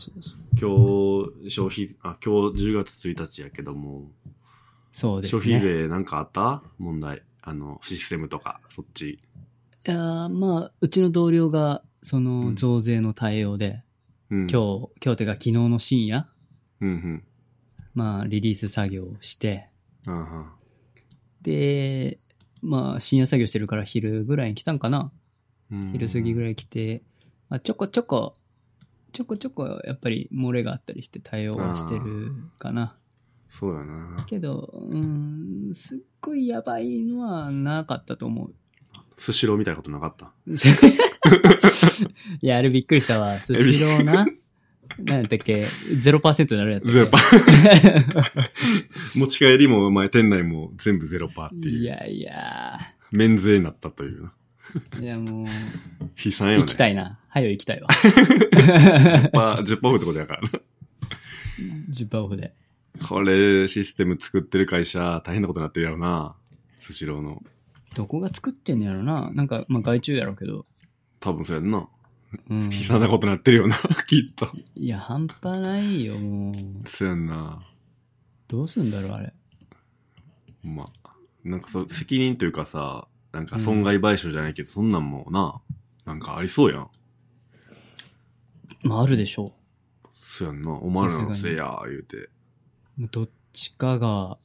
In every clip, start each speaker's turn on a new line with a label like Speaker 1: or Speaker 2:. Speaker 1: そうそう。
Speaker 2: 今日、消費、あ、今日10月1日やけども、
Speaker 1: そうです
Speaker 2: 消
Speaker 1: ね。
Speaker 2: 費税なんかあった問題。あの、システムとか、そっち。
Speaker 1: いやーまあ、うちの同僚が、そ
Speaker 2: うん
Speaker 1: の、増税の対応で、
Speaker 2: うん。
Speaker 1: 今。日、今日てか昨日の深夜、
Speaker 2: うんうん。
Speaker 1: まあ、リリース作業をして、
Speaker 2: あは
Speaker 1: で、まあ、深夜作業してるから昼ぐらいに来たんかな
Speaker 2: うん
Speaker 1: 昼過ぎぐ
Speaker 2: い。
Speaker 1: らい来て、まあ、ちょこちょこ、ちょこちょこ、やっぱり漏れがあったりして対応はしてるかな。
Speaker 2: そうやな。
Speaker 1: けど、うーん、すっごいやばいのはなかったと思う。
Speaker 2: スシローみたいなことなかった。
Speaker 1: いや、あれびっくりしたわ。スシローな。なんだっけ、0%になるやつ。
Speaker 2: ゼロパー。持ち帰りも、お前、店内も全部ゼロパーって
Speaker 1: い
Speaker 2: いう。
Speaker 1: やいや。
Speaker 2: 免税になったというな。
Speaker 1: いや、もう、
Speaker 2: 悲惨よね。
Speaker 1: 行き たいな。はよ行きたいわ。
Speaker 2: 10%パー、10%オフってことやからな。
Speaker 1: 10%オフで。
Speaker 2: これ、システム作ってる会社、大変なことになってるやろな。スシローの。
Speaker 1: どこが作ってんのやろな。なんか、まあ、外注やろうけど。
Speaker 2: 多分そうやんな。
Speaker 1: うん。
Speaker 2: 悲惨なことになってるよな、 きっと。
Speaker 1: いや、半端ないよ、もう。
Speaker 2: そうやんな。
Speaker 1: どうすんだろう、あれ。
Speaker 2: まあ、なんかそう、責任というかさ、なんか損害賠償じゃないけど、そんなんもな、なんかありそうやん。
Speaker 1: まあ、あるでしょ
Speaker 2: そうやんな。お前らのせいや、言うて。
Speaker 1: う。もうどっちかが、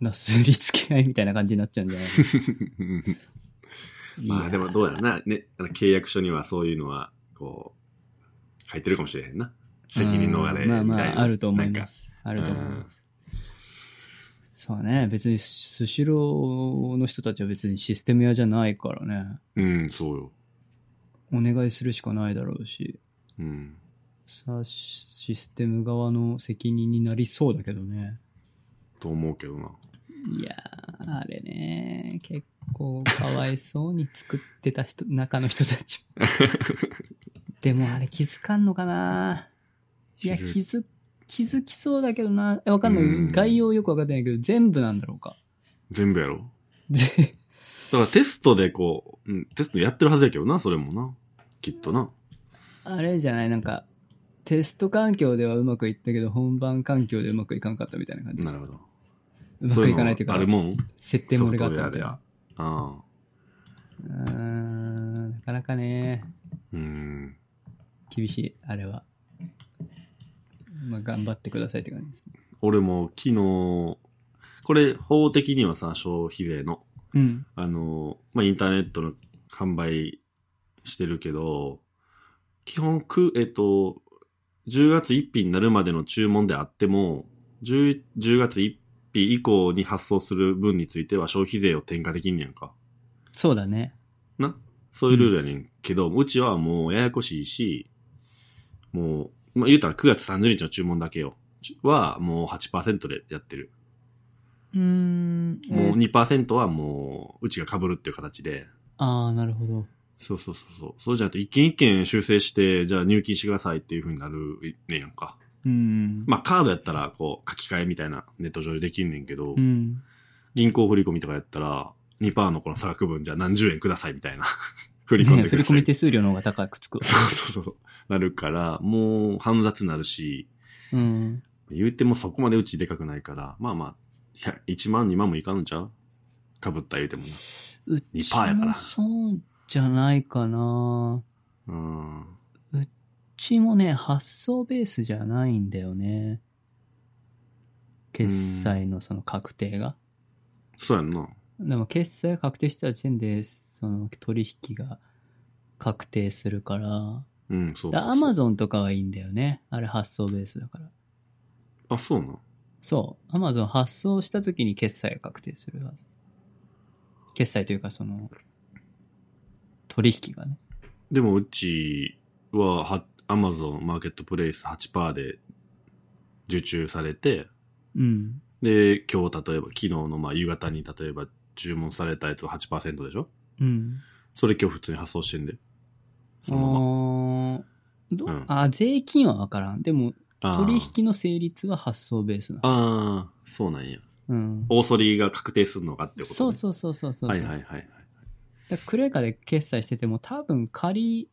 Speaker 1: なすりつけ合いみたいな感じになっちゃうんじゃない
Speaker 2: まあでも
Speaker 1: う
Speaker 2: どうやろな。ね、あの契約書にはそういうのは、こう、書いてるかもしれへんな。責任のあれ、み
Speaker 1: ま
Speaker 2: た
Speaker 1: あ
Speaker 2: いな。。
Speaker 1: まあ、あると思いますす。あると思います。そうね、別にスシローの人たちは別にシステム屋じゃないからね、
Speaker 2: うん、うん、そうよ。
Speaker 1: お願いするしかないだろうし、
Speaker 2: うん。
Speaker 1: さシステム側の責任になりそうだけどね。
Speaker 2: と思うけどな。
Speaker 1: いやー、あれね、結構かわいそうに作ってた人、中の人たち も。でもあれ気づかんのかないや、
Speaker 2: 気づ
Speaker 1: 気づ、気づきそうだけどな。えわかんな
Speaker 2: うん
Speaker 1: い。概要よくわかってないけど、全部なんだろうか。
Speaker 2: 全部やろ
Speaker 1: ぜ
Speaker 2: だからテストでこう、うん、テストやってるはずやけどな、それもな。きっとな。
Speaker 1: あれじゃないなんか、テスト環境ではうまくいったけど、本番環境でうまくいかんかったみたいな感じ。
Speaker 2: なるほど。
Speaker 1: うまくいかないというか、
Speaker 2: そういうのあるもん
Speaker 1: 設定漏れがあったみたい
Speaker 2: ソ
Speaker 1: な。
Speaker 2: ああ。
Speaker 1: うーん、なかなかね、
Speaker 2: うん。
Speaker 1: 厳しい、あれは。まあ、頑張ってくださいって感じです。
Speaker 2: 俺も昨日、これ法的にはさ、消費税の、
Speaker 1: うん。
Speaker 2: あの、まあ、インターネットの販売してるけど、基本く、えっと、10月1日になるまでの注文であっても、10, 10月1日以降に発送する分については消費税を転嫁できんねやんか。
Speaker 1: そうだね。
Speaker 2: な。そういうルールやねんけど、うちはもうややこしいし、もう、まあ、言うたら9月30日の注文だけよ。は、もう8%でやってる。
Speaker 1: うーん。
Speaker 2: もう
Speaker 1: えー
Speaker 2: 2%はもう、うちが被るっていう形で。
Speaker 1: ああ、なるほど。
Speaker 2: そうそうそうそう。そうじゃなくて、一件一件修正して、じゃあ入金してくださいっていう風になるねんやんか。
Speaker 1: うん。
Speaker 2: まあ、カードやったら、こう、書き換えみたいなネット上でできんねんけど、
Speaker 1: うん。
Speaker 2: 銀行振り込みとかやったら、2%のこの差額分じゃあ何十円くださいみたいな。
Speaker 1: 振
Speaker 2: 振り込んでくださいみたいな
Speaker 1: 込み手数料の方が高くつくわ。
Speaker 2: そうそうそう。なるから、もう煩雑になるし、
Speaker 1: うん。
Speaker 2: 言うてもそこまでうちでかくないから、まあまあ、いや1万2万もいかんのちゃうかぶった言うてもな。
Speaker 1: う
Speaker 2: 2%
Speaker 1: ち
Speaker 2: やから
Speaker 1: もそうじゃないかな。
Speaker 2: うん。
Speaker 1: うちもね、発送ベースじゃないんだよね。決済のその確定が。
Speaker 2: そうやんな。
Speaker 1: でも決済が確定した時点で、その取引が確定するから。
Speaker 2: うん、そう
Speaker 1: アマゾンとかはいいんだよね。あれ発送ベースだから。
Speaker 2: あ、そうな。
Speaker 1: そう。アマゾン発送した時に決済が確定するはず。決済というかその、取引がね。
Speaker 2: でもうちは、は、アマゾンマーケットプレイス8%で受注されて、
Speaker 1: うん。
Speaker 2: で、今日例えば、昨日のまあ夕方に例えば注文されたやつは8%でしょ
Speaker 1: うん。
Speaker 2: それ今日普通に発送してんで。そのまま
Speaker 1: あーど
Speaker 2: うん
Speaker 1: あ、税金はわからん。でも、
Speaker 2: あー
Speaker 1: 取引の成立は発送ベースなの。
Speaker 2: ああ、そうなんや。
Speaker 1: うん。
Speaker 2: 大ソリが確定するのかってこと、ね、
Speaker 1: そうそうそうそうそう。
Speaker 2: はいはいはい
Speaker 1: い。
Speaker 2: はい。
Speaker 1: だクレカで決済してても多分仮、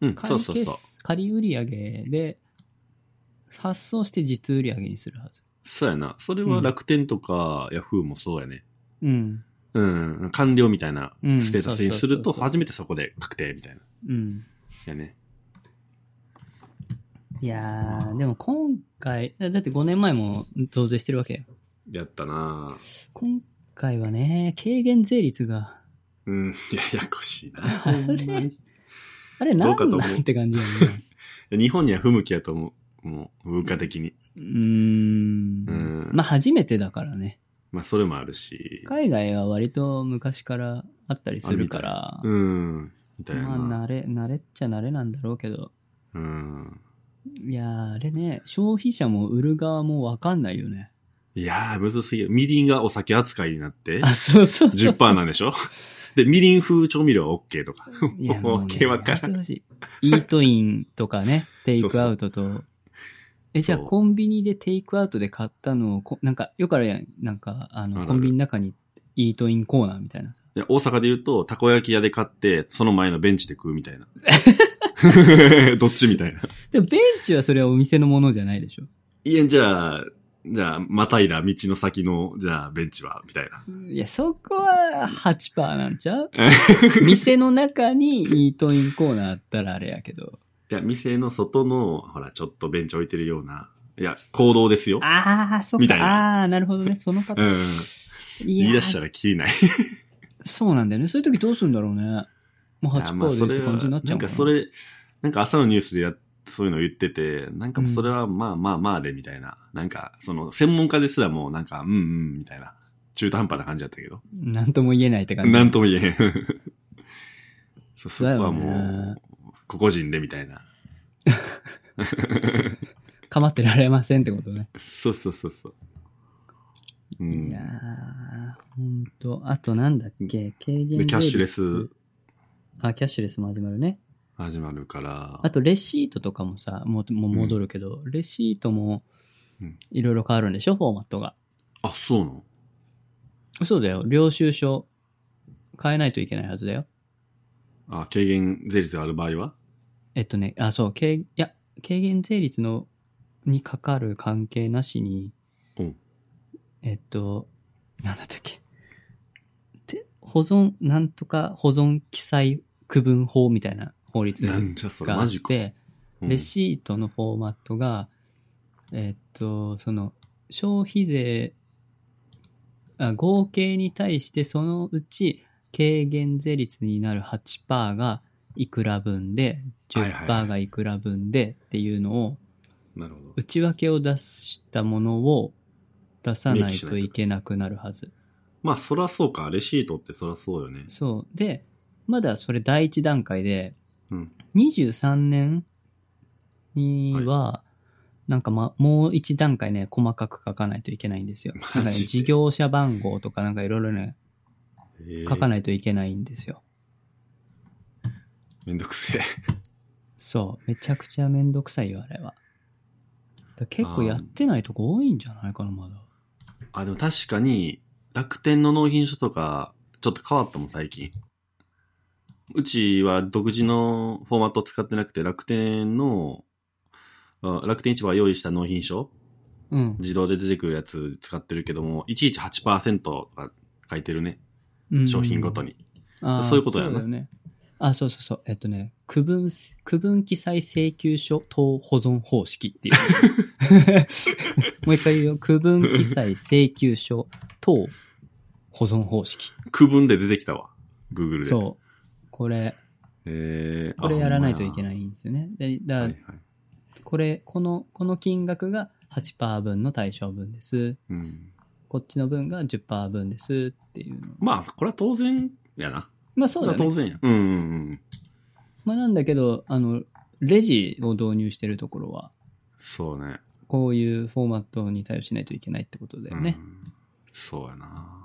Speaker 2: うん、そ
Speaker 1: 仮
Speaker 2: うそう
Speaker 1: 決
Speaker 2: そう。
Speaker 1: 仮売り上げで発送して実売り上げにするはず。
Speaker 2: そうやな。それは楽天とか、ヤフーもそうやね。
Speaker 1: うん。
Speaker 2: うん。完了みたいな
Speaker 1: うん
Speaker 2: ステータスにする
Speaker 1: そ
Speaker 2: と、
Speaker 1: うそうそうそう
Speaker 2: 初めてそこで確定みたいな。
Speaker 1: うん。
Speaker 2: やね。
Speaker 1: いやー、でも今回、だだって5年前も増税してるわけよ。
Speaker 2: やったなぁ
Speaker 1: 今回はね、軽減税率が、
Speaker 2: うん。ややこしいな
Speaker 1: あれ、あれなん
Speaker 2: どうか
Speaker 1: な
Speaker 2: と思うん
Speaker 1: って感じやね。
Speaker 2: 日本には不向きやと思う。もう、文化的に。
Speaker 1: うー。
Speaker 2: うんん。
Speaker 1: まあ初めてだからね。
Speaker 2: まあ、それもあるし。
Speaker 1: 海外は割と昔からあったりするから、
Speaker 2: うん。みたい
Speaker 1: まあ
Speaker 2: な。
Speaker 1: 慣れ、慣れっちゃ慣れなんだろうけど、
Speaker 2: うん。
Speaker 1: いやー、あれね、消費者も売る側もわかんないよね。
Speaker 2: いやー、むずすぎる。みりんがお酒扱いになって、
Speaker 1: あ、そうそうそう。
Speaker 2: 10%なんでしょ で、みりん風調味料は OK とか。
Speaker 1: いや、もう、ね、
Speaker 2: OK わからん
Speaker 1: やめてほしいイートインとか ね、テイクアウトと。え、じゃあ
Speaker 2: そう
Speaker 1: コンビニでテイクアウトで買ったのをこ、なんか、よくあるやん。なんか、あ
Speaker 2: あるあ
Speaker 1: の、
Speaker 2: る
Speaker 1: コンビニの中にイートインコーナーみたいな。
Speaker 2: いや大阪で言うと、たこ焼き屋で買って、その前のベンチで食うみ たいな。 どっちみたいな。
Speaker 1: でもベンチはそれはお店のものじゃないでしょ。
Speaker 2: いや、じゃあ、じゃあ、またいだ道の先の、じゃあ、ベンチは、みたいな。
Speaker 1: いや、そこは8%なんちゃ う
Speaker 2: い
Speaker 1: 店の中にイートインコーナーあったらあれやけど。
Speaker 2: や、店の外の、ほら、ちょっとベンチ置いてるような、いや、行動ですよ。
Speaker 1: ああ、そっ
Speaker 2: みたいな
Speaker 1: か。ああー、なるほどね。そのパター
Speaker 2: う
Speaker 1: ン。
Speaker 2: ん。
Speaker 1: いや
Speaker 2: 言
Speaker 1: ー
Speaker 2: い出したら切りない。
Speaker 1: そうなんだよね。そういう時どうするんだろうね。もう
Speaker 2: いやまあ
Speaker 1: 8%
Speaker 2: そ
Speaker 1: でっ
Speaker 2: れ
Speaker 1: て
Speaker 2: は
Speaker 1: 感じになっちゃ
Speaker 2: な
Speaker 1: うんの
Speaker 2: か
Speaker 1: な
Speaker 2: それ、なんか朝のニュースでやっそういうのを言ってて、なんかもうそれはまあまあまあでみたいな。なんか、その専門家ですらもうなんか、うんうんみたいな。中途半端な感じだったけど。
Speaker 1: なんとも言えないって感じ。
Speaker 2: なんとも言えへ ん。そうそこ
Speaker 1: そ
Speaker 2: は
Speaker 1: うだよ
Speaker 2: も
Speaker 1: ね
Speaker 2: う、個々人でみたいな。
Speaker 1: 構ってられませんってことね。
Speaker 2: そうそうそうそう。う
Speaker 1: い
Speaker 2: ん。
Speaker 1: や
Speaker 2: で、
Speaker 1: ー、ほんと。あとなんだっけ軽減税率
Speaker 2: キャッシュレス
Speaker 1: あ、キャッシュレスも始まるね。
Speaker 2: 始まるから。
Speaker 1: あと、レシートとかもさ、もうもう戻るけど、レシートも
Speaker 2: うん、
Speaker 1: いろいろ変わるんでしょフォーマットが。
Speaker 2: あ、そうなの
Speaker 1: そうだよ。領収書、変えないといけないはずだよ。
Speaker 2: あ、軽減税率がある場合は
Speaker 1: えっとね、あ、そう、軽、いや、軽減税率の、にかかる関係なしに、
Speaker 2: うん
Speaker 1: えっと、なんだったっけ。て、保存、なんとか保存記載区分法みたいな法律
Speaker 2: な
Speaker 1: が
Speaker 2: んじゃそれ、
Speaker 1: あ
Speaker 2: マ
Speaker 1: っ
Speaker 2: ジか。
Speaker 1: て、
Speaker 2: うん
Speaker 1: レシートのフォーマットが、えっと、その、消費税、あ合計に対してそのうち軽減税率になる8%がいくら分で、
Speaker 2: はいはいはい
Speaker 1: 10%がいくら分でっていうのを、
Speaker 2: なるほど。
Speaker 1: 内訳を出したものを出さないといけなくなるはず。
Speaker 2: まあ、そらそうか。レシートってそらそうよね。
Speaker 1: そう。で、まだそれ第一段階で、
Speaker 2: うん。
Speaker 1: 23年には、なんかま、もう一段階ね、細かく書かないといけないんですよ。なんかね
Speaker 2: マジで
Speaker 1: 事業者番号とかなんかいろいろね、書か
Speaker 2: い。
Speaker 1: ないといけないんですよ。
Speaker 2: めんどくせえ。
Speaker 1: そう。めちゃくちゃめんどくさいよ、あれは。だから結構やってないとこ多いんじゃないかな、まだ。
Speaker 2: あ、でも確かに、楽天の納品書とか、ちょっと変わったもん、最近。うちは独自のフォーマットを使ってなくて、楽天の、あ楽天市場が用意した納品書、
Speaker 1: うん。
Speaker 2: 自動で出てくるやつ使ってるけども、いちいち8%とか書いてるね。
Speaker 1: うん
Speaker 2: 商品ごとに。
Speaker 1: あー
Speaker 2: そういうことやな
Speaker 1: そうだよね。あ、そうそうそう。えっとね、区分、区分記載請求書等保存方式って いう。もう一回言うよ。区分記載請求書等保存方式。
Speaker 2: 区分で出てきたわ。Google で。う。
Speaker 1: そう。これ、
Speaker 2: えー、
Speaker 1: これやらないといけ
Speaker 2: い。
Speaker 1: ないんですよね。で、だ
Speaker 2: は
Speaker 1: か
Speaker 2: いは
Speaker 1: ら
Speaker 2: い。
Speaker 1: これ、この、この金額が8%分の対象分です。
Speaker 2: うん。
Speaker 1: こっちの分が10%分ですっていうの。
Speaker 2: まあ、これは当然やな。
Speaker 1: まあそうだ
Speaker 2: これ
Speaker 1: ね
Speaker 2: は当。然や。うんうんうん。
Speaker 1: まあなんだけど、あの、レジを導入してるところは、
Speaker 2: そうね。
Speaker 1: こういうフォーマットに対応しないといけないってことだよね
Speaker 2: う。んそうやな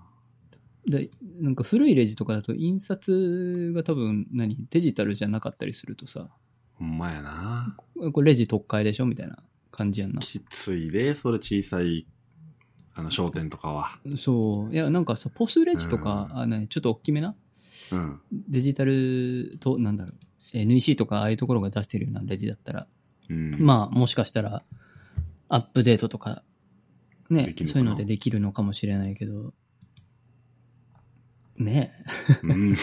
Speaker 1: で、なんか古いレジとかだと印刷が多分何デジタルじゃなかったりするとさ、
Speaker 2: ほんまやな
Speaker 1: これレジ特会でしょみたいな感じやんな。
Speaker 2: きついでそれ小さいあの商店とかは
Speaker 1: そう。いや、なんかさ、ポスレジとか、
Speaker 2: うん
Speaker 1: あね、ちょっと大きめな
Speaker 2: うん
Speaker 1: デジタルと、なんだろう、NEC とかああいうところが出してるようなレジだったら、
Speaker 2: うん
Speaker 1: まあもしかしたらアップデートとか、ね
Speaker 2: でき、るのかな
Speaker 1: そういうのでできるのかもしれないけど、ね
Speaker 2: うん。
Speaker 1: え、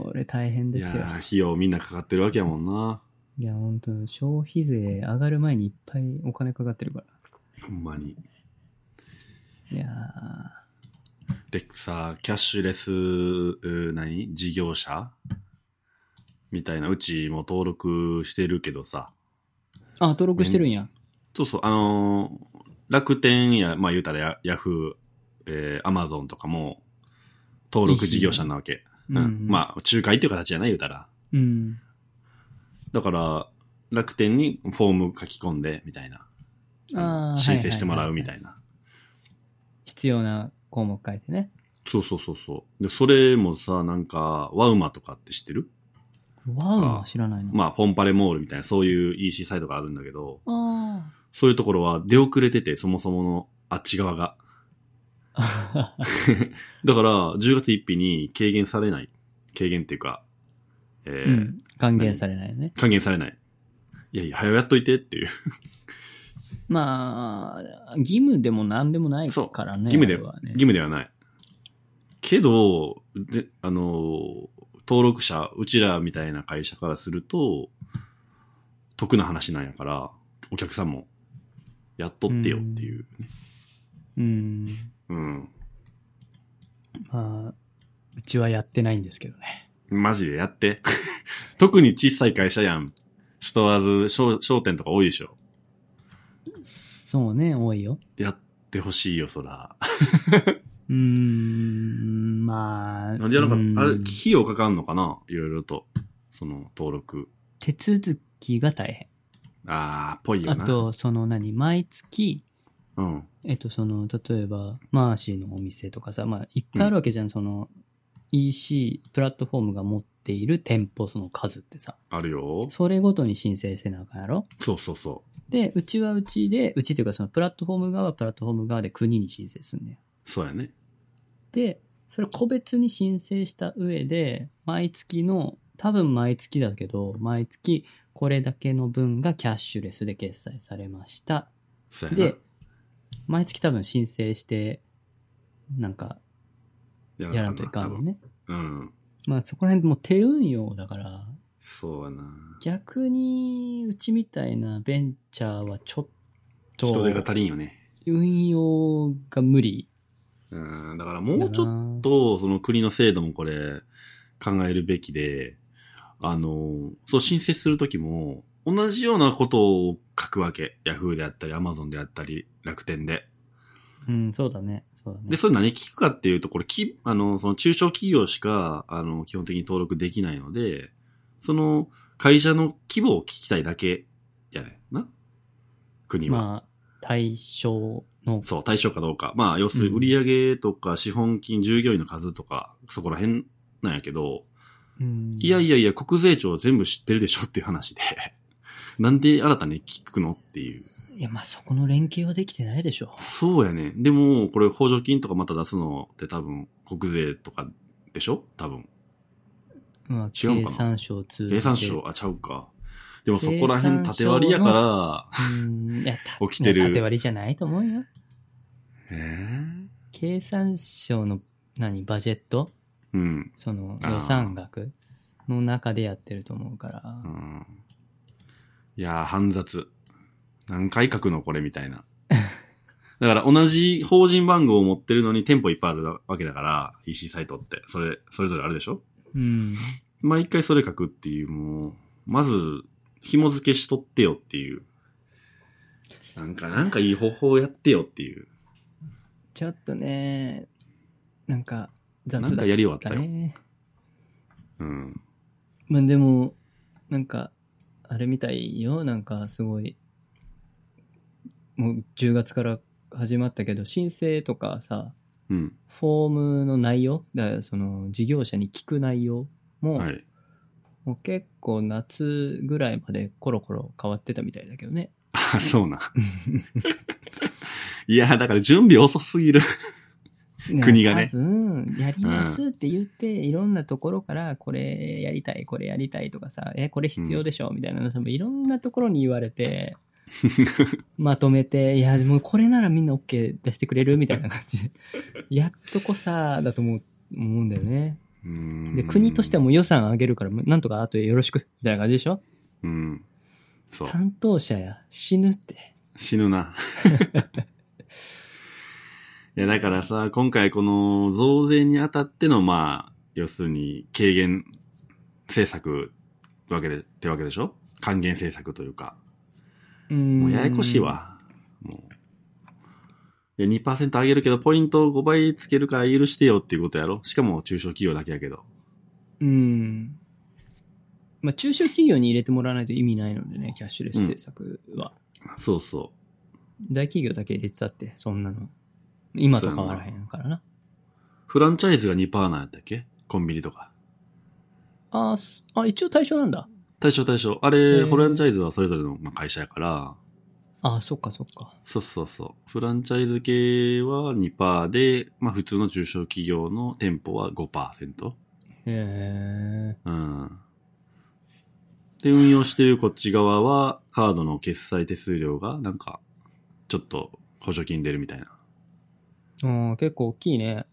Speaker 1: これ大変
Speaker 2: い
Speaker 1: で
Speaker 2: や
Speaker 1: すよ
Speaker 2: ー。費用みんなかかってるわけやもんな。
Speaker 1: いや、本当消費税上がる前にいっぱいお金かかってるから。
Speaker 2: ほんまに。
Speaker 1: いや
Speaker 2: でさ、キャッシュレス、う何事業者みたいな、うちも登録してるけどさ。
Speaker 1: ーあ、登録してるんや。
Speaker 2: そうそう、あのー楽天や、まあ言うたらヤヤフー、えー、アマゾンとかも、登録事業者なわけ。うん。まあ、仲介っていう形じゃない言うたら。
Speaker 1: あ。うん。
Speaker 2: だから、楽天にフォーム書き込んで、みたいな。
Speaker 1: あー
Speaker 2: 申請してもらうみた
Speaker 1: はい
Speaker 2: な。
Speaker 1: 必要な項目書いてね。
Speaker 2: そうそうそうそう。で、それもさ、なんか、ワウマとかって知ってる
Speaker 1: ワウは知らないな。
Speaker 2: まあ、ポンパレモールみたいな、そういう EC サイトがあるんだけど、
Speaker 1: あ
Speaker 2: そういうところは出遅れてて、そもそものあっち 側が。
Speaker 1: あ。
Speaker 2: だから、10月1日に軽減されない。軽減っていうか、えー
Speaker 1: うん。還元されないよね。
Speaker 2: 還元されない。いやいや、早やっといてっていう。
Speaker 1: まあ、義務でも何でもない
Speaker 2: そう
Speaker 1: からね。
Speaker 2: 義務で
Speaker 1: あれはね
Speaker 2: 義務ではない。けど、で、あのー、登録者、うちらみたいな会社からすると、得な話なんやから、お客さんも、やっとってよっていう。
Speaker 1: うん。
Speaker 2: うん。
Speaker 1: まあ、うちはやってないんですけどね。
Speaker 2: マジでやって。 特に小さい会社やん。ストアーズ、商商店とか多いでしょ。
Speaker 1: そうね、多いよ。
Speaker 2: やってほしいよ、そら。
Speaker 1: うーん、まあ。
Speaker 2: なんでやらなかったあれ、
Speaker 1: うん
Speaker 2: 費用かかんのかないろいろと。その、登録。
Speaker 1: 手続きが大
Speaker 2: あー、ぽい
Speaker 1: 変。
Speaker 2: よ
Speaker 1: あ
Speaker 2: な。
Speaker 1: と、その何、毎月、
Speaker 2: うん。
Speaker 1: えっと、その、例えば、マーシーのお店とかさ、まあ、いっぱいあるわけじゃん、その、EC、プラットフォームが持っている店舗その数ってさ、
Speaker 2: あるよ。
Speaker 1: それごとに申請せなあかんやろ
Speaker 2: そうそうそう。
Speaker 1: で、うちはうちで、うちっていうか、その、プラットフォーム側はプラットフォーム側で国に申請すんねん。
Speaker 2: そうやね。
Speaker 1: で、それ個別に申請した上で、毎月の、多分毎月だけど、毎月これだけの分がキャッシュレスで決済されました。
Speaker 2: そうやな。
Speaker 1: で、毎月多分申請して、なんか
Speaker 2: や
Speaker 1: やらんといかんの
Speaker 2: ね。
Speaker 1: ね。
Speaker 2: 多分うん。
Speaker 1: まあそこら辺もう手運用だから、
Speaker 2: そうやな。
Speaker 1: 逆にうちみたいなベンチャーはちょっと
Speaker 2: 人手が足りんよね。
Speaker 1: 運用が無理
Speaker 2: うん。だから
Speaker 1: だな。
Speaker 2: もうちょっと、その国の制度もこれ、考えるべきで、あの、そう、申請するときも、同じようなことを書くわけ。Yahoo であったり、Amazon であったり、楽天で。
Speaker 1: うん、そうだね。そうだね。
Speaker 2: で、それ何聞くかっていうと、これ、き、あの、その中小企業しか、あの、基本的に登録できないので、その、会社の規模を聞きたいだけ、やねんな。国は。
Speaker 1: まあ、対象の
Speaker 2: そう、対象かどうか。まあ、要する
Speaker 1: うん
Speaker 2: に売上とか資本金、従業員の数とか、そこら辺なんやけど、い
Speaker 1: い
Speaker 2: やいやいや、国税庁全部知ってるでしょっていう話で、 なんで新たに聞くのっていう。
Speaker 1: いや、まあそこの連携はできてないでしょ。
Speaker 2: そうやね。でも、これ補助金とかまた出すのって多分、国税とかでしょ多分。
Speaker 1: まあ、
Speaker 2: 違うのかな
Speaker 1: 経産省通じて
Speaker 2: 経産省、あ、ちゃうか。でもそこら辺縦割りやか
Speaker 1: うん、いや、た
Speaker 2: 起きてる
Speaker 1: いや縦割りじゃないと思うよ。
Speaker 2: ら、え
Speaker 1: 経産省の、何、バジェット
Speaker 2: えうん。
Speaker 1: その
Speaker 2: あー
Speaker 1: 予算額の中でやってると思うから。
Speaker 2: うんいやー、煩雑。何回書くのこれみたいな。だから同じ法人番号を持ってるのに店舗いっぱいあるわけだから、EC サイトって。それ、それぞれあるでしょ
Speaker 1: うん。
Speaker 2: 毎回それ書くっていう、もう、まず、紐付けしとってよっていう。なんか、なんかいい方法やってよっていう。
Speaker 1: ちょっとね、なんか雑だ
Speaker 2: なんかやり終わったよ
Speaker 1: ね。
Speaker 2: うん。
Speaker 1: まあでも、なんか、あれみたいよ。なんかすごい、もう10月から始まったけど、申請とかさ、
Speaker 2: うん。
Speaker 1: フォームの内容、だからその事業者に聞く内容も、
Speaker 2: はい。
Speaker 1: もう結構夏ぐらいまでコロコロ変わってたみたいだけどね。
Speaker 2: あ、そうな。いやー、だから準備遅すぎる。国がね
Speaker 1: 多分、やりますって言って、いろんなところから、これやりたい、これやりたいとかさ、え、これ必要でしょみたいなの多分いろんなところに言われて、 まとめて、いや、もうこれならみんな OK 出してくれるみたいな感 じで。やっとこさ、だと思う思うんだよね。
Speaker 2: うん
Speaker 1: で、国としてはもう予算上げるから、なんとかあとよろしく、みたいな感じでしょ
Speaker 2: うん。そう。
Speaker 1: 担当者や死ぬって。
Speaker 2: 死ぬな。いや、だからさ、今回この増税にあたっての、まあ、要するに軽減政策わけで、ってわけでしょ還元政策というか。
Speaker 1: も
Speaker 2: もうややこしい。わ。もう。いや、2%上げるけど、ポイントを5倍つけるから許してよっていうことやろしかも中小企業だけやけど。
Speaker 1: うん。まあ、中小企業に入れてもらわないと意味ないのでね、キャッシュレス政策は。
Speaker 2: そうそ
Speaker 1: 大企業だけ入れてたって、そんなの。今と変わらへんからな。
Speaker 2: う。フランチャイズが2%なんやったっけコンビニとか。
Speaker 1: あーすあ、一応対象なんだ。
Speaker 2: 対象対象。あ
Speaker 1: へ
Speaker 2: れ、
Speaker 1: ー
Speaker 2: フランチャイズはそれぞれのまあ会社やから、
Speaker 1: あー、そっかそっか。
Speaker 2: そうそうそう。フランチャイズ系は2%で、まあ普通の中小企業の店舗は5%。
Speaker 1: へえ。
Speaker 2: うん。で、運用してるこっち側は、カードの決済手数料が、なんか、ちょっと補助金出るみたいな。
Speaker 1: うん、結構大きいね。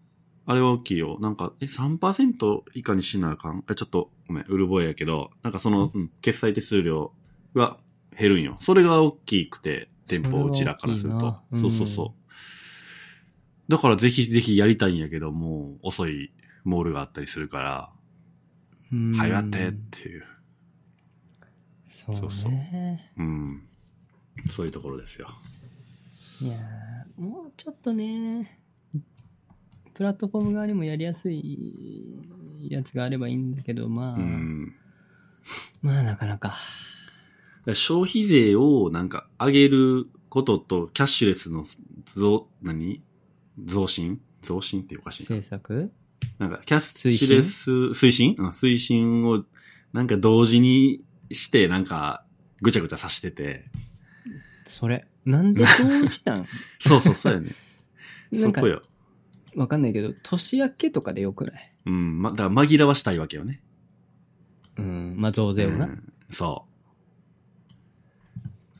Speaker 2: あれは大きいよ。なんか、え、3%以下にしなあかんえ、ちょっと、ごめん、うるぼえやけど、なんかその、うん決済手数料が減るんよ。それが大きくて、店舗うちらからする
Speaker 1: それ
Speaker 2: と
Speaker 1: は。大きい
Speaker 2: そ
Speaker 1: な
Speaker 2: うそうそう。だからぜひぜひやりたいんやけど、もう遅いモールがあったりするから、
Speaker 1: うん
Speaker 2: 早やってっていう。
Speaker 1: そう
Speaker 2: そうそう
Speaker 1: ね。
Speaker 2: うん。そういうところですよ。
Speaker 1: いやーもうちょっとね、プラットフォーム側にもやりやすいやつがあればいいんだけど、まあ、
Speaker 2: うん。
Speaker 1: まあなかなか。
Speaker 2: 消費税をなんか上げることと、キャッシュレスの増、何増進増進っていうかしいな
Speaker 1: 政策
Speaker 2: なんか、キャッシュレス、推進うん推進を、なんか同時にして、なんか、ぐちゃぐちゃさしてて。
Speaker 1: それ。なんで同時 なん
Speaker 2: そうそう、そうやね。
Speaker 1: な
Speaker 2: そ
Speaker 1: んか
Speaker 2: こ、よ。
Speaker 1: わかんないけど、年明けとかでよくない
Speaker 2: うん、ま、だから紛らわしたいわけよね。
Speaker 1: うん、まあ増税を
Speaker 2: う
Speaker 1: な。
Speaker 2: んそう。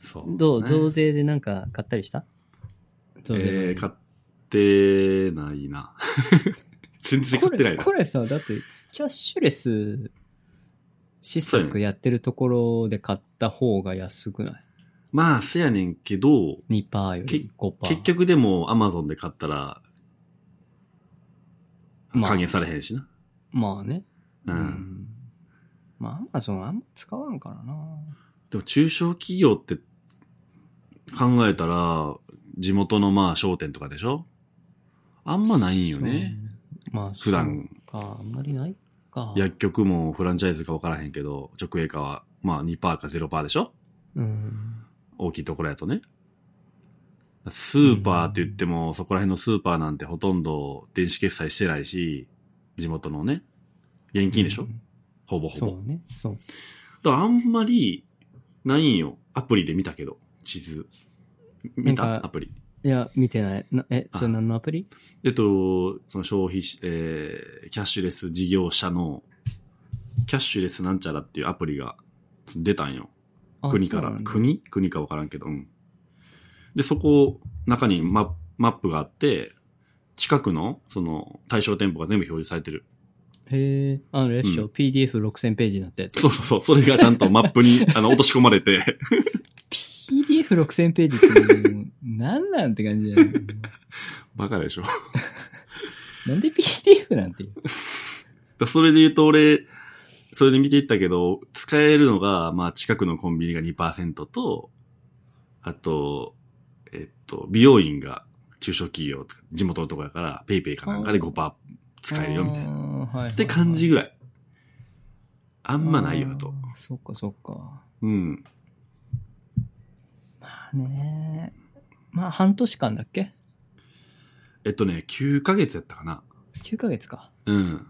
Speaker 2: そう。
Speaker 1: どう
Speaker 2: ね
Speaker 1: 増税でなんか買ったりした増税
Speaker 2: えー、買ってないな。 全然買ってないな。
Speaker 1: これこれさだってキャッシュレス施策やってるところで買った方が安くない
Speaker 2: まあ、せやねんけど、
Speaker 1: 2%より5%
Speaker 2: 結局でも Amazon で買ったら、
Speaker 1: まあ
Speaker 2: 還元されへんしな。
Speaker 1: まあね
Speaker 2: うん
Speaker 1: まあアマゾンあんま使わんからな
Speaker 2: でも中小企業って考えたら、地元のまあ商店とかでしょあんまないんよね。
Speaker 1: うんまあ
Speaker 2: 普段、
Speaker 1: そうかあんまりないか
Speaker 2: 薬局もフランチャイズか分からへんけど、直営化はまあ2%か0%でしょ
Speaker 1: うん
Speaker 2: 大きいところやとね。スーパーって言っても、そこら辺のスーパーなんてほとんど電子決済してないし、地元のね、現金でしょ、
Speaker 1: うん
Speaker 2: ほぼほぼ。
Speaker 1: そうねそう
Speaker 2: だからあんまり、ないんよ。アプリで見たけど、地図。見
Speaker 1: なん
Speaker 2: た
Speaker 1: か
Speaker 2: アプリ。
Speaker 1: いや見てないなえそれ
Speaker 2: あ
Speaker 1: 何のアプリ
Speaker 2: えっと、その消費し、えー、キャッシュレス事業者の、キャッシュレスなんちゃらっていうアプリが出たんよ。
Speaker 1: あ
Speaker 2: 国か
Speaker 1: そう
Speaker 2: ら。
Speaker 1: なんだ
Speaker 2: 国国かわからんけど、うん。で、そこ、中にママップがあって、近くの、その、対象店舗が全部表示されてる。
Speaker 1: へえあのレッショ、PDF6000 ページにな ったやつ
Speaker 2: そうそうそう、それがちゃんとマップに、 あの、落とし込まれて、
Speaker 1: PDF6000 ページってもう何なんて感じだよね。
Speaker 2: バカでしょ。
Speaker 1: なんで PDF なんていう。
Speaker 2: だそれで言うと俺、それで見ていったけど、使えるのが、まあ近くのコンビニが2%と、あと、えっと、美容院が中小企業とか、地元のとこやから、ペイペイかなんかで5%使えるよみたいな。っ
Speaker 1: な。はいはいはい。って
Speaker 2: 感じぐらい。あんまないよなと。。
Speaker 1: そっかそっか。
Speaker 2: うん。
Speaker 1: まあね。まあ半年間だっけ
Speaker 2: えっとね、9ヶ月やったかな。
Speaker 1: ?9 ヶ月か。
Speaker 2: うん。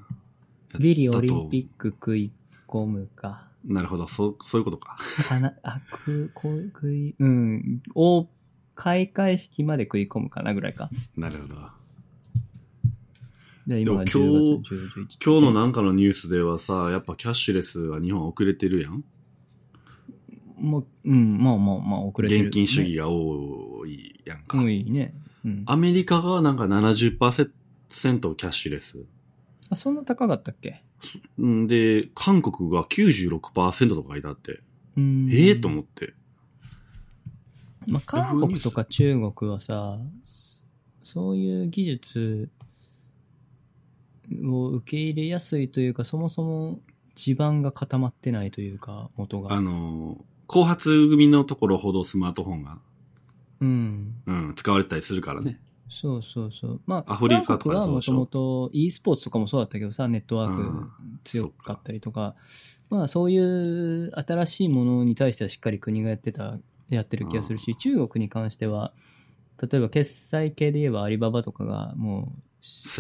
Speaker 1: ビリオリンピック食い込むか。
Speaker 2: なるほど、そう、そういうことか。
Speaker 1: かな、あ、く、こう、食い、うん。を、開会式まで食い込むかなぐらいか。
Speaker 2: なるほど。
Speaker 1: で、今は
Speaker 2: でも今
Speaker 1: 10
Speaker 2: 日
Speaker 1: 月10 11
Speaker 2: 今日のなんかのニュースではさ、やっぱキャッシュレスが日本遅れてるやん
Speaker 1: もう、うん、まあまあまあ遅れてる、
Speaker 2: 現金主義が多いやんか。
Speaker 1: もういいね。うん。
Speaker 2: アメリカがなんか70%キャッシュレス。
Speaker 1: あ、そんな高かったっけ
Speaker 2: んで、韓国が96%とか書いてあって、
Speaker 1: うーん。
Speaker 2: ええと思って。
Speaker 1: まあ、韓国とか中国はさ、そういう技術を受け入れやすいというか、そもそも地盤が固まってないというか、元
Speaker 2: あ
Speaker 1: が。
Speaker 2: のー、後発組のところほどスマートフォンが、
Speaker 1: うん。
Speaker 2: うん、使われてたりするからね。
Speaker 1: そうそうそう。まあ、
Speaker 2: アフリカとか
Speaker 1: 韓国は
Speaker 2: そう
Speaker 1: も
Speaker 2: でし
Speaker 1: と
Speaker 2: ょ
Speaker 1: もと e スポーツとかもそうだったけどさ、ネットワー
Speaker 2: うん
Speaker 1: ク強かったりとか、まあそういう新しいものに対してはしっかり国がやってた、やってる気がするし、中国に関しては、例えば決済系で言えばアリババとかがもう
Speaker 2: うやな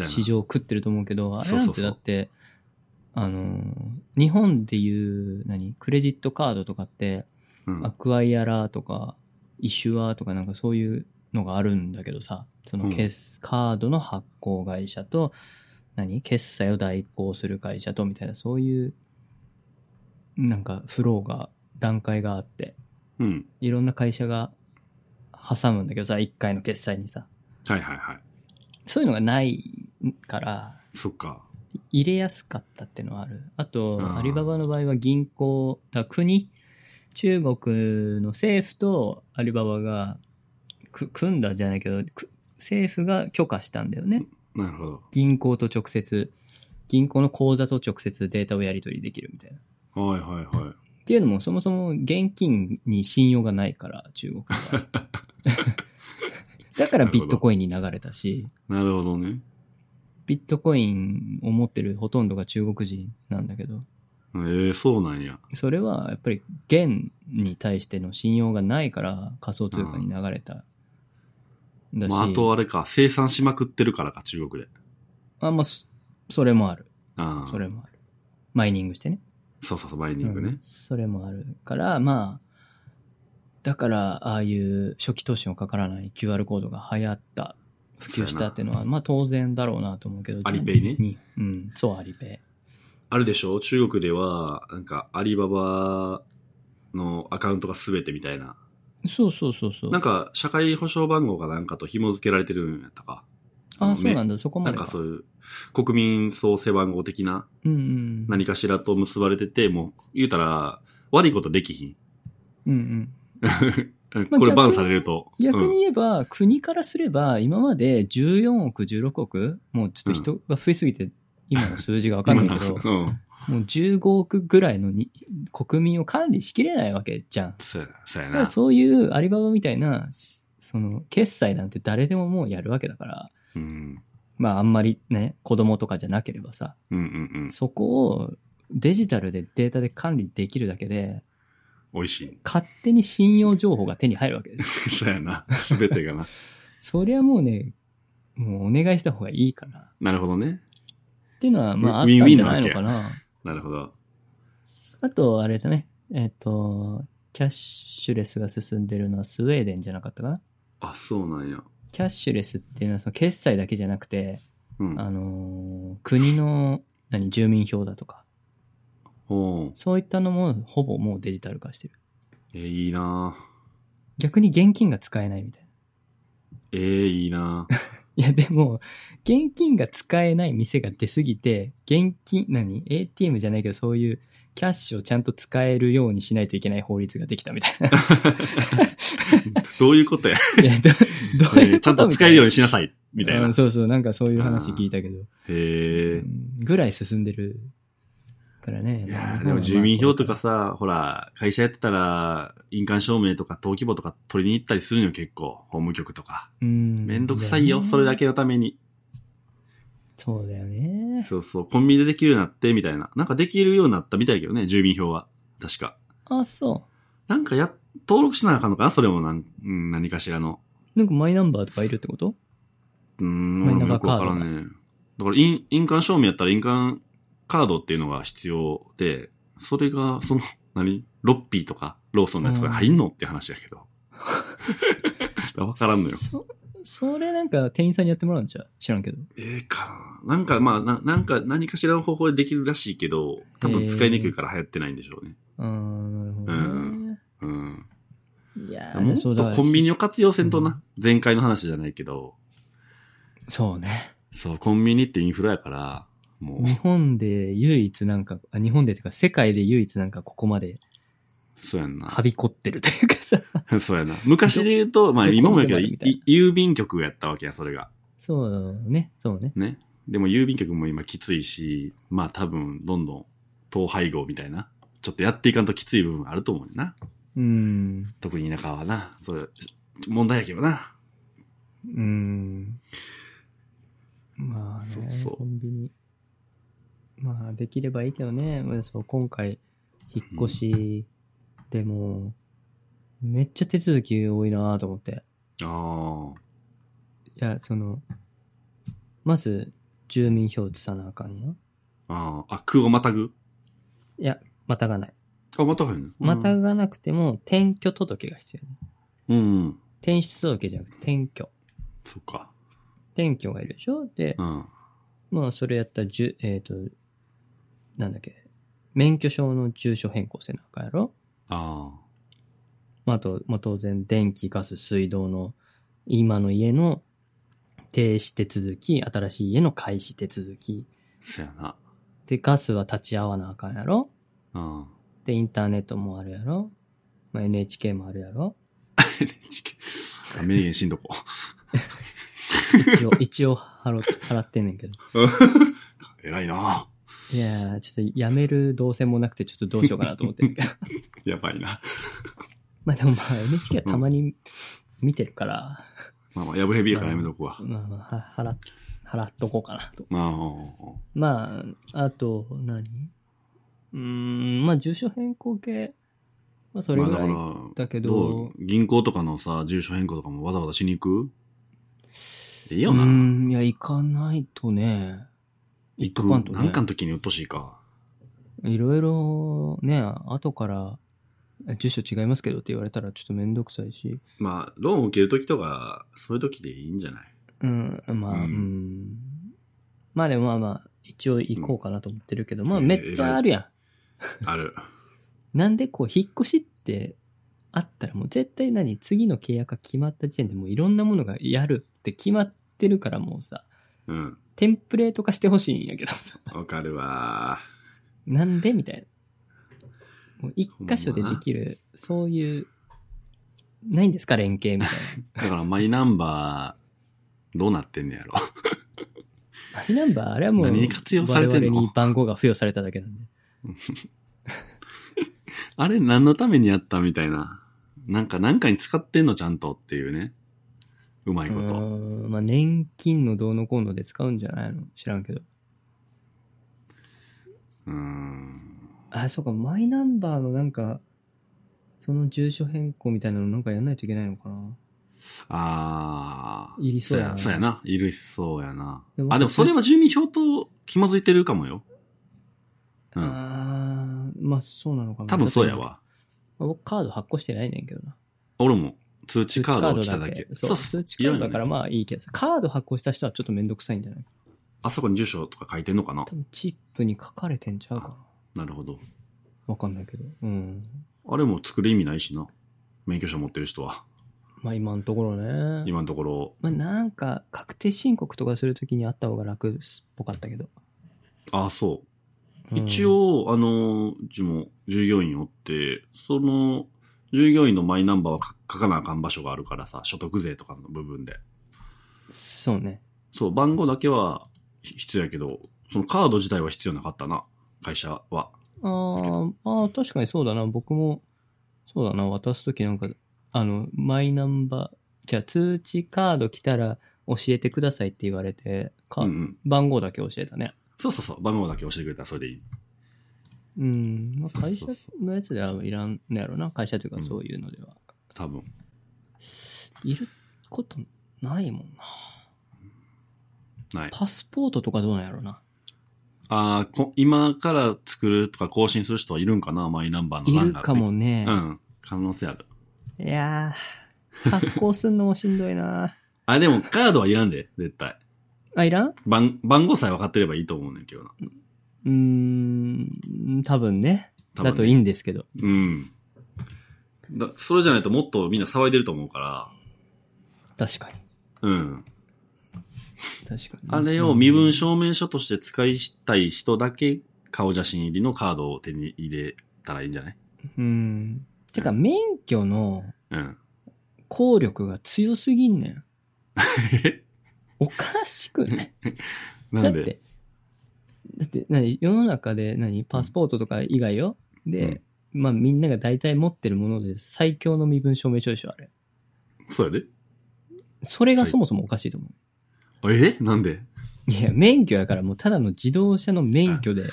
Speaker 1: 市場を食ってると思うけど、あれ
Speaker 2: そう
Speaker 1: な
Speaker 2: そ
Speaker 1: ん
Speaker 2: う
Speaker 1: て
Speaker 2: そう
Speaker 1: だって、あの、日本でいう、何、クレジットカードとかって、
Speaker 2: うん。
Speaker 1: アクアイアラーとか、イシュアーとかなんかそういうのがあるんだけどさ、その決、カードの発行会社と、何決済を代行する会社とみたいな、そういう、なんかフローが、段階があって、
Speaker 2: うん。
Speaker 1: いろんな会社が挟むんだけどさ、1回の決済にさ。
Speaker 2: はいはいは
Speaker 1: そういうのがないから、
Speaker 2: い。そっか。
Speaker 1: 入れやすかったっていうのはある。あと、
Speaker 2: うん
Speaker 1: アリババの場合は銀行、だ国、中国の政府とアリババがく組んだじゃないけど、く政府が許可したんだよね。
Speaker 2: なるほど。
Speaker 1: 銀行と直接、銀行の口座と直接データをやり取りできるみたいな。っ
Speaker 2: はいはいはい。
Speaker 1: ていうのも、そもそも現金に信用がないから、中国は。 だからビットコインに流れたし、
Speaker 2: なるほどね。
Speaker 1: ビットコインを持ってるほとんどが中国人なんだけど、
Speaker 2: ええそうなんや。
Speaker 1: それはやっぱり元に対しての信用がないから仮想通貨に流れた。だし、
Speaker 2: まあ、あとあれか、生産しまくってるからか、中国で。
Speaker 1: あまあそそれもある。
Speaker 2: ああ。
Speaker 1: それもある。マイニングしてね。
Speaker 2: そうそうそう、マイニングね。
Speaker 1: うんそれもあるから、まあ、だから、ああいう初期投資のかからない QR コードが流行った、普及したっていうのは、まあ当然だろうなと思うけど。
Speaker 2: アリペイね
Speaker 1: にうん、そう、アリペ
Speaker 2: あるでしょ中国では、なんか、アリババのアカウントが全てみたいな。
Speaker 1: イ。そうそうそうそう。
Speaker 2: なんか、社会保障番号かなんかと紐付けられてるんやったか。
Speaker 1: あ、そうなん
Speaker 2: だ。
Speaker 1: だ、そこま
Speaker 2: なん
Speaker 1: で
Speaker 2: かそういう、国民創生番号的な
Speaker 1: うんうん。
Speaker 2: 何かしらと結ばれてて、もう、言うたら、悪いことできひ ん。
Speaker 1: うんうん。に
Speaker 2: これバンされると。
Speaker 1: 逆
Speaker 2: うん
Speaker 1: に言えば、国からすれば、今まで14億、16億、もうちょっと人が増えすぎて、今の数字がわかんないけ ど、も
Speaker 2: 今のうん。
Speaker 1: う15億ぐらいのに国民を管理しきれないわけじゃん。
Speaker 2: そうやな。そうや
Speaker 1: だから
Speaker 2: な。
Speaker 1: そういうアリババみたいな、しその、決済なんて誰でももうやるわけだから、
Speaker 2: うん。
Speaker 1: まああんまりね、子供とかじゃなければさ、
Speaker 2: うんうん
Speaker 1: そこをデジタルでデータで管理できるだけで、
Speaker 2: うん。美味し
Speaker 1: 勝手に信用情報が手に入るわけです。
Speaker 2: い。 そうやな。すべてがな。
Speaker 1: それはもうね、もうお願いした方がいいかな。
Speaker 2: なるほどね。
Speaker 1: っていうのは、まあ、あ
Speaker 2: ウ
Speaker 1: っ
Speaker 2: ィン
Speaker 1: た
Speaker 2: ウ
Speaker 1: ん
Speaker 2: ィ
Speaker 1: じ
Speaker 2: ンな
Speaker 1: ゃな
Speaker 2: わ
Speaker 1: い
Speaker 2: け
Speaker 1: の
Speaker 2: や
Speaker 1: かな。
Speaker 2: なるほど。
Speaker 1: あと、あれだね。えっ、と、キャッシュレスが進んでるのはスウェーデンじゃなかったかな。
Speaker 2: あ、そうなんや。
Speaker 1: キャッシュレスっていうのは、その決済だけじゃなくて、
Speaker 2: うん。
Speaker 1: あのー国の、何、住民票だとか、
Speaker 2: おう
Speaker 1: そういったのも、ほぼもうデジタル化してる。
Speaker 2: えーいいな
Speaker 1: 逆に現金が使えないみたいな。
Speaker 2: えーいいない
Speaker 1: や、でも、現金が使えない店が出すぎて、現金、何 ?ATM じゃないけど、そういうキャッシュをちゃんと使えるようにしないといけない法律ができたみたいな。
Speaker 2: どういうこ とや、
Speaker 1: いやどど ういうことみたいな
Speaker 2: えーちゃんと使えるようにしなさいみたいな。
Speaker 1: う
Speaker 2: へ
Speaker 1: んそうそう、なんかそういう話聞いたけど、う
Speaker 2: え。
Speaker 1: んぐらい進んでるからね。
Speaker 2: い
Speaker 1: まあ日本
Speaker 2: やーで
Speaker 1: は
Speaker 2: も
Speaker 1: まあ
Speaker 2: 住民票とかさ、ほら、会社やってたら、印鑑証明とか登記簿とか取りに行ったりするのよ、結構。法務局とか。
Speaker 1: うん
Speaker 2: めんどくさいよ、
Speaker 1: ね
Speaker 2: それだけのために。
Speaker 1: そうだよね。
Speaker 2: そうそう、コンビニでできるようになって、みたいな。なんかできるようになったみたいだけどね、住民票は。確か。
Speaker 1: あ、そ
Speaker 2: なんかや、登録しなあかんのかなそれもなん、うん、何かしらの。
Speaker 1: う。なんかマイナンバーとかいるってこと
Speaker 2: うーん、
Speaker 1: マイ
Speaker 2: 俺
Speaker 1: ナンバー
Speaker 2: もよく
Speaker 1: カ
Speaker 2: わ
Speaker 1: ード
Speaker 2: からんね。だから印、印鑑証明やったら印鑑カードっていうのが必要で、それが、その、 何ロッピーとか、ローソンのやつこれ入んのって話 やけど。だからわからんのよ。
Speaker 1: そそれなんか店員さんにやってもらうんじゃう知らんけど。
Speaker 2: ええかな。なんか、まあ、ななんか、何かしらの方法でできるらしいけど、多分使いにくいから流行ってないんでしょうね。
Speaker 1: あーなるほど
Speaker 2: う
Speaker 1: ね。
Speaker 2: うん。
Speaker 1: いや
Speaker 2: もっ
Speaker 1: そう
Speaker 2: とコン
Speaker 1: ニ。
Speaker 2: ビニを活用せんとな。前回の話じゃないけど、
Speaker 1: そうね。
Speaker 2: そう、コンビニってインフラやから、も う、
Speaker 1: 日本で唯一なんか、あ日本でっていうか世界で唯一なんかここまで
Speaker 2: そうやんな。
Speaker 1: はびこってるというかさ。
Speaker 2: そうやな。昔で言うと、まあ
Speaker 1: ど
Speaker 2: 今もやけど、
Speaker 1: どこまでもあるみたいない
Speaker 2: 郵便局やったわけや、それが。
Speaker 1: そうね、そうね。
Speaker 2: ね。でも郵便局も今きついし、まあ多分どんどん統廃合みたいな。ちょっとやっていかんときつい部分あると思うねんな。
Speaker 1: うん。
Speaker 2: 特に田舎はな。それ、問題やけどな。
Speaker 1: うん。まあね、
Speaker 2: そうそう
Speaker 1: コンビニ。まあ、できればいいけどね。まあそう、今回、引っ越しでも、めっちゃ手続き多いなと思って。
Speaker 2: あ
Speaker 1: いや、その、まず、住民票移さなあかんよ。
Speaker 2: あ。ああ。あ、空をまたぐ
Speaker 1: いや、またがない。
Speaker 2: あ、またぐんの
Speaker 1: またがなくても、転居届が必要、ね。
Speaker 2: うん、うん。
Speaker 1: 転出届じゃなくて、転居。
Speaker 2: そっか。
Speaker 1: 転居がいるでしょで、
Speaker 2: うん。
Speaker 1: まあ、それやったら、じゅ、えっ、と、なんだっけ、免許証の住所変更せなあかんやろ
Speaker 2: あ
Speaker 1: まあ、あと、まあ、当然、電気、ガス、水道の、今の家の停止手続き、新しい家の開始手続き。
Speaker 2: あ。そやな。
Speaker 1: で、ガスは立ち会わなあかんやろ
Speaker 2: うん。
Speaker 1: で、インターネットもあるやろまあ、NHK もあるやろ
Speaker 2: NHK あ名言しんどこ。
Speaker 1: 一応、 一応払う払ってんねんけど。
Speaker 2: 偉いな。
Speaker 1: いやー、ちょっとやめる動線もなくて、ちょっとどうしようかなと思ってんねんけど。
Speaker 2: やばいな。
Speaker 1: まあでもまあ NHK はたまに見てるから、
Speaker 2: まあまあ、やぶへびやからやめとくわ。
Speaker 1: まあまあ、は払っ、払っとこうかなと。
Speaker 2: ああああ。
Speaker 1: まあ、あと何、うーん、まあ住所変更系、まあそれ
Speaker 2: ま
Speaker 1: ぐ
Speaker 2: あだから
Speaker 1: い
Speaker 2: ら、
Speaker 1: だけ
Speaker 2: ど
Speaker 1: ど、
Speaker 2: う銀行とかのさ、住所変更とかもわざわざしに行くいいよ
Speaker 1: うー
Speaker 2: な。
Speaker 1: ん、いや、行かないとね、行っとかんと
Speaker 2: なん
Speaker 1: ね
Speaker 2: か、の時にうっとしいか。
Speaker 1: いろいろね、後から、え住所違いますけどって言われたらちょっとめんどくさいし、
Speaker 2: まあ、ローン受ける時とか、そういう時でいいんじゃ ない
Speaker 1: うん、まあ、う
Speaker 2: う
Speaker 1: んん、まあでもまあまあ、一応行こうかなと思ってるけど、まあ
Speaker 2: うん
Speaker 1: めっちゃあるやん。
Speaker 2: ある。
Speaker 1: なんでこう、引っ越しってあったらもう絶対何次の契約が決まった時点でもういろんなものがやるって決まってるからもうさ、
Speaker 2: うん。
Speaker 1: テンプレート化してほしいんやけどさ。
Speaker 2: わかるわ。
Speaker 1: なんでみたいな。もう一箇所でできる、そういう、ないんですか連携みたい
Speaker 2: だから、マイナンバー、どうなってんねやろ。
Speaker 1: な。マイナンバー、あれはもう、
Speaker 2: 何に活用されてんの
Speaker 1: 我々に番号が付与されただけなんで。
Speaker 2: あれ、何のためにやったみたいな。なんか、何かに使ってんのちゃんとっていうね。うまいうこと。
Speaker 1: ーん、まあ年金のどうのこうので使うんじゃないの知らんけど。
Speaker 2: うーん。
Speaker 1: あ、そうか、マイナンバーのなんか、その住所変更みたいなのなんかやんないといけないのかな。
Speaker 2: あー。
Speaker 1: いりそうやな
Speaker 2: そうやな。いりそうやな
Speaker 1: で。も
Speaker 2: あ、でもそれは住民票と気まずいてるかもよ。うん。
Speaker 1: あーまあそうなのかな。
Speaker 2: 多分そうやわ。
Speaker 1: まあ。僕カード発行してないねんけどな。
Speaker 2: 俺も通知カードを来ただけ。
Speaker 1: そう通知カードだから
Speaker 2: いらんよね
Speaker 1: まあいいけどさ、カード発行した人はちょっとめんどくさいんじゃない
Speaker 2: あそこに住所とか書いてんのかな
Speaker 1: 多分チップに書かれてんちゃうかな。
Speaker 2: なるほど。
Speaker 1: わかんないけど。うん。
Speaker 2: あれも作る意味ないしな。免許証持ってる人は。
Speaker 1: まあ今のところね。
Speaker 2: 今のところ。
Speaker 1: まあなんか確定申告とかするときにあった方が楽っぽかったけど。
Speaker 2: あ、そう。
Speaker 1: うん
Speaker 2: 一。応、あの、うちも従業員おって、その、従業員のマイナンバーは書書かなあかん場所があるからさ、所得税とかの部分で。
Speaker 1: そうね。
Speaker 2: そう、番号だけは必要やけど、そのカード自体は必要なかったな、会社は。
Speaker 1: あーあー、確かにそうだな。僕も、そうだな。渡すときなんか、あの、マイナンバー、じゃあ通知カード来たら教えてくださいって言われて、か
Speaker 2: うんうん。
Speaker 1: 番号だけ教えたね。
Speaker 2: そうそうそう、番号だけ教えてくれたらそれでいい。
Speaker 1: うん。まあ、会社
Speaker 2: そうそうそ
Speaker 1: のやつではいらんのやろな。会社という
Speaker 2: う
Speaker 1: か
Speaker 2: ん
Speaker 1: そういうのでは。
Speaker 2: 多分。
Speaker 1: いることないもんな。
Speaker 2: ない。
Speaker 1: パスポートとかどうなんやろな。
Speaker 2: ああ、こ今から作るとか更新する人はいるんかなマイナンバーの
Speaker 1: い
Speaker 2: 欄
Speaker 1: る
Speaker 2: があって
Speaker 1: かもね
Speaker 2: う。ん。可能性ある。
Speaker 1: いやー、発行すんのもしんどいな。
Speaker 2: あ、でも カードはいらんで、絶対。
Speaker 1: あ、いらんう
Speaker 2: 番、番号さえ分かってればいいと思うねんけどな。
Speaker 1: ーん、多分ね。
Speaker 2: 多分ね
Speaker 1: だといいんですけど。
Speaker 2: うん。だそれじゃないともっとみんな騒いでると思うから、
Speaker 1: 確かに。
Speaker 2: うん。
Speaker 1: 確かに。
Speaker 2: あれを身分証明書として使いたい人だけ顔写真入りのカードを手に入れたらいいんじゃない
Speaker 1: うん。てか、免許の
Speaker 2: うん。
Speaker 1: 効力が強すぎんね ん。
Speaker 2: え
Speaker 1: おかしくない
Speaker 2: な
Speaker 1: だ
Speaker 2: ん
Speaker 1: っ
Speaker 2: で
Speaker 1: て、だって何世の中で何パスポートとか以外よで、まあみんなが大体持ってるもので最強の身分証明書でしょ、あれ。
Speaker 2: そうやで
Speaker 1: それがそもそもおかしいと思う。
Speaker 2: えなんで
Speaker 1: いや、免許やからもうただの自動車の免許で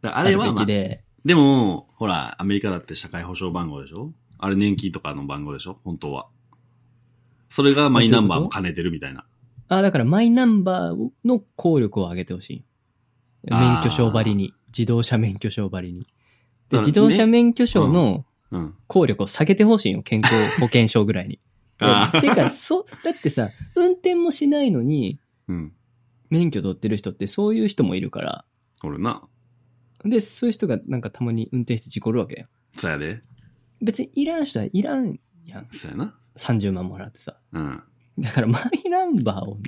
Speaker 2: だあ
Speaker 1: あ
Speaker 2: れ
Speaker 1: る
Speaker 2: は、
Speaker 1: べ
Speaker 2: まあ
Speaker 1: き、で、
Speaker 2: でも、ほら、アメリカだって社会保障番号でしょあれ年金とかの番号でしょ本当は。それがマイナンバーも兼ねてるみたいな。
Speaker 1: あ、だからマイナンバーの効力を上げてほしい。免
Speaker 2: あー
Speaker 1: 許証ばりに。自動車免許証ばりに。
Speaker 2: だか
Speaker 1: で、
Speaker 2: ら
Speaker 1: 自動車免許証の
Speaker 2: うん。
Speaker 1: 効力を下げてほしいよ。 健康保険証ぐらいに。
Speaker 2: あ
Speaker 1: て
Speaker 2: あ。
Speaker 1: か、そう、だってさ、運転もしないのに
Speaker 2: うん。
Speaker 1: 免許取ってる人ってそういう人もいるから。
Speaker 2: 俺な。
Speaker 1: で、そういう人がなんかたまに運転して事故るわけよ。
Speaker 2: そやで。
Speaker 1: 別にいらん人はいらんやん。
Speaker 2: そやな。
Speaker 1: 30万もらってさ。
Speaker 2: うん。
Speaker 1: だからマイナンバーを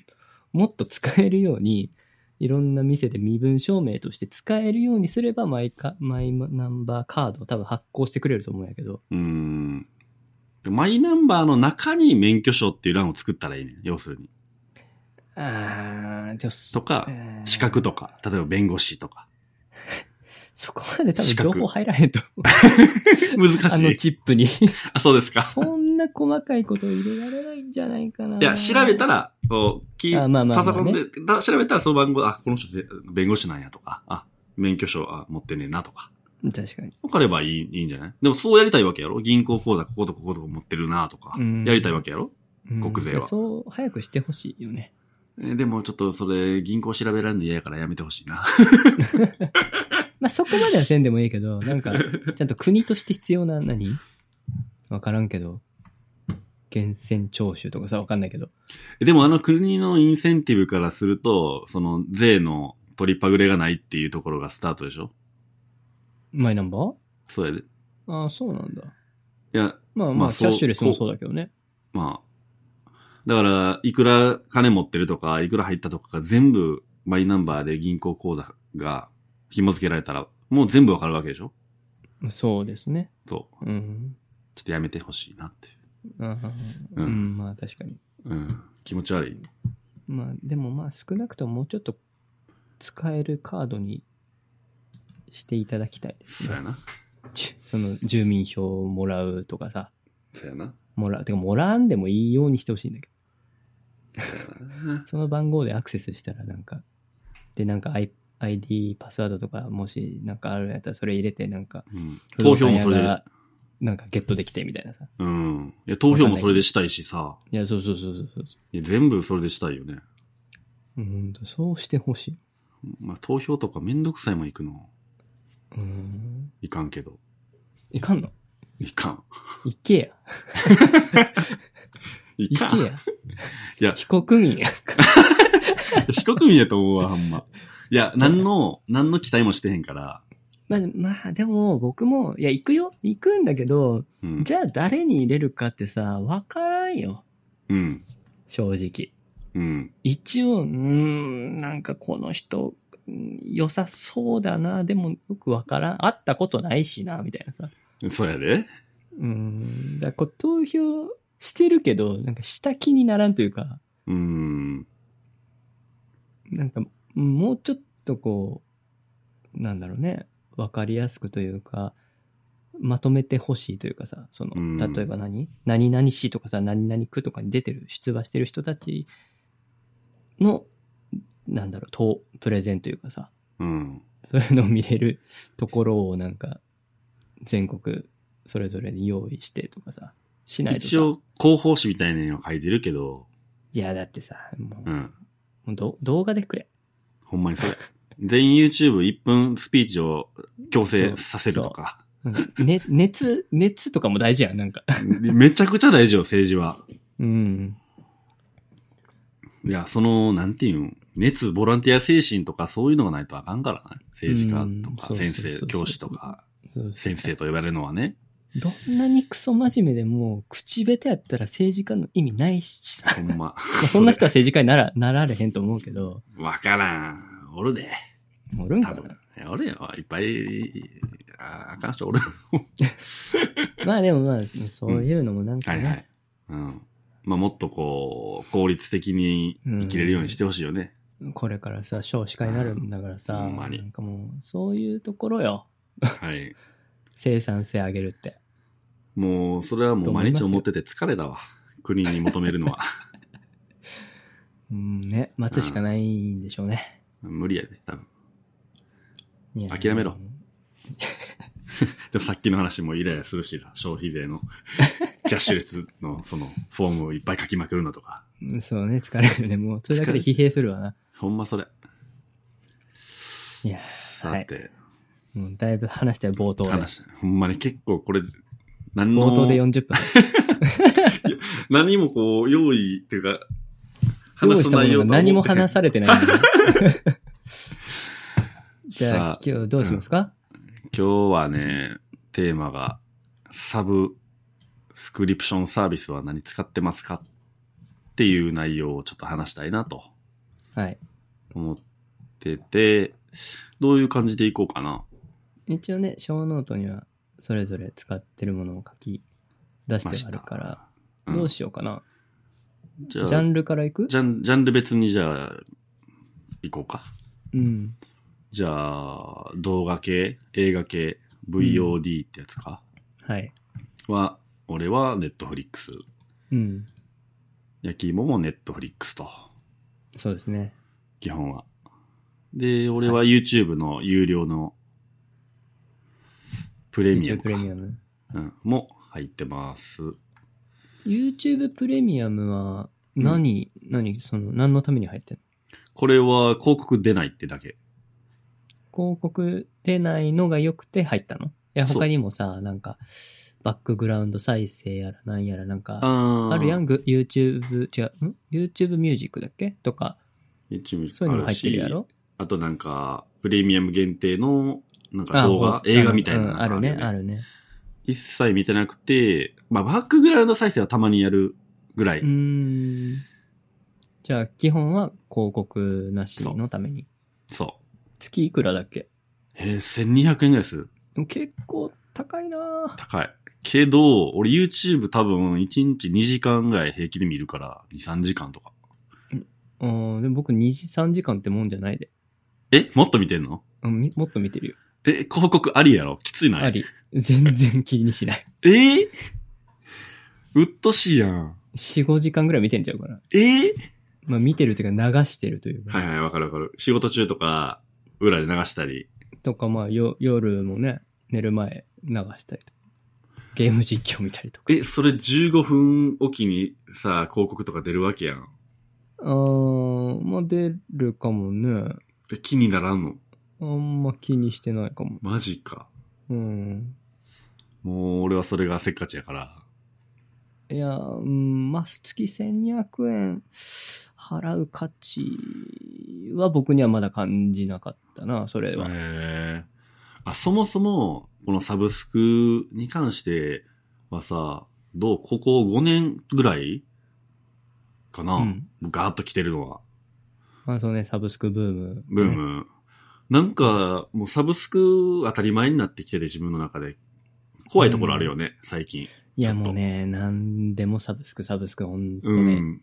Speaker 1: もっと使えるように、いろんな店で身分証明として使えるようにすればマイカ、マイナンバーカードを多分発行してくれると思うんやけど。
Speaker 2: うーん。でマイナンバーの中に免許証っていう欄を作ったらいいね。要するに。
Speaker 1: あー、でも
Speaker 2: とか
Speaker 1: えー
Speaker 2: 資格とか、例えば弁護士とか。
Speaker 1: そこまで多分
Speaker 2: 資格
Speaker 1: 情報入らへんと思う。
Speaker 2: 難
Speaker 1: あ
Speaker 2: し
Speaker 1: の
Speaker 2: い。
Speaker 1: チップに。
Speaker 2: あ、そうですか。
Speaker 1: そんな細かいことを入れられないんじゃないかな。
Speaker 2: いや、調べたら、こう、き
Speaker 1: あまあまあまあ
Speaker 2: パ
Speaker 1: ね
Speaker 2: ソコンで、だ調べたらその番号、あ、この人ぜ弁護士なんやとか、あ、免許証あ持ってねえなとか。
Speaker 1: 確かに。
Speaker 2: わかればいいいいんじゃないでもそうやりたいわけやろ銀行口座こことこことこ持ってるなとか、
Speaker 1: うん
Speaker 2: やりたいわけやろ
Speaker 1: うん
Speaker 2: 国税は
Speaker 1: そう、早くしてほしいよね。
Speaker 2: えーでもちょっとそれ銀行調べられるの嫌やからやめてほしいな。
Speaker 1: まあ、そこまではせんでもいいけど、なんか、ちゃんと国として必要な何わからんけど、源泉徴収とかさ、わかんないけど。
Speaker 2: でもあの国のインセンティブからすると、その税の取りっぱぐれがないっていうところがスタートでしょ
Speaker 1: マイナンバー
Speaker 2: そうやで。い
Speaker 1: ああ、そうなんだ。
Speaker 2: や、
Speaker 1: まあま
Speaker 2: ま
Speaker 1: あ、
Speaker 2: あ
Speaker 1: キャッシュレスもそうだけどね。
Speaker 2: まあ。だから、いくら金持ってるとか、いくら入ったとかが全部マイナンバーで銀行口座が紐付けられたら、もう全部わかるわけでしょ
Speaker 1: そうですね。
Speaker 2: そう。
Speaker 1: うん。
Speaker 2: ちょっとやめてほしいなってい
Speaker 1: あーう、
Speaker 2: うんん
Speaker 1: まあ確かに。
Speaker 2: う。うん。気持ち悪い。
Speaker 1: まあ、でもまあ、少なくとももうちょっと使えるカードにしていただきたいです
Speaker 2: そう
Speaker 1: ね
Speaker 2: や。な。
Speaker 1: ちゅその住民票をもらうとかさ、
Speaker 2: そうやな。
Speaker 1: もらう、てかもらんでもいいようにしてほしいんだけど、その番号でアクセスしたらなんか、で、なんか I- ID、パスワードとか、もしなんかあるんやったらそれ入れて、なんか、
Speaker 2: うん、投票もそ
Speaker 1: 不動産
Speaker 2: れ
Speaker 1: 屋
Speaker 2: で。
Speaker 1: がなんかゲットできてみたいなさ。
Speaker 2: うん。いや、投票もそれでしたいしさ。
Speaker 1: いや、そうそうそうそうそう。
Speaker 2: いや全部それでしたいよね。
Speaker 1: うん、ほんとそうしてほしい。
Speaker 2: まあ、投票とかめんどくさいもん行くの。
Speaker 1: うん。
Speaker 2: いかんけど。
Speaker 1: いかんの
Speaker 2: いかん。
Speaker 1: 行けや。
Speaker 2: い
Speaker 1: 行
Speaker 2: かん。
Speaker 1: け
Speaker 2: い
Speaker 1: や。
Speaker 2: や、
Speaker 1: 非国民や。
Speaker 2: 非国民やと思うわ、ほんま。いや、何の、何の期待もしてへんから。
Speaker 1: まあ、まあ、でも僕も、いや、行くよ。行くんだけど、
Speaker 2: うん。
Speaker 1: じゃあ誰に入れるかってさ、わからんよ。
Speaker 2: うん。
Speaker 1: 正直。
Speaker 2: うん。
Speaker 1: 一応、うーん、なんかこの人、うん良さそうだな、でもよくわからん。会ったことないしな、みたいなさ。
Speaker 2: そうやで。
Speaker 1: うーん、だからこう投票してるけど、なんかした気にならんというか、
Speaker 2: うん。
Speaker 1: なんかもうちょっとこう、なんだろうね、わかりやすくというか、まとめてほしいというかさ、その
Speaker 2: うん、
Speaker 1: 例えば何、何々市とかさ、何々区とかに出てる、出馬してる人たちの、なんだろう、と、プレゼンというかさ、
Speaker 2: うん。
Speaker 1: そういうのを見れるところをなんか、全国それぞれに用意してとかさ、しないとさ
Speaker 2: 一応、広報誌みたいなのは書いてるけど、
Speaker 1: いや、だってさ、も
Speaker 2: う
Speaker 1: う、
Speaker 2: ん。
Speaker 1: ほんと動画でくれ。
Speaker 2: ほんまにそれ。全員 YouTube1 分スピーチを強制させるとか。
Speaker 1: なんかね、 熱、熱とかも大事やん、なんか。
Speaker 2: めちゃくちゃ大事よ、政治は。
Speaker 1: うん。
Speaker 2: いや、その、なんていうん、熱、ボランティア精神とかそういうのがないとあかんからな。政治家
Speaker 1: うん
Speaker 2: と
Speaker 1: そう
Speaker 2: か、
Speaker 1: そうそう
Speaker 2: 先
Speaker 1: そう
Speaker 2: 生、教師とか、
Speaker 1: そう
Speaker 2: 先生と呼ばれるのはね。
Speaker 1: どんなにクソ真面目でも、口下手やったら政治家の意味ないし さ。
Speaker 2: ほんま。
Speaker 1: まあそんな人は政治家になら、なられへんと思うけど、
Speaker 2: わからん。おるで。
Speaker 1: おるんか
Speaker 2: 多
Speaker 1: な
Speaker 2: 分。おるよ。いっぱい、ああかん人おる。
Speaker 1: まあでもまあ、そういうのもなんか
Speaker 2: は
Speaker 1: ね、
Speaker 2: いはい。うん。まあ、もっとこう、効率的に生きれるようにしてほしいよね。
Speaker 1: これからさ、少子化になるんだからさ、
Speaker 2: ほんまに
Speaker 1: なんかもう、そういうところよ。
Speaker 2: はい。
Speaker 1: 生産性上げるって。
Speaker 2: もう、それはもう毎日思ってて疲れたわ。国に求めるの は。
Speaker 1: うんね、待つしかないんでしょうね。
Speaker 2: 無理やで、多分。
Speaker 1: いや
Speaker 2: 諦めろ。でもさっきの話もイライラするしな、消費 税のキャッシュレスのそのフォームをいっぱい書きまくるのとか。
Speaker 1: うんそうね、疲れるね。もう、それだけで疲弊するわな。
Speaker 2: ほんまそれ。
Speaker 1: いや、は
Speaker 2: さ
Speaker 1: い。
Speaker 2: て、
Speaker 1: もうだいぶ話したよ、冒頭で。
Speaker 2: 話、ほんまに結構これ、何の
Speaker 1: 冒頭で40分。
Speaker 2: 何もこう、用意っていうか、
Speaker 1: 用意
Speaker 2: 話
Speaker 1: し
Speaker 2: す
Speaker 1: たも
Speaker 2: 内
Speaker 1: の
Speaker 2: 容
Speaker 1: が
Speaker 2: と
Speaker 1: 何も
Speaker 2: 思ってへん
Speaker 1: 話されてないん だね。じゃ
Speaker 2: さ
Speaker 1: あ、今日どうしますか、
Speaker 2: 今日はね、テーマが、サブスクリプションサービスは何使ってますかっていう内容をちょっと話したいなと
Speaker 1: はい。
Speaker 2: 思ってて、どういう感じでいこうかな。
Speaker 1: 一応ね、小ノートにはそれぞれ使ってるものを書き出してあるから、
Speaker 2: うん
Speaker 1: どうしようかな。
Speaker 2: じゃあ
Speaker 1: ジャンルからいく
Speaker 2: ジャン、ジャンル別にじゃあ、行こうか。
Speaker 1: うん。
Speaker 2: じゃあ、動画系、映画系、VOD ってやつか、
Speaker 1: はい。
Speaker 2: は、俺はネットフリックス。
Speaker 1: うん。
Speaker 2: 焼き芋もネットフリックスと。
Speaker 1: そうですね。
Speaker 2: 基本は。で、俺は YouTube の有料のプレミ
Speaker 1: YouTube
Speaker 2: アム
Speaker 1: プ
Speaker 2: か
Speaker 1: レミアム。
Speaker 2: うん、も入ってます。
Speaker 1: YouTube プレミアムは何、何、その、何のために入ってんの
Speaker 2: これは広告出ないってだけ。
Speaker 1: 広告出ないのが良くて入ったのいや、
Speaker 2: そう
Speaker 1: 他にもさ、なんか、バックグラウンド再生やらなんやらなんか、
Speaker 2: あー
Speaker 1: あるやん、ぐ YouTube、違う、ん ?YouTube ミュージックだっけとか、
Speaker 2: YouTube
Speaker 1: そういうのも入ってるや
Speaker 2: あし
Speaker 1: ろ
Speaker 2: あとなんか、プレミアム限定の、なんか
Speaker 1: あ
Speaker 2: 動
Speaker 1: ほう
Speaker 2: 画、映画みたいな
Speaker 1: うん
Speaker 2: の
Speaker 1: うん
Speaker 2: が
Speaker 1: あるね
Speaker 2: よ、
Speaker 1: あるね。
Speaker 2: 一切見てなくて、まあバックグラウンド再生はたまにやるぐらい。
Speaker 1: うーん。じゃあ、基本は広告なしのために。
Speaker 2: そう。
Speaker 1: 月いくらだっけ
Speaker 2: えー、1200円ぐらいする。
Speaker 1: 結構高いなぁ
Speaker 2: 高い。けど、俺 YouTube 多分1日2時間ぐらい平気で見るから、2、3時間とか。
Speaker 1: うん、でも僕2時、3時間ってもんじゃないで。
Speaker 2: えもっと見てんの
Speaker 1: うんみもっと見てるよ。
Speaker 2: え、広告ありやろきついな。
Speaker 1: あり。 全然気にしない。
Speaker 2: えー、うっとしいやん。
Speaker 1: 4、5時間ぐらい見てんちゃうから。
Speaker 2: えー、
Speaker 1: まあ見てるというか流してるというか。
Speaker 2: はいはい、わかるわかる。仕事中とか、裏で流したり。
Speaker 1: とかまあよ夜もね、寝る前流したりとか。ゲーム実況見たりとか。
Speaker 2: え、それ15分おきにさ、広告とか出るわけやん。
Speaker 1: あー、まあ出るかもね。
Speaker 2: え気にならんの
Speaker 1: あんま気にしてないかも。
Speaker 2: マジか。
Speaker 1: うん。
Speaker 2: もう俺はそれがせっかちやから。
Speaker 1: いや、うん、まあ、月1200円払う価値は僕にはまだ感じなかったな、それは。
Speaker 2: へえ。あ、そもそも、このサブスクに関してはさ、どうここ5年ぐらいかな、
Speaker 1: うん。
Speaker 2: ガーッと来てるのは。
Speaker 1: まあ、そうね、サブスクブーム、
Speaker 2: ブー。ム。なんか、もうサブスク当たり前になってきてて自分の中で。怖いところあるよね、最近。
Speaker 1: いや、
Speaker 2: ちょっと
Speaker 1: もうね、なんでもサブスク、サブスク、ほんと
Speaker 2: う
Speaker 1: ね、
Speaker 2: ん。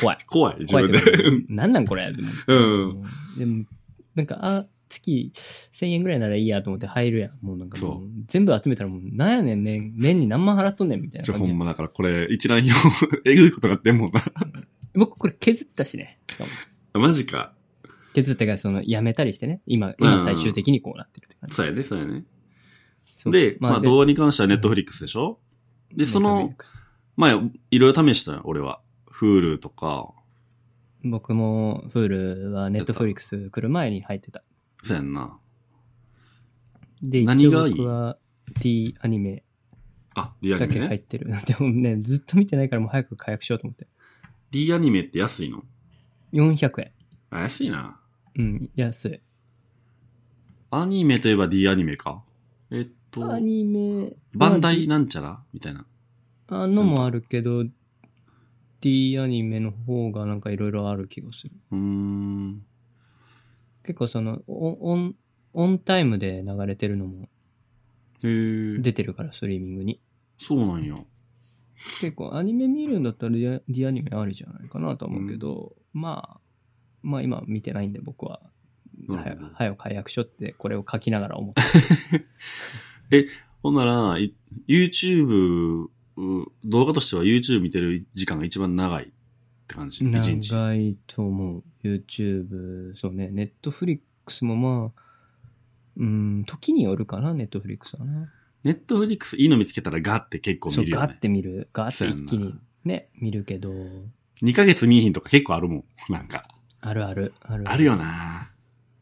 Speaker 1: 怖い。
Speaker 2: 怖い、自
Speaker 1: 怖い
Speaker 2: 分
Speaker 1: け
Speaker 2: で。
Speaker 1: ど、なんなんこれでも、
Speaker 2: うん。
Speaker 1: でも、なんか、あ、月1000円ぐらいならいいやと思って入るやん。もうなんかもう
Speaker 2: そ
Speaker 1: 全部集めたらもう、なんやねん、年、年に何万払っとんねんみたいな
Speaker 2: ちょ、
Speaker 1: 感
Speaker 2: ほ
Speaker 1: じ
Speaker 2: ん
Speaker 1: やん。
Speaker 2: まだからこれ、一覧表、 えぐいことなってんもんな。
Speaker 1: 僕、これ削ったしね。しかも
Speaker 2: マジか。
Speaker 1: 削ってか、その、やめたりしてね。今、今最終的にこうなってるって感じ。
Speaker 2: そうやね、そうやね。
Speaker 1: そう
Speaker 2: で、まあ、
Speaker 1: で
Speaker 2: 動画に関してはネットフリックスでしょ、で、その、まあ、いろいろ試したよ、俺は。Hulu とか、
Speaker 1: 僕も、フールはネットフリックス来る前に入ってた。
Speaker 2: そうやんな。
Speaker 1: で、
Speaker 2: 何
Speaker 1: 一応
Speaker 2: がいい
Speaker 1: 僕は D アニメ
Speaker 2: あ、D ア
Speaker 1: だ
Speaker 2: ニ
Speaker 1: け
Speaker 2: メ
Speaker 1: 入っ
Speaker 2: ね。
Speaker 1: てる。 でもね、ずっと見てないからもう早く解約しようと思って。
Speaker 2: D アニメって安いの
Speaker 1: 400円。
Speaker 2: あ安いな。
Speaker 1: うん、安い。
Speaker 2: アニメといえば D アニメか。えっと、
Speaker 1: アニメ、
Speaker 2: バンダイなんちゃらみたいな。
Speaker 1: あのもあるけど、D アニメの方がなんかいろいろある気がする。
Speaker 2: うーん。
Speaker 1: 結構その、オン、オンタイムで流れてるのも
Speaker 2: へえ。
Speaker 1: 出てるから、ストリーミングに。
Speaker 2: そうなんや。
Speaker 1: 結構アニメ見るんだったらリアリアニメありじゃないかなとは思うけど、まあまあ今見てないんで僕は
Speaker 2: うん
Speaker 1: はやはよ解約書ってこれを書きながら思って
Speaker 2: ほんなら、い YouTube、う動画としては YouTube 見てる時間が一番長いって感 じ。一日。
Speaker 1: 長いと思う YouTube そうね Netflix もまあうん時によるかな Netflix はな
Speaker 2: ネットフリックスいいの見つけたらガって結構
Speaker 1: そう
Speaker 2: 見るよ
Speaker 1: ガッ
Speaker 2: ね。
Speaker 1: て見るガッ
Speaker 2: そう
Speaker 1: て
Speaker 2: やん
Speaker 1: 一気
Speaker 2: な
Speaker 1: にね見るけど
Speaker 2: 2ヶ月見えひんとか結構あるもん。なんか。
Speaker 1: あるあるある
Speaker 2: あるよな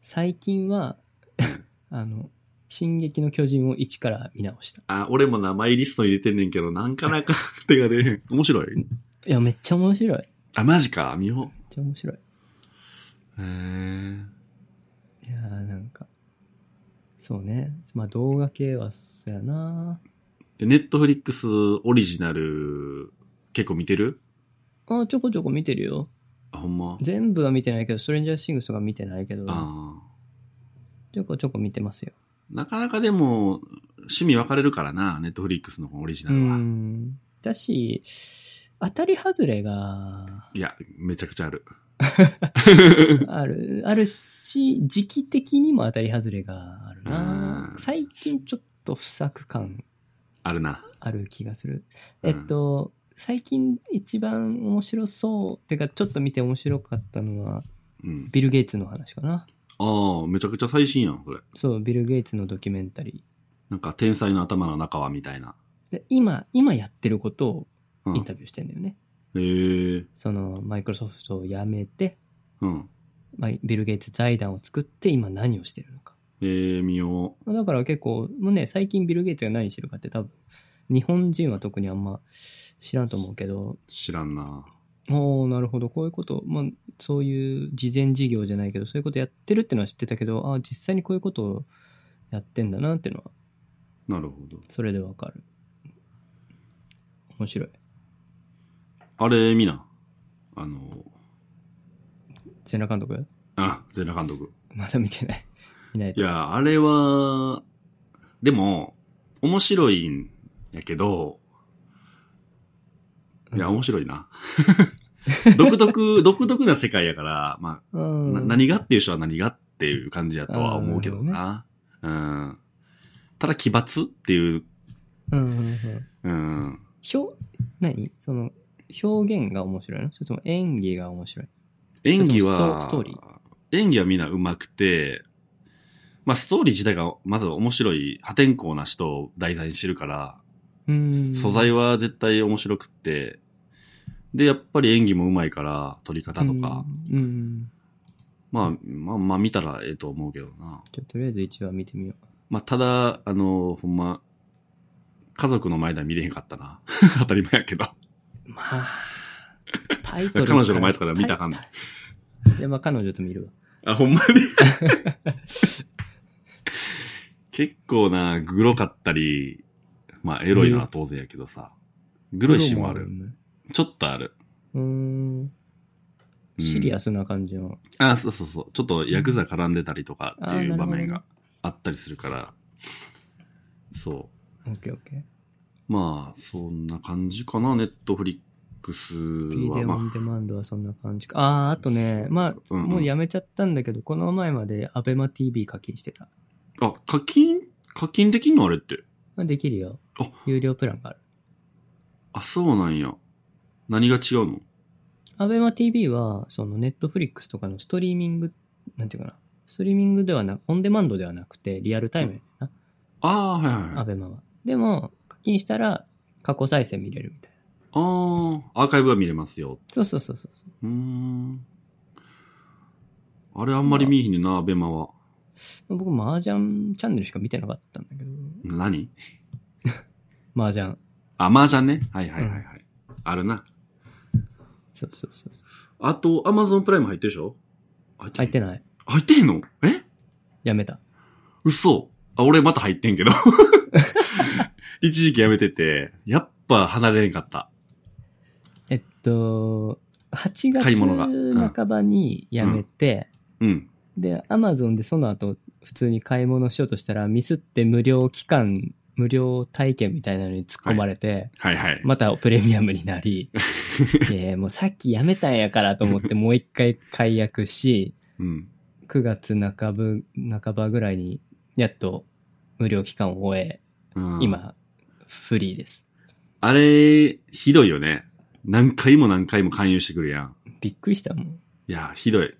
Speaker 1: 最近は あの「進撃の巨人」を一から見直した
Speaker 2: あ、俺も名前リストに入れてんねんけど、なかなか 手が出へん。面白い
Speaker 1: いやめっちゃ面白いめっ
Speaker 2: あ、マジか。見よ。
Speaker 1: ちゃ面白いう
Speaker 2: へえ。
Speaker 1: いやーなんかそうねまあ動画系はそうやな
Speaker 2: ネットフリックスオリジナル、結構見てる
Speaker 1: あちょこちょこ見てるよ
Speaker 2: あ、ほんま。
Speaker 1: 全部は見てないけどストレンジャーシングスとか見てないけど
Speaker 2: ああ。
Speaker 1: ちょこちょこ見てますよ
Speaker 2: なかなかでも、趣味分かれるからな、ネットフリックスのオリジ
Speaker 1: う
Speaker 2: ナルは。
Speaker 1: んだし当たり外れが
Speaker 2: いや、めちゃくちゃあ る。
Speaker 1: あるあるし時期的にも当たり外れがあるな
Speaker 2: うん
Speaker 1: 最近ちょっと不作感
Speaker 2: あるな。
Speaker 1: ある気がする
Speaker 2: うん
Speaker 1: えっと、最近一番面白そうってかちょっと見て面白かったのは
Speaker 2: うん。
Speaker 1: ビル・ゲイツの話かな
Speaker 2: ああ、めちゃくちゃ最新やん、これ。
Speaker 1: そう、ビル・ゲイツのドキュメンタリ
Speaker 2: なんか、天才の頭の中は、みたいな。
Speaker 1: ー。で今、今やってることを
Speaker 2: うん。
Speaker 1: インタビューしてんだよね。
Speaker 2: へえ。
Speaker 1: その、マイクロソフトを辞めて、
Speaker 2: うん。
Speaker 1: まあビル・ゲイツ財団を作って今何をしてるのか。
Speaker 2: ええ、見よ
Speaker 1: まあだから結構、もうね、最近ビル・ゲイツが何してるかって多分、日本人は特にあんま知らんと思うけど、
Speaker 2: う。知らんな。
Speaker 1: おー、なるほど、こういうこと、まあ、そういう事前事業じゃないけど、そういうことやってるってのは知ってたけど、ああ、実際にこういうことをやってんだなっていうのは、
Speaker 2: なるほど。
Speaker 1: それでわかる。面白い。
Speaker 2: あれ、見な。あの、
Speaker 1: 全裸監督
Speaker 2: あ、全裸監督。
Speaker 1: まだ見てない。 見ない
Speaker 2: いや、あれは、でも、面白いんやけど、いや、
Speaker 1: うん
Speaker 2: 面白いな。 独特、独特な世界やから、ま
Speaker 1: う
Speaker 2: あ、
Speaker 1: ん
Speaker 2: な何がっていう人は何がっていう感じやとは思うけどな。うん。ただ、奇抜っていう、
Speaker 1: うんうんうん。
Speaker 2: うん。
Speaker 1: 表、何その、表現が面白いのそれとも演技が面白い。
Speaker 2: 演技は、
Speaker 1: それともストストーリー
Speaker 2: 演技はみんな上手くて、まあ、ストーリー自体がまず面白い破天荒な人を題材にしてるから、
Speaker 1: うーん。
Speaker 2: 素材は絶対面白くって、で、やっぱり演技も上手いから、撮り方とか、
Speaker 1: うん。うん。
Speaker 2: まあ、まあ、まあ見たらええと思うけどな。
Speaker 1: じゃあとりあえず一話見てみよ
Speaker 2: まあ、ただ、あの、ほんま、家族の前では見れへんかったな。 当たり前やけど。
Speaker 1: う。ま あ、タイトル。
Speaker 2: 彼女の前とかで見たらあかんの
Speaker 1: タイタイいや、まあ彼女と見るわ。
Speaker 2: あ、ほんまに 結構な、グロかったり、まあ、エロいのは当然やけどさ。グロいシーンもあ
Speaker 1: よ
Speaker 2: る。
Speaker 1: ね
Speaker 2: ちょっとある。
Speaker 1: うーん。
Speaker 2: うん
Speaker 1: シリアスな感じの。
Speaker 2: あ、そうそうそう。ちょっとヤクザ絡んでたりとかっていう
Speaker 1: あな
Speaker 2: 場
Speaker 1: るほどね
Speaker 2: 面があったりするから。そ
Speaker 1: オッケーオッケー。
Speaker 2: う。まあ、そんな感じかな、ネットフリックス
Speaker 1: ビ
Speaker 2: は。
Speaker 1: デオオ
Speaker 2: ま
Speaker 1: ンデマンドはそんな感じか。ああー、あとね、まあ、
Speaker 2: うんうん
Speaker 1: もうやめちゃったんだけど、この前までアベマ t v 課金してた。
Speaker 2: あ、あ、課金課金できんのあれって。
Speaker 1: まあ、できるよ
Speaker 2: あ。
Speaker 1: 有料プランがある。
Speaker 2: あ、そうなんや。何が違うの
Speaker 1: アベマ t v は、そのネットフリックスとかのストリーミング、なんていうかな。ストリーミングではなく、オンデマンドではなくて、リアルタイムやねんな、
Speaker 2: ああ、はいはいは
Speaker 1: ア
Speaker 2: い。
Speaker 1: ベマは。でも、課金したら、過去再生見れるみたいな。
Speaker 2: あーアーカイブは見れますよ。
Speaker 1: そうそうそうそうそう。
Speaker 2: うーん。あれあんまり見えひんねんな、アベマは。
Speaker 1: 僕、麻雀チャンネルしか見てなかったんだけど、
Speaker 2: 何
Speaker 1: 麻雀。
Speaker 2: あ、麻雀ね。はいはいはいはい。あるな。
Speaker 1: そうそうそうそう。
Speaker 2: あと、アマゾンプライム入ってるでしょ入っ
Speaker 1: 入って
Speaker 2: ない。
Speaker 1: ない。
Speaker 2: 入ってへんのえ
Speaker 1: やめた。
Speaker 2: 嘘。あ俺また入ってんけど。 一時期やめてて、やっぱ離れんかった。
Speaker 1: えっと、8
Speaker 2: 買い物がうん
Speaker 1: 月半ばに辞めて、
Speaker 2: うん。
Speaker 1: で、アマゾンでその後、普通に買い物しようとしたら、ミスって無料期間、無料体験みたいなのに突っ込まれて、
Speaker 2: はいはい。
Speaker 1: またプレミアムにな り、えーもうさっきやめたんやからと思って、もう一回解約し、
Speaker 2: うん。
Speaker 1: 9月半ぶ半ばぐらいに、やっと無料期間を終え、
Speaker 2: うん。
Speaker 1: 今、フリーです。
Speaker 2: あれ、ひどいよね。何回も何回も勧誘してくるやん。
Speaker 1: びっくりしたもん。
Speaker 2: いや、ひどい。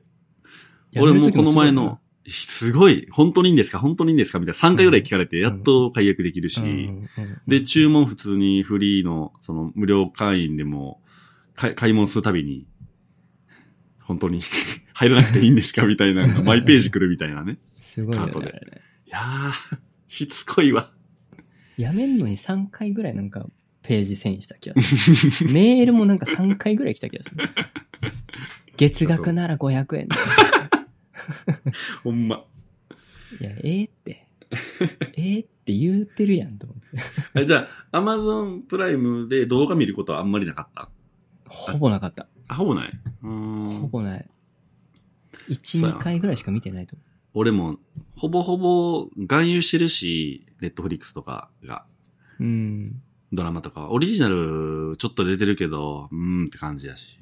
Speaker 1: や
Speaker 2: 俺
Speaker 1: める
Speaker 2: も
Speaker 1: 時
Speaker 2: この
Speaker 1: すご
Speaker 2: 前
Speaker 1: いな
Speaker 2: の、、すごい、本当にいいんですか本当にいいんですかみたいな3回ぐらい聞かれて、やっと解約できるし、
Speaker 1: うんうんうん
Speaker 2: で、注文普通にフリーの、その無料会員でも、買い買い物するたびに、本当に 入らなくていいんですかみたいなのが、マイページ来るみたいなね。
Speaker 1: すごいよね
Speaker 2: カートで
Speaker 1: あれ
Speaker 2: いやー、しつこいわ。
Speaker 1: やめんのに3回ぐらいなんかページ遷移した気がする。メールもなんか3回ぐらい来た気がする。月額なら500円。
Speaker 2: ほんま。
Speaker 1: いや、ええって。ええって言ってるやんと思って。
Speaker 2: あじゃあ、アマゾンプライムで動画見ることはあんまりなかった
Speaker 1: ほぼなかった。
Speaker 2: あ、ほぼない。うーん
Speaker 1: ほぼない。
Speaker 2: そう
Speaker 1: 1、
Speaker 2: や
Speaker 1: 2
Speaker 2: な
Speaker 1: 回ぐらいしか見てないと思
Speaker 2: 俺も、ほぼほぼ、含有してるし、ネットフリックスとかが、
Speaker 1: う。うん。
Speaker 2: ドラマとか、オリジナル、ちょっと出てるけど、うーんって感じやし。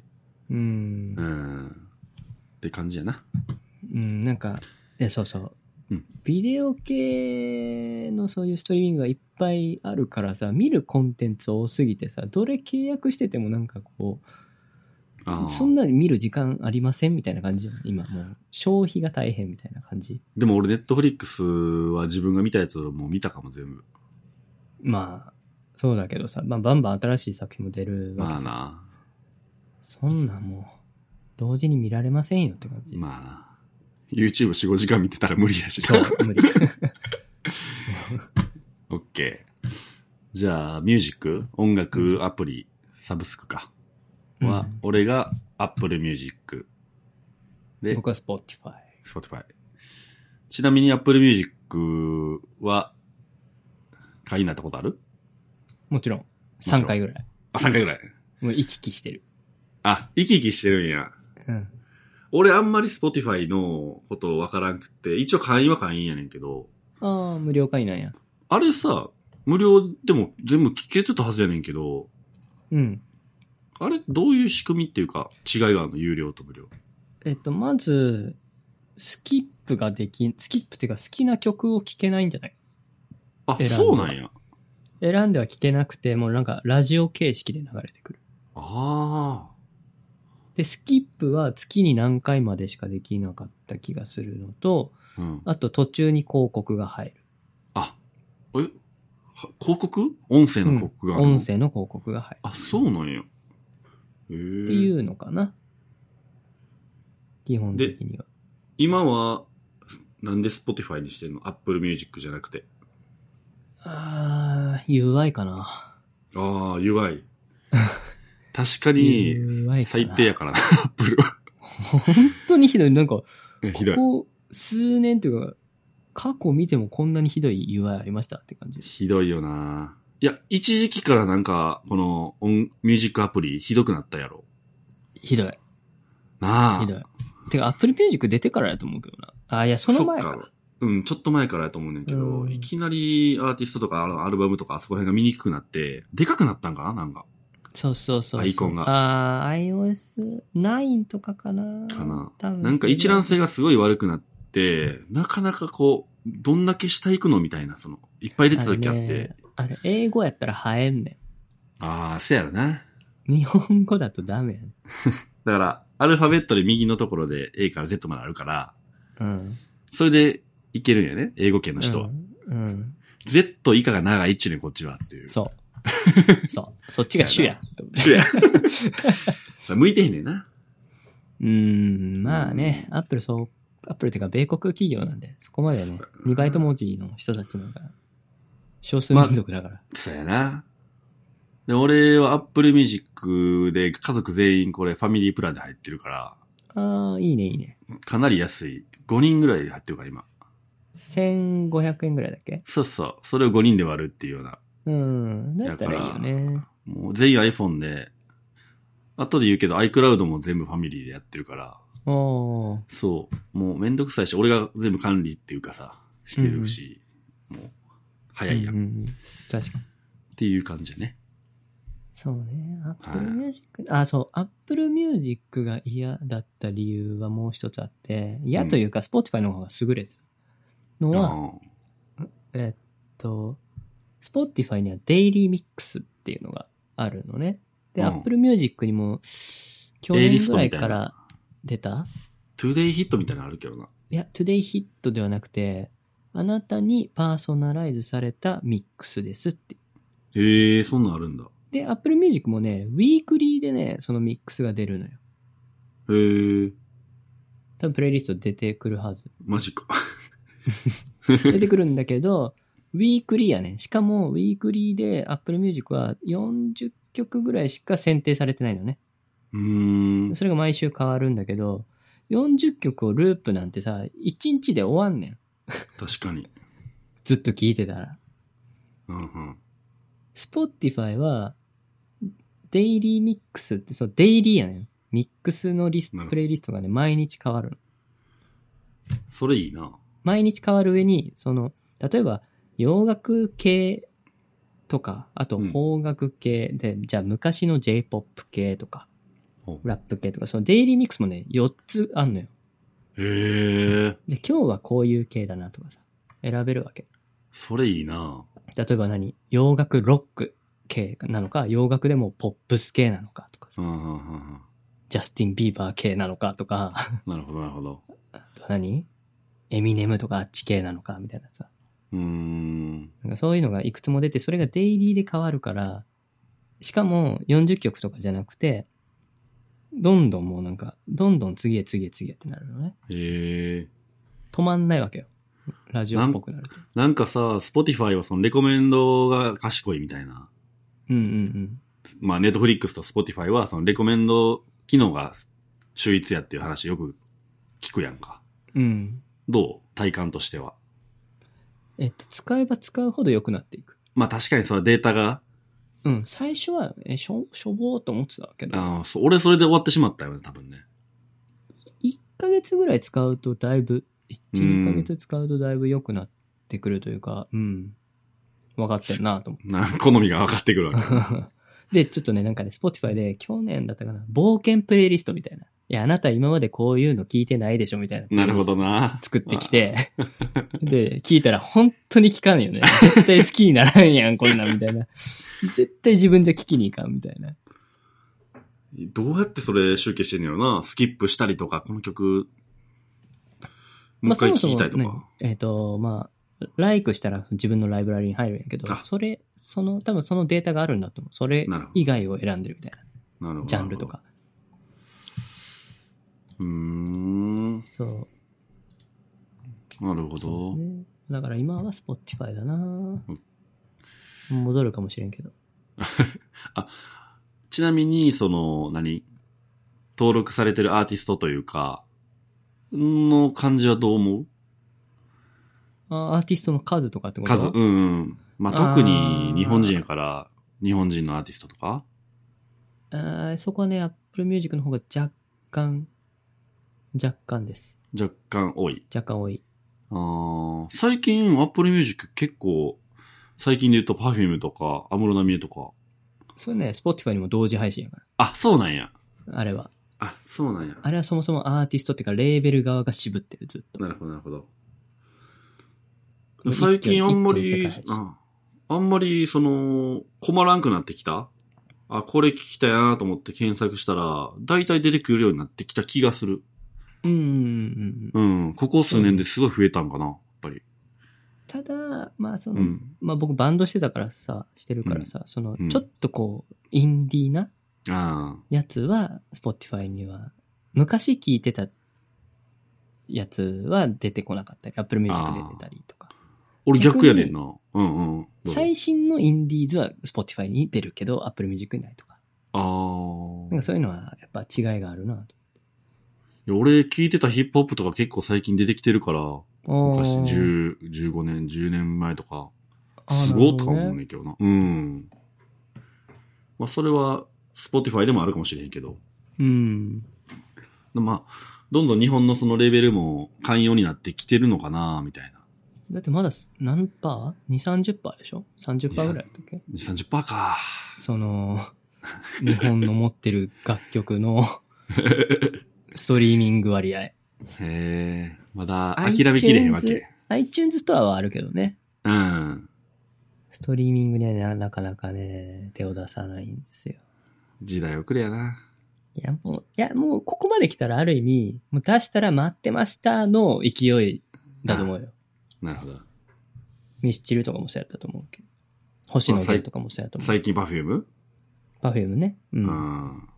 Speaker 1: うん
Speaker 2: うー。ん。って感じやな。
Speaker 1: うん、なんか、いやそうそう。
Speaker 2: うん
Speaker 1: ビデオ系のそういうストリーミングがいっぱいあるからさ、見るコンテンツ多すぎてさ、どれ契約しててもなんかこ
Speaker 2: あー
Speaker 1: う、そんなに見る時間ありませんみたいな感じよ今もう、消費が大変みたいな感じ。
Speaker 2: でも俺、ネットフリックスは自分が見たやつをもう見たかも、全部。
Speaker 1: まあ、そうだけどさ、まあ、バンバン新しい作品も出るわけ
Speaker 2: まあ
Speaker 1: じゃん
Speaker 2: な。
Speaker 1: そんなんもう、同時に見られませんよって感じ。
Speaker 2: まあな。YouTube4、5時間見てたら無理やし。
Speaker 1: そう、無 理。
Speaker 2: オッケー。じゃあ、ミュージック、音楽アプリ、サブスクか。は、
Speaker 1: うん
Speaker 2: 俺が Apple Music。で、
Speaker 1: 僕は Spotify。
Speaker 2: Spotify。ちなみに Apple Music は、会員になったことある
Speaker 1: もちろん、3回ぐらい。
Speaker 2: あ、3回ぐらい。
Speaker 1: もう行き来してる。
Speaker 2: あ、生き生きしてるんや。
Speaker 1: うん。
Speaker 2: 俺あんまり Spotify のことわからんくって、一応会員は会員やねんけど、
Speaker 1: ああ、無料会員なんや。
Speaker 2: あれさ、無料でも全部聞けてたはずやねんけど、
Speaker 1: うん。
Speaker 2: あれどういう仕組みっていうか、違いがあるの有料と無料。
Speaker 1: えっと、まず、スキップができ、スキップっていうか好きな曲を聴けないんじゃない
Speaker 2: あ、
Speaker 1: 選んだ
Speaker 2: そうなんや。
Speaker 1: 選んでは聴けなくて、もうなんかラジオ形式で流れてくる。
Speaker 2: あ
Speaker 1: で、スキップは月に何回までしかできなかった気がするのと、
Speaker 2: あ。うん。
Speaker 1: あと途中に広告が入る。
Speaker 2: あ、えは広告音声の広告があるの、
Speaker 1: 音声の広告が入る。
Speaker 2: あ、そうなんや。へえ。
Speaker 1: っていうのかな。基本的には。
Speaker 2: 今は、なんで Spotify にしてんの ?Apple Music じゃなくて。
Speaker 1: ああ、UI かな。
Speaker 2: ああ、UI。確かに
Speaker 1: UI かな、
Speaker 2: 最低やからな、Apple は。
Speaker 1: 本当にひどい。なんか、
Speaker 2: ひどい。
Speaker 1: ここ数年というか、過去見てもこんなにひどい UI ありましたって感じです。
Speaker 2: ひどいよな。いや、一時期からなんか、この音、ミュージックアプリ、ひどくなったやろ。
Speaker 1: ひどい。
Speaker 2: なあ。
Speaker 1: ひどい。てか、Apple Music 出てからやと思うけどな。あ、いや、その前か
Speaker 2: そっ
Speaker 1: な。
Speaker 2: うん、ちょっと前からやと思うねんけど、
Speaker 1: うん
Speaker 2: いきなりアーティストとかあのアルバムとかあそこら辺が見にくくなって、でかくなったんかななんか。
Speaker 1: そうそうそうそう。
Speaker 2: アイコンが
Speaker 1: あー iOS9 とかかな。
Speaker 2: かな
Speaker 1: 多分
Speaker 2: なんか一覧性がすごい悪くなって、なかなかこう、どんだけ下行くのみたいな、その、いっぱい入れてた時あっ
Speaker 1: あれね
Speaker 2: て。
Speaker 1: あれ、英語やったら映えんね
Speaker 2: ああ、せやろな。
Speaker 1: ん。日本語だとダメやん。
Speaker 2: だから、アルファベットで右のところで A から Z まであるから、
Speaker 1: うん。
Speaker 2: それでいけるんやね。英語圏の人は。
Speaker 1: うん。うん。
Speaker 2: Z 以下が長いっちゅうねんこっちはっていう。
Speaker 1: そう。そう。そっちが主や。と思って
Speaker 2: うや。向いてへんねんな。
Speaker 1: うーん、まあね、アップルそう、アップルっていうか米国企業なんで、そこまで
Speaker 2: そう
Speaker 1: ね
Speaker 2: だ、な
Speaker 1: 2バイト文字の人たちのが、少数民族だから。
Speaker 2: そうやな。で、俺は Apple Music で家族全員これファミリープランで入ってるから、
Speaker 1: ああー、いいね、いいね。
Speaker 2: かなり安い。5人ぐらい入ってるから今。
Speaker 1: 1500円ぐらいだっけ
Speaker 2: そうそう。それを5人で割るっていうような。
Speaker 1: うん。だったらいいよね。
Speaker 2: もう全員 iPhone で、後で言うけど iCloud も全部ファミリーでやってるから、
Speaker 1: おー。
Speaker 2: そう。もうめんどくさいし、俺が全部管理っていうかさ、してるし、もう、早いやん,、
Speaker 1: うんう
Speaker 2: っ
Speaker 1: んうん確かに。
Speaker 2: ていう感じだね。
Speaker 1: そうね。Apple Music、あ、そう。Apple Music が嫌だった理由はもう一つあって、嫌というか、Spotify の方が優れてたのは、
Speaker 2: う
Speaker 1: えっと、Spotify にはデイリーミックスっていうのがあるのね。で、
Speaker 2: うん
Speaker 1: Apple Music にも、去
Speaker 2: A リ
Speaker 1: 年
Speaker 2: ス
Speaker 1: ぐ
Speaker 2: ト
Speaker 1: ら
Speaker 2: み
Speaker 1: い
Speaker 2: たい
Speaker 1: か
Speaker 2: な
Speaker 1: ら出た
Speaker 2: トゥデイヒットみたいなのあるけどな。
Speaker 1: いや、Today Hit ではなくて、あなたにパーソナライズされたミックスですって。
Speaker 2: へえー、そんなんあるんだ。
Speaker 1: で、Apple Music もね、ウィークリーでね、そのミックスが出るのよ。
Speaker 2: へえー、
Speaker 1: 多分プレイリスト出てくるはず。
Speaker 2: マ ジか。
Speaker 1: 出てくるんだけど、ウィークリーやね。しかも、ウィークリーで Apple Music は40曲ぐらいしか選定されてないのね。
Speaker 2: うーん。
Speaker 1: それが毎週変わるんだけど、40曲をループなんてさ、1日で終わんねん。
Speaker 2: 確かに。
Speaker 1: ずっと聴いてたら。
Speaker 2: うんうん。
Speaker 1: Spotify は、デイリーミックスって、そう、デイリーやねん。ミックスのリス
Speaker 2: なる
Speaker 1: ト、
Speaker 2: ほど
Speaker 1: プレイリストがね、毎日変わるの。
Speaker 2: それいいな。
Speaker 1: 毎日変わる上に、その、例えば、洋楽系とか、あと
Speaker 2: うん
Speaker 1: 邦楽系で、じゃあ昔の J-POP 系とか、
Speaker 2: ほう
Speaker 1: ラップ系とか、そのデイリーミックスもね、4つあんのよ。
Speaker 2: へえー、
Speaker 1: で、今日はこういう系だなとかさ、選べるわけ。
Speaker 2: それいいな。
Speaker 1: 例えば何洋楽ロック系なのか、洋楽でもポップス系なのかとかさ、
Speaker 2: うんうんうんうん。
Speaker 1: ジャスティン・ビーバー系なのかとか、
Speaker 2: なるほど、なるほど。
Speaker 1: あと何エミネムとかあっち系なのかみたいなさ。
Speaker 2: うーん。
Speaker 1: なんかそういうのがいくつも出て、それがデイリーで変わるから、しかも40曲とかじゃなくて、どんどんもうなんか、どんどん次へ次へ次へってなるのね。
Speaker 2: へえー。
Speaker 1: 止まんないわけよ。ラジオっぽくなると。
Speaker 2: なんかさ、Spotify はそのレコメンドが賢いみたいな。
Speaker 1: うんうん
Speaker 2: まあ、Netflix と Spotify はそのレコメンド機能が秀逸やっていう話よく聞くやんか。
Speaker 1: うん。うん。
Speaker 2: どう体感としては。
Speaker 1: えっと、使えば使うほど良くなっていく。
Speaker 2: まあ確かにそのデータが、
Speaker 1: うん、最初は、え、しょ、しょぼーっと思ってたけど、
Speaker 2: あーそう俺それで終わってしまったよね、多分ね。
Speaker 1: 1ヶ月ぐらい使うとだいぶ、1、
Speaker 2: うん
Speaker 1: 2ヶ月使うとだいぶ良くなってくるというか、うん。分かってるなと思って
Speaker 2: な、好みが分かってくるわけ。
Speaker 1: で、ちょっとね、なんかね、Spotify で去年だったかな、冒険プレイリストみたいな。いや、あなた今までこういうの聞いてないでしょみたいな。
Speaker 2: なるほ。どな。
Speaker 1: 作ってきて、 で、聞いたら本当に聞かんよね。絶対好きにならんやん、こんなんみたいな。絶対自分じゃ聞きに行かんみたいな。
Speaker 2: どうやってそれ集計してんのやろな。スキップしたりとか、この曲、もう
Speaker 1: まあ
Speaker 2: 一回聞きたいと
Speaker 1: そもそも
Speaker 2: か。
Speaker 1: ねえっ、と、まあ、ライクしたら自分のライブラリに入るんやけど
Speaker 2: あ、
Speaker 1: それ、その、多分そのデータがあるんだと思う。それ
Speaker 2: なるほど
Speaker 1: 以外を選んでるみたい
Speaker 2: なるほど。
Speaker 1: な。ジャンルとか。。
Speaker 2: うーん。
Speaker 1: そう。
Speaker 2: なるほ
Speaker 1: そう
Speaker 2: ど。
Speaker 1: ね、だから今は Spotify だな、
Speaker 2: ん
Speaker 1: 戻るかもしれんけど。
Speaker 2: ちなみに、その、何登録されてるアーティストというか、の感じはどう思
Speaker 1: あアーティストの数とかって
Speaker 2: う
Speaker 1: こと
Speaker 2: 数、うん、うん。まあ、
Speaker 1: あー
Speaker 2: 特に日本人やから、日本人のアーティストとか
Speaker 1: あーそこはね、Apple Music の方が若干、若干です。
Speaker 2: 若干多い。
Speaker 1: 若干多い。
Speaker 2: あー最近、Apple Music 結構、最近で言うと Perfume とか、安室奈美恵とか。
Speaker 1: それね、Spotify にも同時配信やか
Speaker 2: あ、そうなんや。
Speaker 1: ら。あれは。
Speaker 2: あ、そうなんや。
Speaker 1: あれはそもそもアーティストっていうか、レーベル側が渋ってる、ずっと。
Speaker 2: なるほど、なるほど。
Speaker 1: もう
Speaker 2: 最近あんまり、
Speaker 1: 一挙
Speaker 2: ああんまり、その、困らんくなってきたあ、これ聞きたいなと思って検索したら、大体出てくるようになってきた気がする。
Speaker 1: うんうんうんうん。
Speaker 2: うん。ここ数年ですごい増えたんかな、やっぱり。
Speaker 1: ただ、まあそうの、
Speaker 2: ん。
Speaker 1: まあ僕バンドしてたからさ、してるからさ、その
Speaker 2: うん、
Speaker 1: ちょっとこう、インディーな
Speaker 2: あ
Speaker 1: やつは、Spotify には、昔聞いてたやつは出てこなかったり、Apple Music で出たりとか。
Speaker 2: あ。俺逆やねんな。うんうん。どうぞ
Speaker 1: 最新のインディーズは Spotify に出るけど、Apple Music にないとか。
Speaker 2: あ
Speaker 1: なん
Speaker 2: あ
Speaker 1: か。そういうのはやっぱ違いがあるなと。
Speaker 2: いや俺聞いてたヒップホップとか結構最近出てきてるから、昔、
Speaker 1: あー
Speaker 2: 10 15年、10年前とか、
Speaker 1: あー
Speaker 2: すごいとか
Speaker 1: なるほどね
Speaker 2: 思うねんけどな。うん。まあ、それは、Spotify でもあるかもしれへんけど。
Speaker 1: うん。
Speaker 2: まあ、どんどん日本のそのレベルも寛容になってきてるのかな、みたいな。
Speaker 1: だってまだ何パー ?2、30%でしょ ?30% ぐらいだったっけ
Speaker 2: 2、30%か。
Speaker 1: そ の、日本の持ってる楽曲の ストリーミング割合。
Speaker 2: へえ、まだ諦めきれへんわけ。
Speaker 1: iTunes ストアはあるけどね。
Speaker 2: うん。
Speaker 1: ストリーミングにはななかなかね、手を出さないんですよ。
Speaker 2: 時代遅れやな。
Speaker 1: いや、もう、いや、もう、ここまで来たらある意味、もう出したら待ってましたの勢いだと思うよ。
Speaker 2: なるほど。
Speaker 1: ミスチルとかもそうやったと思うけど。星野源とかもそうやと思う。
Speaker 2: 最近 Perfume?
Speaker 1: パフュームね。う。
Speaker 2: うんん。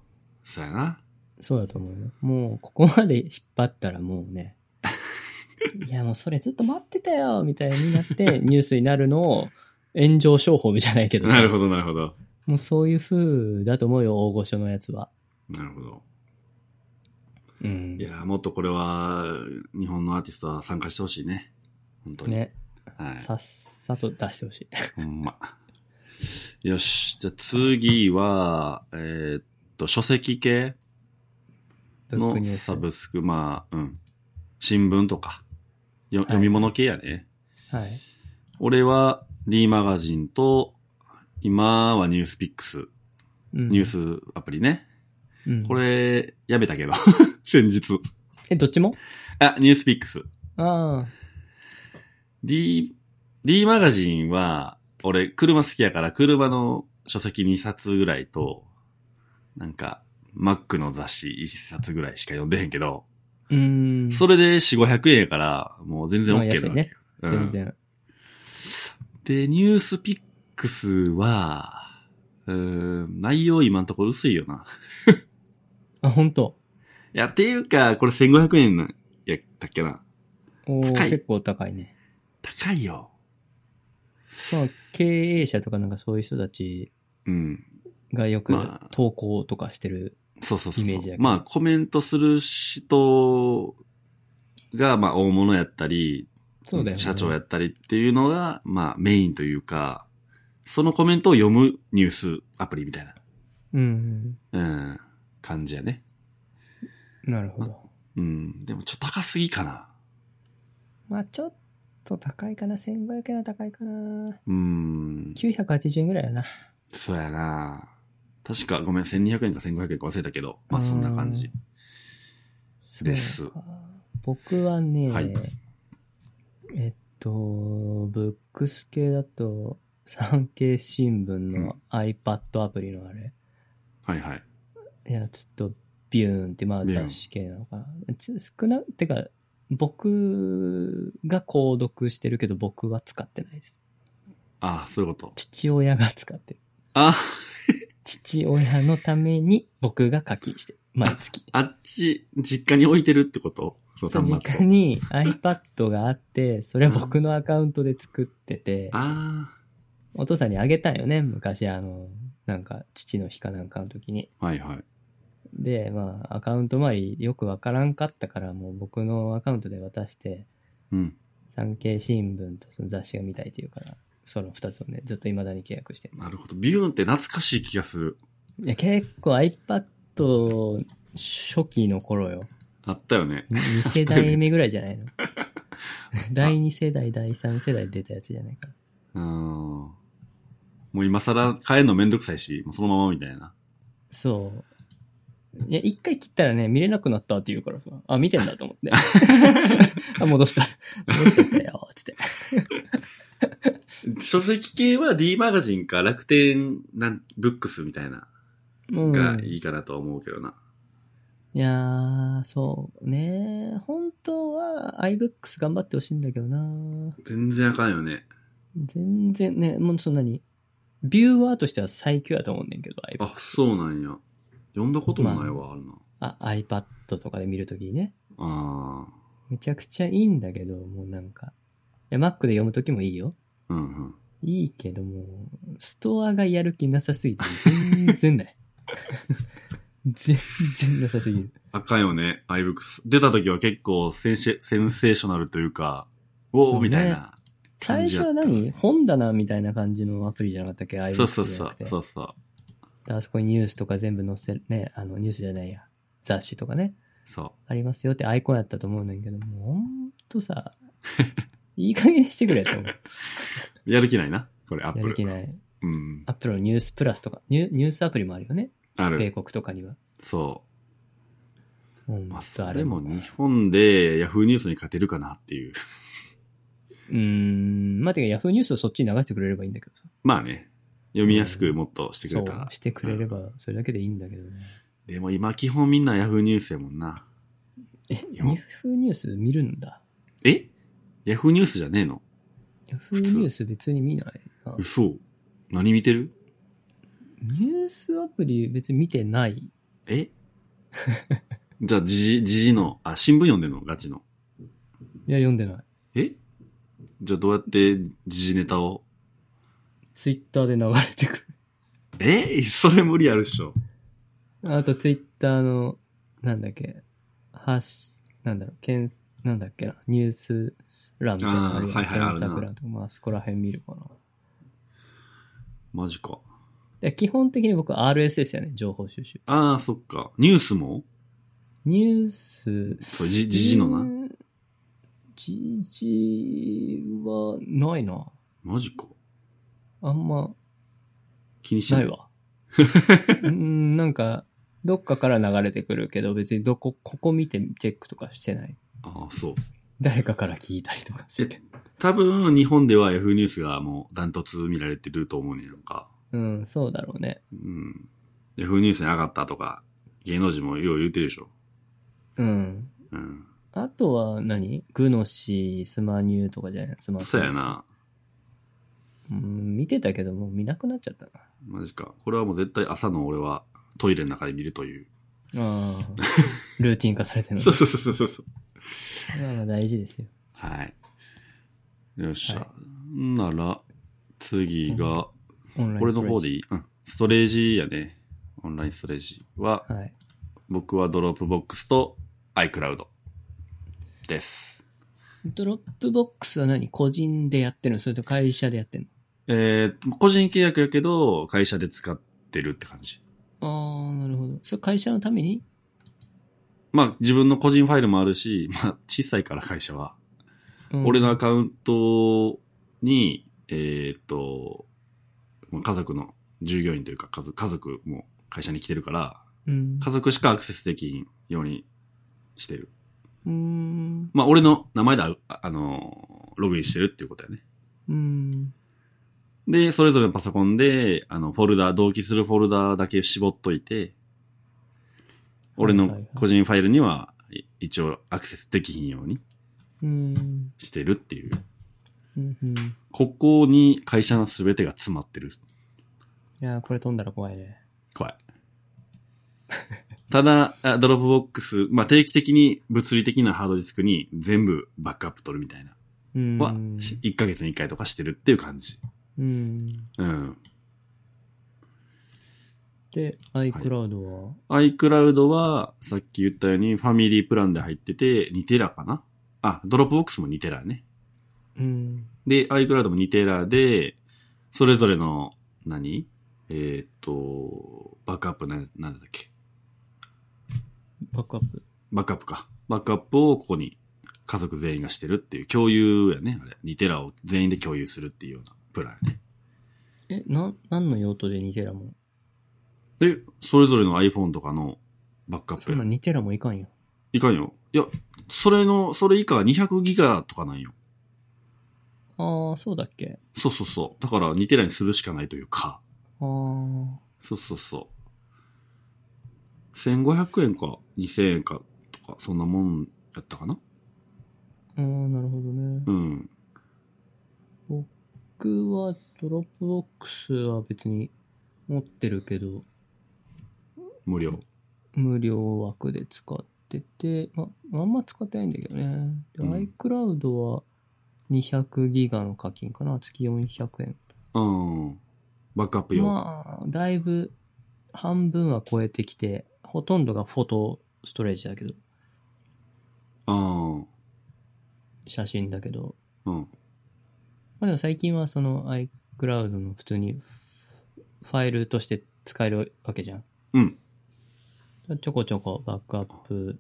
Speaker 2: そうやな。
Speaker 1: そうだと思うよ。もう、ここまで引っ張ったらもうね。 いや、もうそれずっと待ってたよみたいにな って、ニュースになるのを、炎上商法じゃないけど。
Speaker 2: なるほど、なるほど。
Speaker 1: もうそういう風だと思うよ、大御所のやつは。
Speaker 2: なるほど。
Speaker 1: うん。
Speaker 2: いや、もっとこれは、日本のアーティストは参加してほしいね。本当に。
Speaker 1: ね。
Speaker 2: はい。
Speaker 1: さっさと出してほしい。
Speaker 2: ほんま。よし。じゃあ次は、えーっと、書籍系
Speaker 1: ブック
Speaker 2: の
Speaker 1: ニュース
Speaker 2: サブスク、まあ、うん。新聞とか。よ
Speaker 1: い
Speaker 2: 読み物系やね。
Speaker 1: はい。
Speaker 2: 俺は D マガジンと、今はニュースピックス、
Speaker 1: うん
Speaker 2: ニュースアプリね。
Speaker 1: うん
Speaker 2: これ、やめたけど。 先日。
Speaker 1: え、どっちも
Speaker 2: あ、ニュースピックス。
Speaker 1: ああ。
Speaker 2: D、D マガジンは、俺、車好きやから、車の書籍2冊ぐらいと、なんか、マックの雑誌1冊ぐらいしか読んでへんけど、
Speaker 1: うーん。
Speaker 2: それで4、500円やから、もう全然
Speaker 1: まあ
Speaker 2: OK なわけよ。う
Speaker 1: 全
Speaker 2: ん
Speaker 1: 然。
Speaker 2: で、ニュースピックスは、うーん、内容今んところ薄いよな。
Speaker 1: あ、本当
Speaker 2: いや、っていうか、これ1500円なんやったっけな。
Speaker 1: おお
Speaker 2: 高い
Speaker 1: 結構高いね。
Speaker 2: 高いよ。
Speaker 1: まあ、経営者とかなんかそういう人たち
Speaker 2: うん。
Speaker 1: がよく
Speaker 2: まあ
Speaker 1: 投稿とかしてる。
Speaker 2: そうそうそうそう。
Speaker 1: イメージやけど
Speaker 2: まあ、コメントする人が、まあ、大物やったり、
Speaker 1: そうだよね。
Speaker 2: 社長やったりっていうのが、まあ、メインというか、そのコメントを読むニュースアプリみたいな、
Speaker 1: うん
Speaker 2: うん、感じやね。
Speaker 1: うん。なるほど。
Speaker 2: うん。でも、ちょっと高すぎかな。
Speaker 1: まあ、ちょっと高いかな。1500円は高いかな。
Speaker 2: うん。
Speaker 1: 980円ぐらいやな。
Speaker 2: そうやな確か、ごめん、1200円か1500円か忘れたけど、まあそんな感じ。
Speaker 1: そう
Speaker 2: です
Speaker 1: か僕はね、
Speaker 2: はい
Speaker 1: えっと、ブックス系だと、産経新聞の iPad アプリのあれ、
Speaker 2: はいはい。
Speaker 1: いや、ちょっと、ビューンって、まあ、
Speaker 2: ビューン
Speaker 1: 雑誌系なのかな。ちょ少な、てか、僕が購読してるけど、僕は使ってないです。
Speaker 2: ああ、そういうこと。
Speaker 1: 父親が使ってる。
Speaker 2: あ、
Speaker 1: 父親のために僕が課金してる。毎月。
Speaker 2: あっち、実家に置いてるってことそ
Speaker 1: そう
Speaker 2: の
Speaker 1: 実
Speaker 2: 端
Speaker 1: 家
Speaker 2: 末を。
Speaker 1: に iPad があって、それは僕のアカウントで作ってて、
Speaker 2: あ
Speaker 1: お父さんにあげたんよね、昔、あの、なんか、父の日かなんかの時に。
Speaker 2: あ、はいはい。
Speaker 1: で、まあ、アカウント周りよくわからんかったから、もう僕のアカウントで渡して、
Speaker 2: うん。
Speaker 1: 産経新聞とその雑誌が見たいというから、その二つをね、ずっと未だに契約してる。
Speaker 2: なるほど。ビューンって懐かしい気がする。
Speaker 1: いや、結構 iPad 初期の頃よ。
Speaker 2: あったよね。
Speaker 1: に二世代目ぐらいじゃないの第二世代、第三世代出たやつじゃないか。
Speaker 2: うん。もう今更変えるのめんどくさいし、もうそのままみたいな。
Speaker 1: そう。いや、一回切ったらね、見れなくなったって言うからさ、あ、見てんだと思 って。 あ、戻した。戻してたよ、つって。
Speaker 2: 書籍系は D マガジンか楽天なんブックスみたいな
Speaker 1: うん。
Speaker 2: がいいかなとは思うけどな。
Speaker 1: いやー、そうね。本当は iBooks 頑張ってほしいんだけどな
Speaker 2: 全然あかんよね。
Speaker 1: 全然ね、もうそんなに、ビューワーとしては最強やと思うねんけど、iPad
Speaker 2: あ、そうなんや。読んだこともないわ、あるな。
Speaker 1: あ iPad とかで見るときにね。
Speaker 2: あ
Speaker 1: めちゃくちゃいいんだけど、もうなんか。いや、Mac で読むときもいいよ。
Speaker 2: あ、うんうん。
Speaker 1: いいけども、ストアがやる気なさすぎて、全然ない。 全然なさすぎる。
Speaker 2: あかんよね、iBooks。出た時は結構センシェセンセーショナルというか、お
Speaker 1: そ
Speaker 2: お、
Speaker 1: うね
Speaker 2: みたいな
Speaker 1: 最
Speaker 2: 感じ
Speaker 1: 初
Speaker 2: やっ
Speaker 1: は
Speaker 2: た。
Speaker 1: 何本棚みたいな感じのアプリじゃなかったっけああいう。
Speaker 2: そうそうそう。そううそう。
Speaker 1: であそこにニュースとか全部載せる、ね、あの、ニュースじゃないや、雑誌とかね、
Speaker 2: そ
Speaker 1: ありますよってアイコンやったと思うねんだけど、もうほんと さ、いい加減にしてくれと思う。
Speaker 2: う。やる気ないな。これ、アッ
Speaker 1: や
Speaker 2: プ
Speaker 1: る
Speaker 2: ル。
Speaker 1: 気ない。
Speaker 2: うん
Speaker 1: ア。ップルのニュースプラスとかニュ、ニュースアプリもあるよね。
Speaker 2: あ
Speaker 1: 米
Speaker 2: る。
Speaker 1: 国とかには。
Speaker 2: そ
Speaker 1: ほん
Speaker 2: う。まあ、
Speaker 1: と
Speaker 2: そ
Speaker 1: あ
Speaker 2: れ
Speaker 1: れ
Speaker 2: も日本でヤフーニュースに勝てるかなっていう。
Speaker 1: うーん。まあ、てか、ヤフーニュースをそっちに流してくれればいいんだけどさ。
Speaker 2: まあね。読みやすくもっとしてく
Speaker 1: そ
Speaker 2: れ
Speaker 1: う
Speaker 2: たら。
Speaker 1: してくれれば、それだけでいいんだけどね。
Speaker 2: でも今基本みんなヤフーニュースやもんな。
Speaker 1: え、
Speaker 2: や
Speaker 1: ヤフーニュース見るんだ。
Speaker 2: えヤフーニュースじゃねえの
Speaker 1: ヤフーニュース別に見ないな。
Speaker 2: 嘘。何見てる
Speaker 1: ニュースアプリ別に見てない。
Speaker 2: えじゃあ、じじ、じじの、あ、新聞読んでんのガチの。
Speaker 1: いや、読んでない。
Speaker 2: えじゃあどうやって時事ネタを
Speaker 1: ツイッターで流れてく
Speaker 2: えそれ無理あるっしょ。
Speaker 1: る。あと、ツイッターの、なんだっけ、ハッシュ、なんだろう、けん、なんだっけな、ニュース欄みたいなのあるよね
Speaker 2: あーはいはい
Speaker 1: 検
Speaker 2: あ
Speaker 1: 索
Speaker 2: る
Speaker 1: 欄とか、まあ、そこら辺見るかな。
Speaker 2: マジか。
Speaker 1: で基本的に僕 RSS やね、情報収集。
Speaker 2: ああ、そっか。ニュースも
Speaker 1: ニュース、
Speaker 2: そう、じ、じじのな。
Speaker 1: な。じじはないな。
Speaker 2: マジか。
Speaker 1: あんま
Speaker 2: 気にし
Speaker 1: な
Speaker 2: ないい。
Speaker 1: わ。うん、なんか、どっかから流れてくるけど、別にどこ、ここ見てチェックとかしてない。
Speaker 2: ああ、そう。
Speaker 1: 誰かから聞いたりとかするけど。
Speaker 2: 多分、日本ではヤフーニュースがもうダントツ見られてると思うねんやんか。
Speaker 1: うん、そうだろうね。
Speaker 2: うん。ヤフーニュースに上がったとか、芸能人もよう言うてるでしょ。
Speaker 1: うん。
Speaker 2: うん。
Speaker 1: あとは何グノシー、スマニューとかじゃないスマニュー
Speaker 2: そうや。な。
Speaker 1: うん、見てたけど、もう見なくなっちゃったな。
Speaker 2: マジか。これはもう絶対朝の俺はトイレの中で見るという。
Speaker 1: あ あ。ルーティン化されてるの。
Speaker 2: そうそうそうそうそう。
Speaker 1: まあまあ大事ですよ。
Speaker 2: はい。よっしゃ。
Speaker 1: は
Speaker 2: なら、次が、
Speaker 1: オンライン
Speaker 2: 俺の方で
Speaker 1: い
Speaker 2: いいうん。ストレージやね。オンラインストレージは、
Speaker 1: はい。
Speaker 2: 僕はドロップボックスと iCloud です。
Speaker 1: ドロップボックスは何個人でやってるのそれと会社でやってる
Speaker 2: えー、個人契約やけど、会社で使ってるって感じ。
Speaker 1: のああ、なるほど。それ会社のために
Speaker 2: まあ、自分の個人ファイルもあるし、まあ、小さいから会社は。
Speaker 1: うん
Speaker 2: 俺のアカウントに、えーっと、まあ家族の従業員というか、家族家族も会社に来てるから、
Speaker 1: うん。
Speaker 2: 家族しかアクセスできひんようにしてる。
Speaker 1: うーん。
Speaker 2: まあ、俺の名前であ、ああのー、ログインしてるっていうことやね。
Speaker 1: うん。
Speaker 2: で、それぞれのパソコンで、あの、フォルダー、同期するフォルダーだけ絞っといて、俺
Speaker 1: はいは
Speaker 2: の
Speaker 1: いはい
Speaker 2: 個人ファイルには、い一応アクセスできひんように
Speaker 1: うん。
Speaker 2: してるっていう。
Speaker 1: うん。うん
Speaker 2: ここに会社の全てが詰まってる。
Speaker 1: いやー、これ飛んだら怖いね。
Speaker 2: 怖 い。ただ、あドロップボックス、まあ、定期的に物理的なハードディスクに全部バックアップ取るみたいな。
Speaker 1: うん。
Speaker 2: は、し1ヶ月に1回とかしてるっていう感じ。
Speaker 1: うん。
Speaker 2: うん。
Speaker 1: で、iCloud は、
Speaker 2: iCloud は、さっき言ったように、ファミリープランで入ってて、2テラかなあ、ドロップボックスも2テラね。
Speaker 1: うん。
Speaker 2: で、iCloud も2テラで、それぞれの何、えーっと、バックアップな、なんだっけ
Speaker 1: バックアップ。
Speaker 2: バックアップか。バックアップをここに家族全員がしてるっていう共有やね。あれ。2テラを全員で共有するっていうようなプランやね。
Speaker 1: え、なん、何の用途で2テラも
Speaker 2: で、それぞれの iPhone とかのバックアップ
Speaker 1: そ
Speaker 2: や
Speaker 1: んな2テラもいかんよ。
Speaker 2: いかんよ。いや、それの、それ以下が200ギガとかなんよ。
Speaker 1: ああ、そうだっけ
Speaker 2: そうそうそう。だから2テラにするしかないというか。
Speaker 1: ああ。
Speaker 2: そうそうそう。1500円か2000円かとか、そんなもんやったかな
Speaker 1: うん、なるほどね
Speaker 2: う。ん。
Speaker 1: 僕はドロップボックスは別に持ってるけど、
Speaker 2: 無料。
Speaker 1: 無料枠で使ってて、ま、あんま使ってないんだけどね。で
Speaker 2: うん
Speaker 1: iCloud は200ギガの課金かな。月400円。
Speaker 2: うん。バックアップ用。
Speaker 1: まあ、だいぶ半分は超えてきて、ほとんどがフォトストレージだけど、
Speaker 2: うん。
Speaker 1: 写真だけど、
Speaker 2: うん。
Speaker 1: まあ、でも最近はその iCloud の普通にファイルとして使えるわけじゃん。
Speaker 2: うん。
Speaker 1: ちょこちょこバックアップ、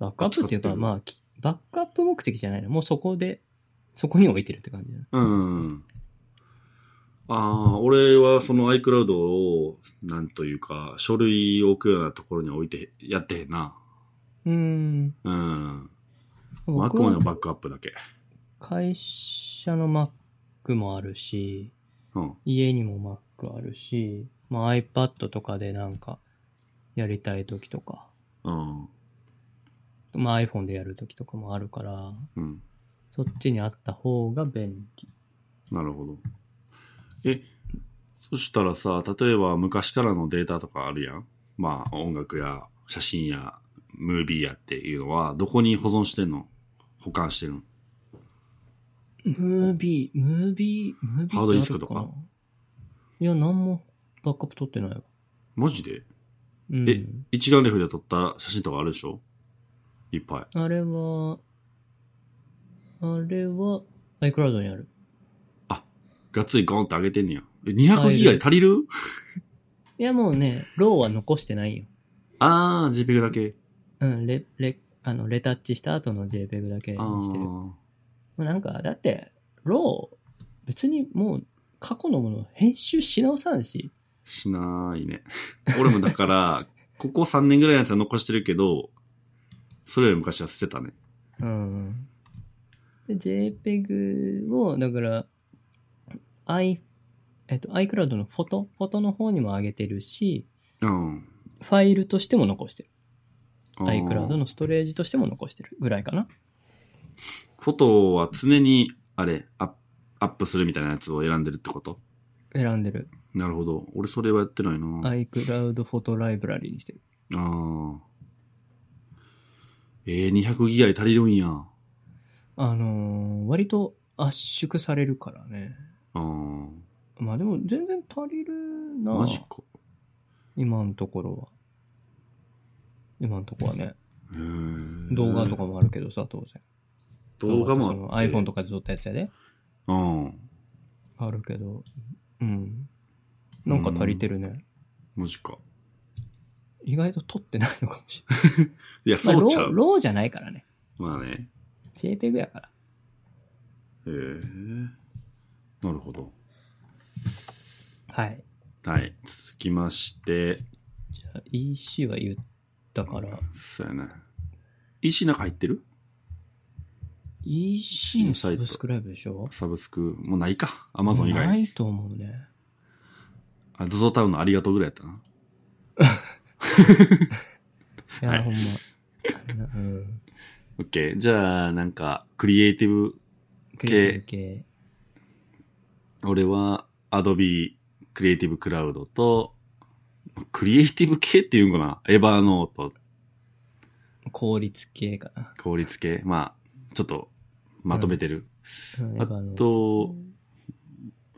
Speaker 1: バックアップっていう
Speaker 2: 使って
Speaker 1: か、
Speaker 2: る
Speaker 1: まあ、きバックアップ目的じゃないの。もうそこで、そこに置いてるって感じだね。
Speaker 2: うん。ああ、俺はその iCloud を、なんというか、書類を置くようなところに置いて、やってへんな。
Speaker 1: うーん。
Speaker 2: うん。まああ
Speaker 1: 僕
Speaker 2: くまでも
Speaker 1: は
Speaker 2: バックアップだけ。
Speaker 1: 会社の Mac もあるし、
Speaker 2: うん。
Speaker 1: 家にも Mac あるし、まあ、iPad とかでなんかやりたい時とか、
Speaker 2: うん。
Speaker 1: まあ、iPhone でやる時とかもあるから、
Speaker 2: うん。
Speaker 1: そっちにあった方が便利。
Speaker 2: なるほど。え、そしたらさ、例えば昔からのデータとかあるやん。まあ、音楽や写真やムービーやっていうのは、どこに保存してんの保管してるの
Speaker 1: ムービー、ムービー、ムービーって
Speaker 2: ハードディスク
Speaker 1: あるかな
Speaker 2: とか
Speaker 1: いや、なんもバックアップ取ってないわ。
Speaker 2: マジで
Speaker 1: うん。
Speaker 2: え一眼レフで撮った写真とかあるでしょいっぱい。
Speaker 1: あれは、あれは iCloud にある。
Speaker 2: がっつりゴンって上げてんねや。え、200ギガで足りる
Speaker 1: いや、もうね、ローは残してないよ。
Speaker 2: あー、JPEG だけ。
Speaker 1: うん、レ、レ、あの、レタッチした後の JPEG だけに
Speaker 2: あ
Speaker 1: してる。も
Speaker 2: ー。
Speaker 1: うなんか、だって、ロー、別にもう過去のもの編集し直さんし、
Speaker 2: しないね。 俺もだから、ここ3年ぐらいのやつは残してるけど、それより昔は捨てたね。
Speaker 1: うん。で JPEG を、だから、i、えっと、iCloud のフォト、フォトの方にも上げてるし、
Speaker 2: うん。
Speaker 1: ファイルとしても残してる。
Speaker 2: あー
Speaker 1: iCloud のストレージとしても残してるぐらいかな。
Speaker 2: フォトは常に、あれアップ、アップするみたいなやつを選んでるってこと
Speaker 1: 選んでる。
Speaker 2: なるほど。俺それはやってないな。い、
Speaker 1: iCloud フォトライブラリーにしてる。
Speaker 2: あーえー、200ギガで足りるんや。あ
Speaker 1: あのー割と圧縮されるからね。
Speaker 2: ー
Speaker 1: まあでも全然足りるな
Speaker 2: マジか。
Speaker 1: 今のところは。今のところはね。
Speaker 2: へー
Speaker 1: 動画とかもあるけどさ、当然。
Speaker 2: 動画
Speaker 1: その
Speaker 2: もあって
Speaker 1: iPhone とかで撮ったやつやで。
Speaker 2: うん。
Speaker 1: あるけど、うん。なんか足りてるね。
Speaker 2: マジか。
Speaker 1: 意外と撮ってないのかもし
Speaker 2: いや、
Speaker 1: れない。
Speaker 2: そうちゃ
Speaker 1: ロー、
Speaker 2: う。
Speaker 1: ローじゃないからね。
Speaker 2: まあね。
Speaker 1: JPEG やから。
Speaker 2: へえ。なるほど。
Speaker 1: はい。
Speaker 2: はい。続きまして、
Speaker 1: じゃあ EC は言ったから、
Speaker 2: そうやね。EC なんか入ってる
Speaker 1: EC のサ
Speaker 2: サイ
Speaker 1: ブ
Speaker 2: ト
Speaker 1: スクライブでしょ
Speaker 2: サブスク、もうないか。アマゾン以
Speaker 1: な
Speaker 2: 外。
Speaker 1: いと思うね。
Speaker 2: あ、ゾゾタウンのありがとうぐらいやったな。
Speaker 1: いや、
Speaker 2: はい
Speaker 1: ほんま。あれなうん。
Speaker 2: オッケー。じゃあ、なんか、クリエイティブ、
Speaker 1: クリエイティブ系。
Speaker 2: 俺は、Adobe クリエイティブクラウドと、クリエイティブ系っていうんかなエヴァノート、
Speaker 1: 効率系かな。
Speaker 2: 効率系。まあ、ちょっと、まとめてる。
Speaker 1: うん
Speaker 2: あ、と、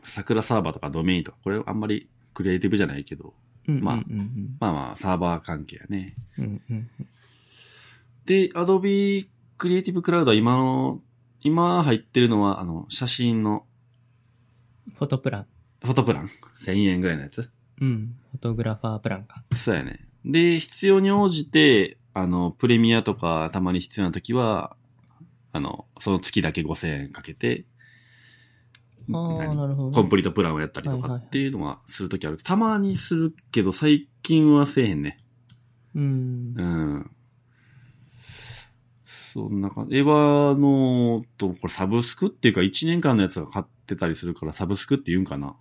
Speaker 2: 桜サーバーとかドメインとか、これあんまりクリエイティブじゃないけど、
Speaker 1: うんうん
Speaker 2: まあ
Speaker 1: うん
Speaker 2: まあまあ、サーバー関係やね。
Speaker 1: うん。うんうん
Speaker 2: で、Adobe Creative Cloud は今の、今入ってるのは、あの、写真の
Speaker 1: フォトプラン。
Speaker 2: フォトプラン。1000円ぐらいのやつ。
Speaker 1: うん。フォトグラファープランか。
Speaker 2: そうやね。で、必要に応じて、あの、プレミアとか、たまに必要な時は、あの、その月だけ5000円かけて、
Speaker 1: ああ、
Speaker 2: 何
Speaker 1: なるほどね。
Speaker 2: コンプリートプランをやったりと
Speaker 1: はい
Speaker 2: か
Speaker 1: はいはい
Speaker 2: っていうのはするときある。たまにするけど、最近はせえへんね。
Speaker 1: うん
Speaker 2: う。ん。そんな感じ。エヴァのと、これサブスクっていうか、1年間のやつが買ってたりするから、サブスクって言うんかな。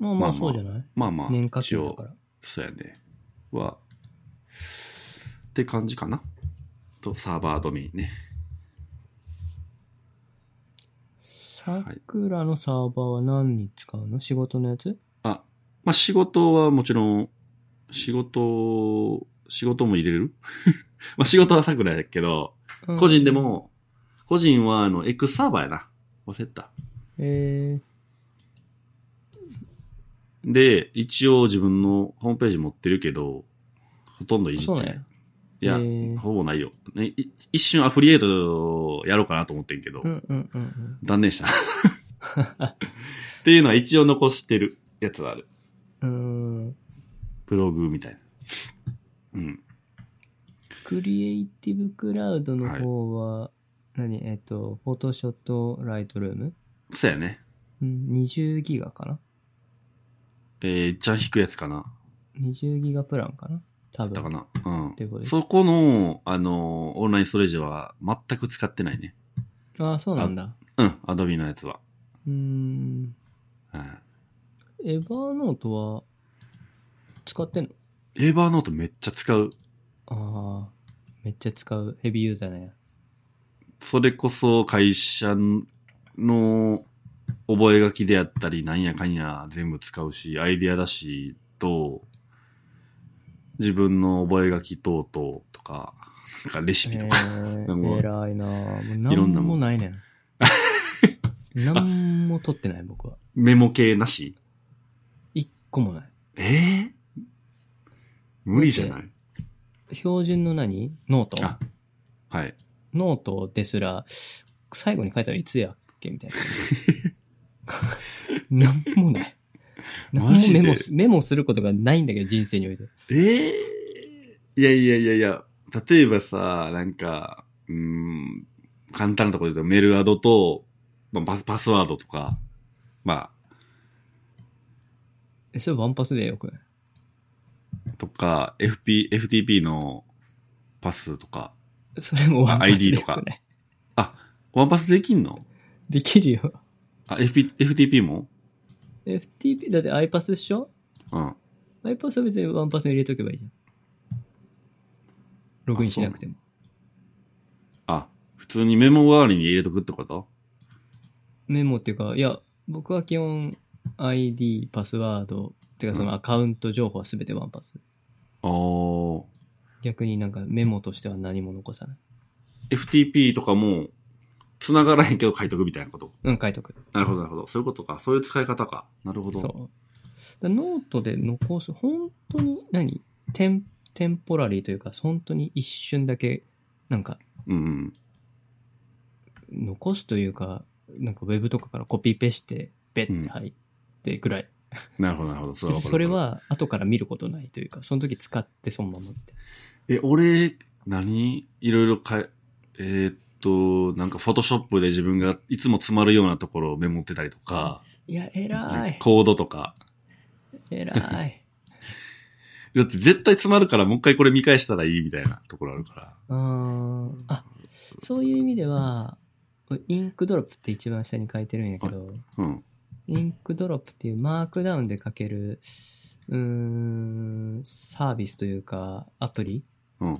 Speaker 1: まあま
Speaker 2: まあま
Speaker 1: あ、
Speaker 2: あ
Speaker 1: そうじゃない
Speaker 2: まあまあ、
Speaker 1: 年課
Speaker 2: 一
Speaker 1: 金だ
Speaker 2: 応
Speaker 1: から。
Speaker 2: そうやね。は、って感じかな。と、サーバードメインね。
Speaker 1: さくらのサーバーは何に使うの仕事のやつ
Speaker 2: あ、まあ仕事はもちろん、仕事、仕事も入れる まあ仕事は桜やけど、個人で。も、個人はあの、X サーバーやな。忘れてた。
Speaker 1: うんえ
Speaker 2: で、一応自分のホームページ持ってるけど、ほとんどい
Speaker 1: ー、
Speaker 2: じ
Speaker 1: そう
Speaker 2: っ
Speaker 1: なん
Speaker 2: て
Speaker 1: や。へ
Speaker 2: いや、
Speaker 1: ー
Speaker 2: ほぼないよ、ねい一瞬アフリエイトやろうかなと思ってんけど、
Speaker 1: うんうんうんうん。
Speaker 2: 断念した。っていうのは一応残してるやつはある。
Speaker 1: うーん。
Speaker 2: ブログみたいな。うん。
Speaker 1: クリエイティブクラウドの方は、何えっ、と、フォトショットライトルーム
Speaker 2: そうやね。
Speaker 1: うん、20ギガかな
Speaker 2: えー、じゃあ引くやつかな。
Speaker 1: ?20 ギガプランかな多
Speaker 2: だったか
Speaker 1: 分。
Speaker 2: な。うん
Speaker 1: てこと。です
Speaker 2: そこの、あのー、オンラインストレージは全く使ってないね。
Speaker 1: ああ、そうなんだ。
Speaker 2: うん、アドビのやつは。
Speaker 1: うーん。
Speaker 2: はい
Speaker 1: エヴァーノートは、使ってんの
Speaker 2: エーバーノートめっちゃ使う。
Speaker 1: ああ、めっちゃ使う。ヘビーユーザーね。
Speaker 2: それこそ会社の覚書であったり、なんやかんや全部使うし、アイディアだし、と、自分の覚書等々とか、なんかレシピとか。
Speaker 1: え
Speaker 2: でも
Speaker 1: ー、偉いなぁもう
Speaker 2: いろん
Speaker 1: 何
Speaker 2: なも
Speaker 1: も
Speaker 2: ん
Speaker 1: ないね ん。何も取ってない僕は。
Speaker 2: メモ系なし
Speaker 1: 一個もない。
Speaker 2: えー無理じゃない
Speaker 1: 標準の何ノート
Speaker 2: あ、はい。
Speaker 1: ノートですら、最後に書いたのいつやっけみたいな。 なんもない。なん
Speaker 2: マ
Speaker 1: も
Speaker 2: ジで
Speaker 1: メモす、メモすることがないんだけど、人生において。
Speaker 2: ええいやいやいやいや、例えばさ、なんか、うーん、簡単なところで言うとメールアドと、まあ、パス、パスワードとか、ま
Speaker 1: え、それワンパスでよくない
Speaker 2: あ、とか、FP、FTP のパスとか、
Speaker 1: それもワンパスで
Speaker 2: ID
Speaker 1: よ
Speaker 2: とか
Speaker 1: くない
Speaker 2: あ、ワンパスできんの
Speaker 1: できるよ。
Speaker 2: あ、FP、FTP も
Speaker 1: FTP、だって iPass でしょ
Speaker 2: うん。
Speaker 1: iPass は別にワンパスに入れとけばいいじゃん。ログインしなくても。
Speaker 2: あ、普通にメモ代わりに入れとくってこと
Speaker 1: メモっていうか、いや、僕は基本 ID、パスワード、てかそのアカウント情報は全てワンパス。
Speaker 2: あ
Speaker 1: 逆になんかメモとしては何も残さない。
Speaker 2: あ、FTP とかも、繋がらへんけど書いとくみたいなこと。
Speaker 1: うん、書いとく。
Speaker 2: なるほど、なるほど。そういうことか。そういう使い方か。なるほど。
Speaker 1: そう。だノートで残す、本当に何テン、テンポラリーというか、本当に一瞬だけ、なんか、
Speaker 2: う。うんうん。
Speaker 1: 残すというか、なんかウェブとかからコピペして、ベッて入ってぐらい。
Speaker 2: なるほど、なるほど。それはわかる
Speaker 1: それは、後から見ることないというか、その時使ってそのままって。
Speaker 2: え、俺、何いろいろかえ、えーっと、なんかフォトショップで自分がいつも詰まるようなところをメモってたりとか、
Speaker 1: いや、
Speaker 2: な
Speaker 1: 偉
Speaker 2: んか
Speaker 1: い。
Speaker 2: コードとか。
Speaker 1: 偉 い。
Speaker 2: だって絶対詰まるからもう一回これ見返したらいいみたいなところあるか
Speaker 1: う
Speaker 2: ら。
Speaker 1: ーん。あ、そういう意味では、インクドロップって一番下に書いてるんやけど、
Speaker 2: うん。
Speaker 1: インクドロップっていうマークダウンで書ける、うーん、サービスというか、アプリ、
Speaker 2: うん。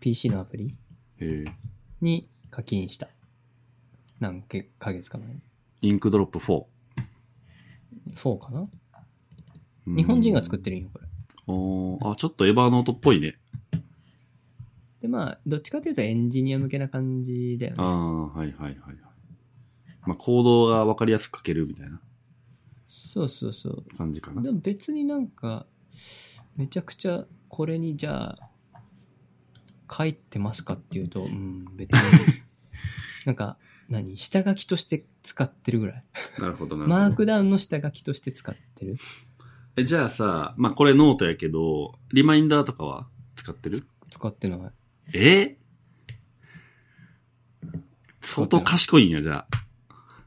Speaker 1: PC のアプリ
Speaker 2: えー、
Speaker 1: に課金した。何けヶ月か前に。
Speaker 2: インクドロップ4。
Speaker 1: 4かな
Speaker 2: うん
Speaker 1: 日本人が作ってるんよ、これ。
Speaker 2: おーあ、ちょっとエヴァーノートっぽいね。
Speaker 1: で、まあ、どっちかというとエンジニア向けな感じだよね。
Speaker 2: ああ、はいはいはいはい。まあ、行動がわかりやすく書けるみたいな
Speaker 1: そうそうそう。
Speaker 2: 感じかな。
Speaker 1: でも別になんか、めちゃくちゃこれにじゃあ、書いてますかっていうと、うん、別に。 なんか、何下書きとして使ってるぐらい。
Speaker 2: なるほどなるほど。
Speaker 1: マークダウンの下書きとして使ってる
Speaker 2: えじゃあさ、まあ、これノートやけど、リマインダーとかは使ってる
Speaker 1: 使ってない。
Speaker 2: え相当賢いんや、じゃ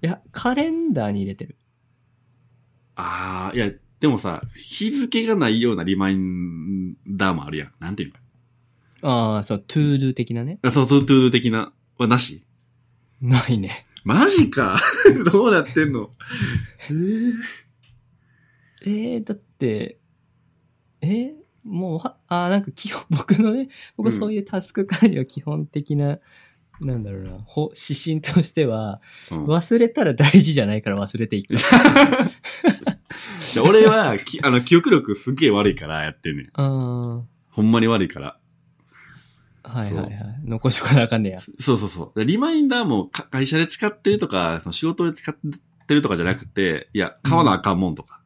Speaker 1: いや、カレンダーに入れてる。
Speaker 2: あ。ああ、いや、でもさ、日付がないようなリマインダーもあるやん。なんていう
Speaker 1: ああ、そう、トゥードゥ的なね。
Speaker 2: のあそう、トゥトゥードゥ的な、はなし
Speaker 1: ないね。
Speaker 2: マジか どうなってんのえー
Speaker 1: ええだって、えーもうは、ああ、なんか基本、 僕のね、僕はそういうタスク管理は基本的な、なんだろうな、ほ指針としては、
Speaker 2: うん
Speaker 1: 忘れたら大事じゃないから忘れていく。
Speaker 2: じゃあ俺は、きあの、記憶力すっげえ悪いからやってんねん。
Speaker 1: ああ、
Speaker 2: ほんまに悪いから。
Speaker 1: はいはいは
Speaker 2: そ
Speaker 1: い。残しとかなあかんねや。
Speaker 2: そうそうそう。でリマインダーもか会社で使ってるとか、その仕事で使ってるとかじゃなくて、いや、買わなあかんもんとか、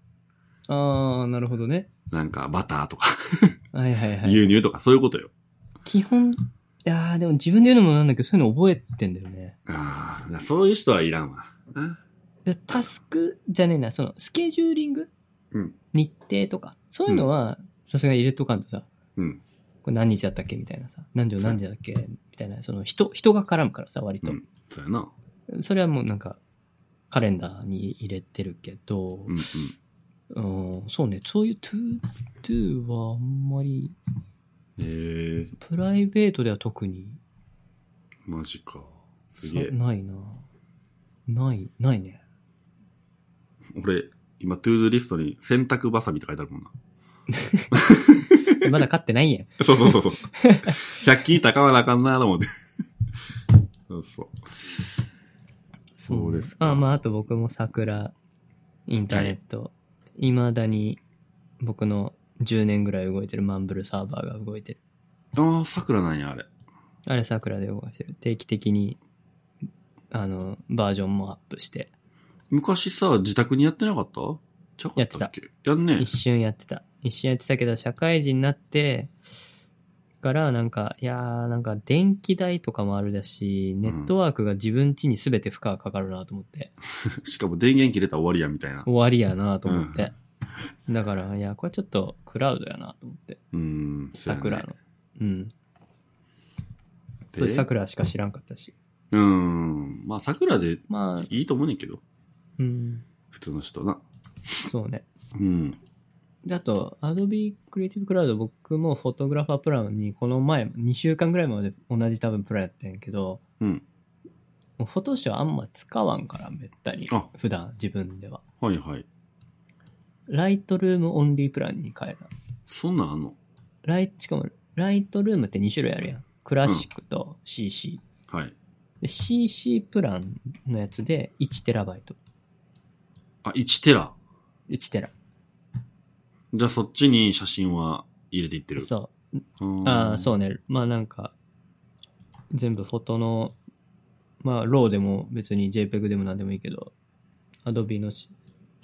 Speaker 1: ああ、なるほどね。
Speaker 2: なんかバターとか、
Speaker 1: はいはいはい。
Speaker 2: 牛乳とか、そういうことよ。
Speaker 1: 基本いやー、でも自分で言うのもなんだけど、そういうの覚えてんだよね。
Speaker 2: ああ、そういう人はいらんわ。
Speaker 1: でタスクじゃねえな、その、スケジューリング
Speaker 2: うん。
Speaker 1: 日程とか。そういうのは、さすがに入れとかんとさ、
Speaker 2: うん。
Speaker 1: これ何日だったっけみたいなさ、何時何時だっけみたいな、その人、人が絡むからさ、割と。
Speaker 2: うんそうやな。
Speaker 1: それはもうなんか、カレンダーに入れてるけど
Speaker 2: う、んうん。
Speaker 1: うん、そうね、そういう to, do はあんまり、
Speaker 2: ええ
Speaker 1: プライベートでは特に
Speaker 2: マジか。すげ
Speaker 1: さ
Speaker 2: え。
Speaker 1: ないな。ない、ないね。
Speaker 2: 俺、今、トゥードゥーリストに洗濯バサミって書いてあるもんな。
Speaker 1: まだ勝ってないやん。
Speaker 2: そうそうそうそう。100均高まなあかんなと思って。そうそう。そうですか
Speaker 1: あまあ、あと僕も桜、インターネット、いまだに僕の10年ぐらい動いてるマンブルサーバーが動いてる。
Speaker 2: ああ、桜なんや、あれ。
Speaker 1: あれ桜で動かしてる。定期的に、あの、バージョンもアップして、
Speaker 2: 昔さ、自宅にやってなかったちゃうかったっけやんね
Speaker 1: 一瞬やってた。一瞬やってたけど、社会人になって、から、なんか、いやー、なんか電気代とかもあるだし、ネットワークが自分家に全て負荷がかかるなと思って、
Speaker 2: しかも電源切れたら終わりや、みたいな。
Speaker 1: 終わりやなと思って。だから、いや、これちょっとクラウドやなと思って。
Speaker 2: うーん、そうやね
Speaker 1: 桜の。うん。
Speaker 2: で
Speaker 1: 桜しか知らんかったし。
Speaker 2: うーん。まあ、桜で
Speaker 1: まあ、
Speaker 2: いいと思うねんけど。
Speaker 1: うん、
Speaker 2: 普通の人な。
Speaker 1: そうね。
Speaker 2: うん。
Speaker 1: であと、Adobe Creative Cloud 僕もフォトグラファープランにこの前、2週間ぐらいまで同じ多分プランやってんやけど、
Speaker 2: うん。
Speaker 1: もうフォトショーあんま使わんから、めったに
Speaker 2: あ。
Speaker 1: 普段自分では。
Speaker 2: はいはい。
Speaker 1: ライトルームオンリープランに変えた。
Speaker 2: そんなんあんの
Speaker 1: ライしかも、ライトルームって2種類あるやん。クラシックと CC。
Speaker 2: はい。
Speaker 1: で CC プランのやつで 1TB。
Speaker 2: あ、1テラ。
Speaker 1: 1TB。
Speaker 2: じゃあそっちに写真は入れていってる。
Speaker 1: そう。
Speaker 2: う
Speaker 1: ああ、
Speaker 2: う。
Speaker 1: そうね。まあなんか、全部フォトの、まあ、ローでも別に JPEG でも何でもいいけど、Adobe のし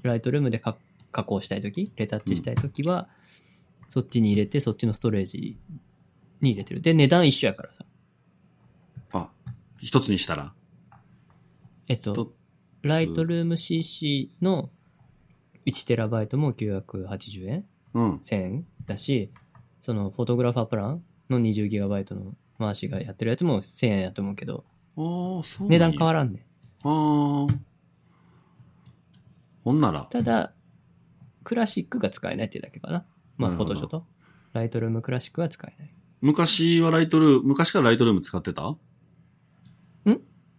Speaker 1: Lightroom でか加工したいとき、レタッチしたいときは、そっちに入れて、そっちのストレージに入れてる。で、値段一緒やからさ。
Speaker 2: あ、一つにしたら
Speaker 1: えっと
Speaker 2: と、
Speaker 1: Lightroom CC の 1TB も980円
Speaker 2: うん。
Speaker 1: 1000円だし、そのフォトグラファープランの 20GB の回しがやってるやつも1000円やと思うけど、
Speaker 2: ああ、そう
Speaker 1: 値段変わ
Speaker 2: る。
Speaker 1: らんね
Speaker 2: ああ。ほんなら。
Speaker 1: ただクラシックが使えないっていうだけかなまあ
Speaker 2: な
Speaker 1: フ
Speaker 2: るほ
Speaker 1: ォ
Speaker 2: ど
Speaker 1: トショーとライトルームクラシックは使えない
Speaker 2: 昔はライトルーム、昔からライトルーム使ってたん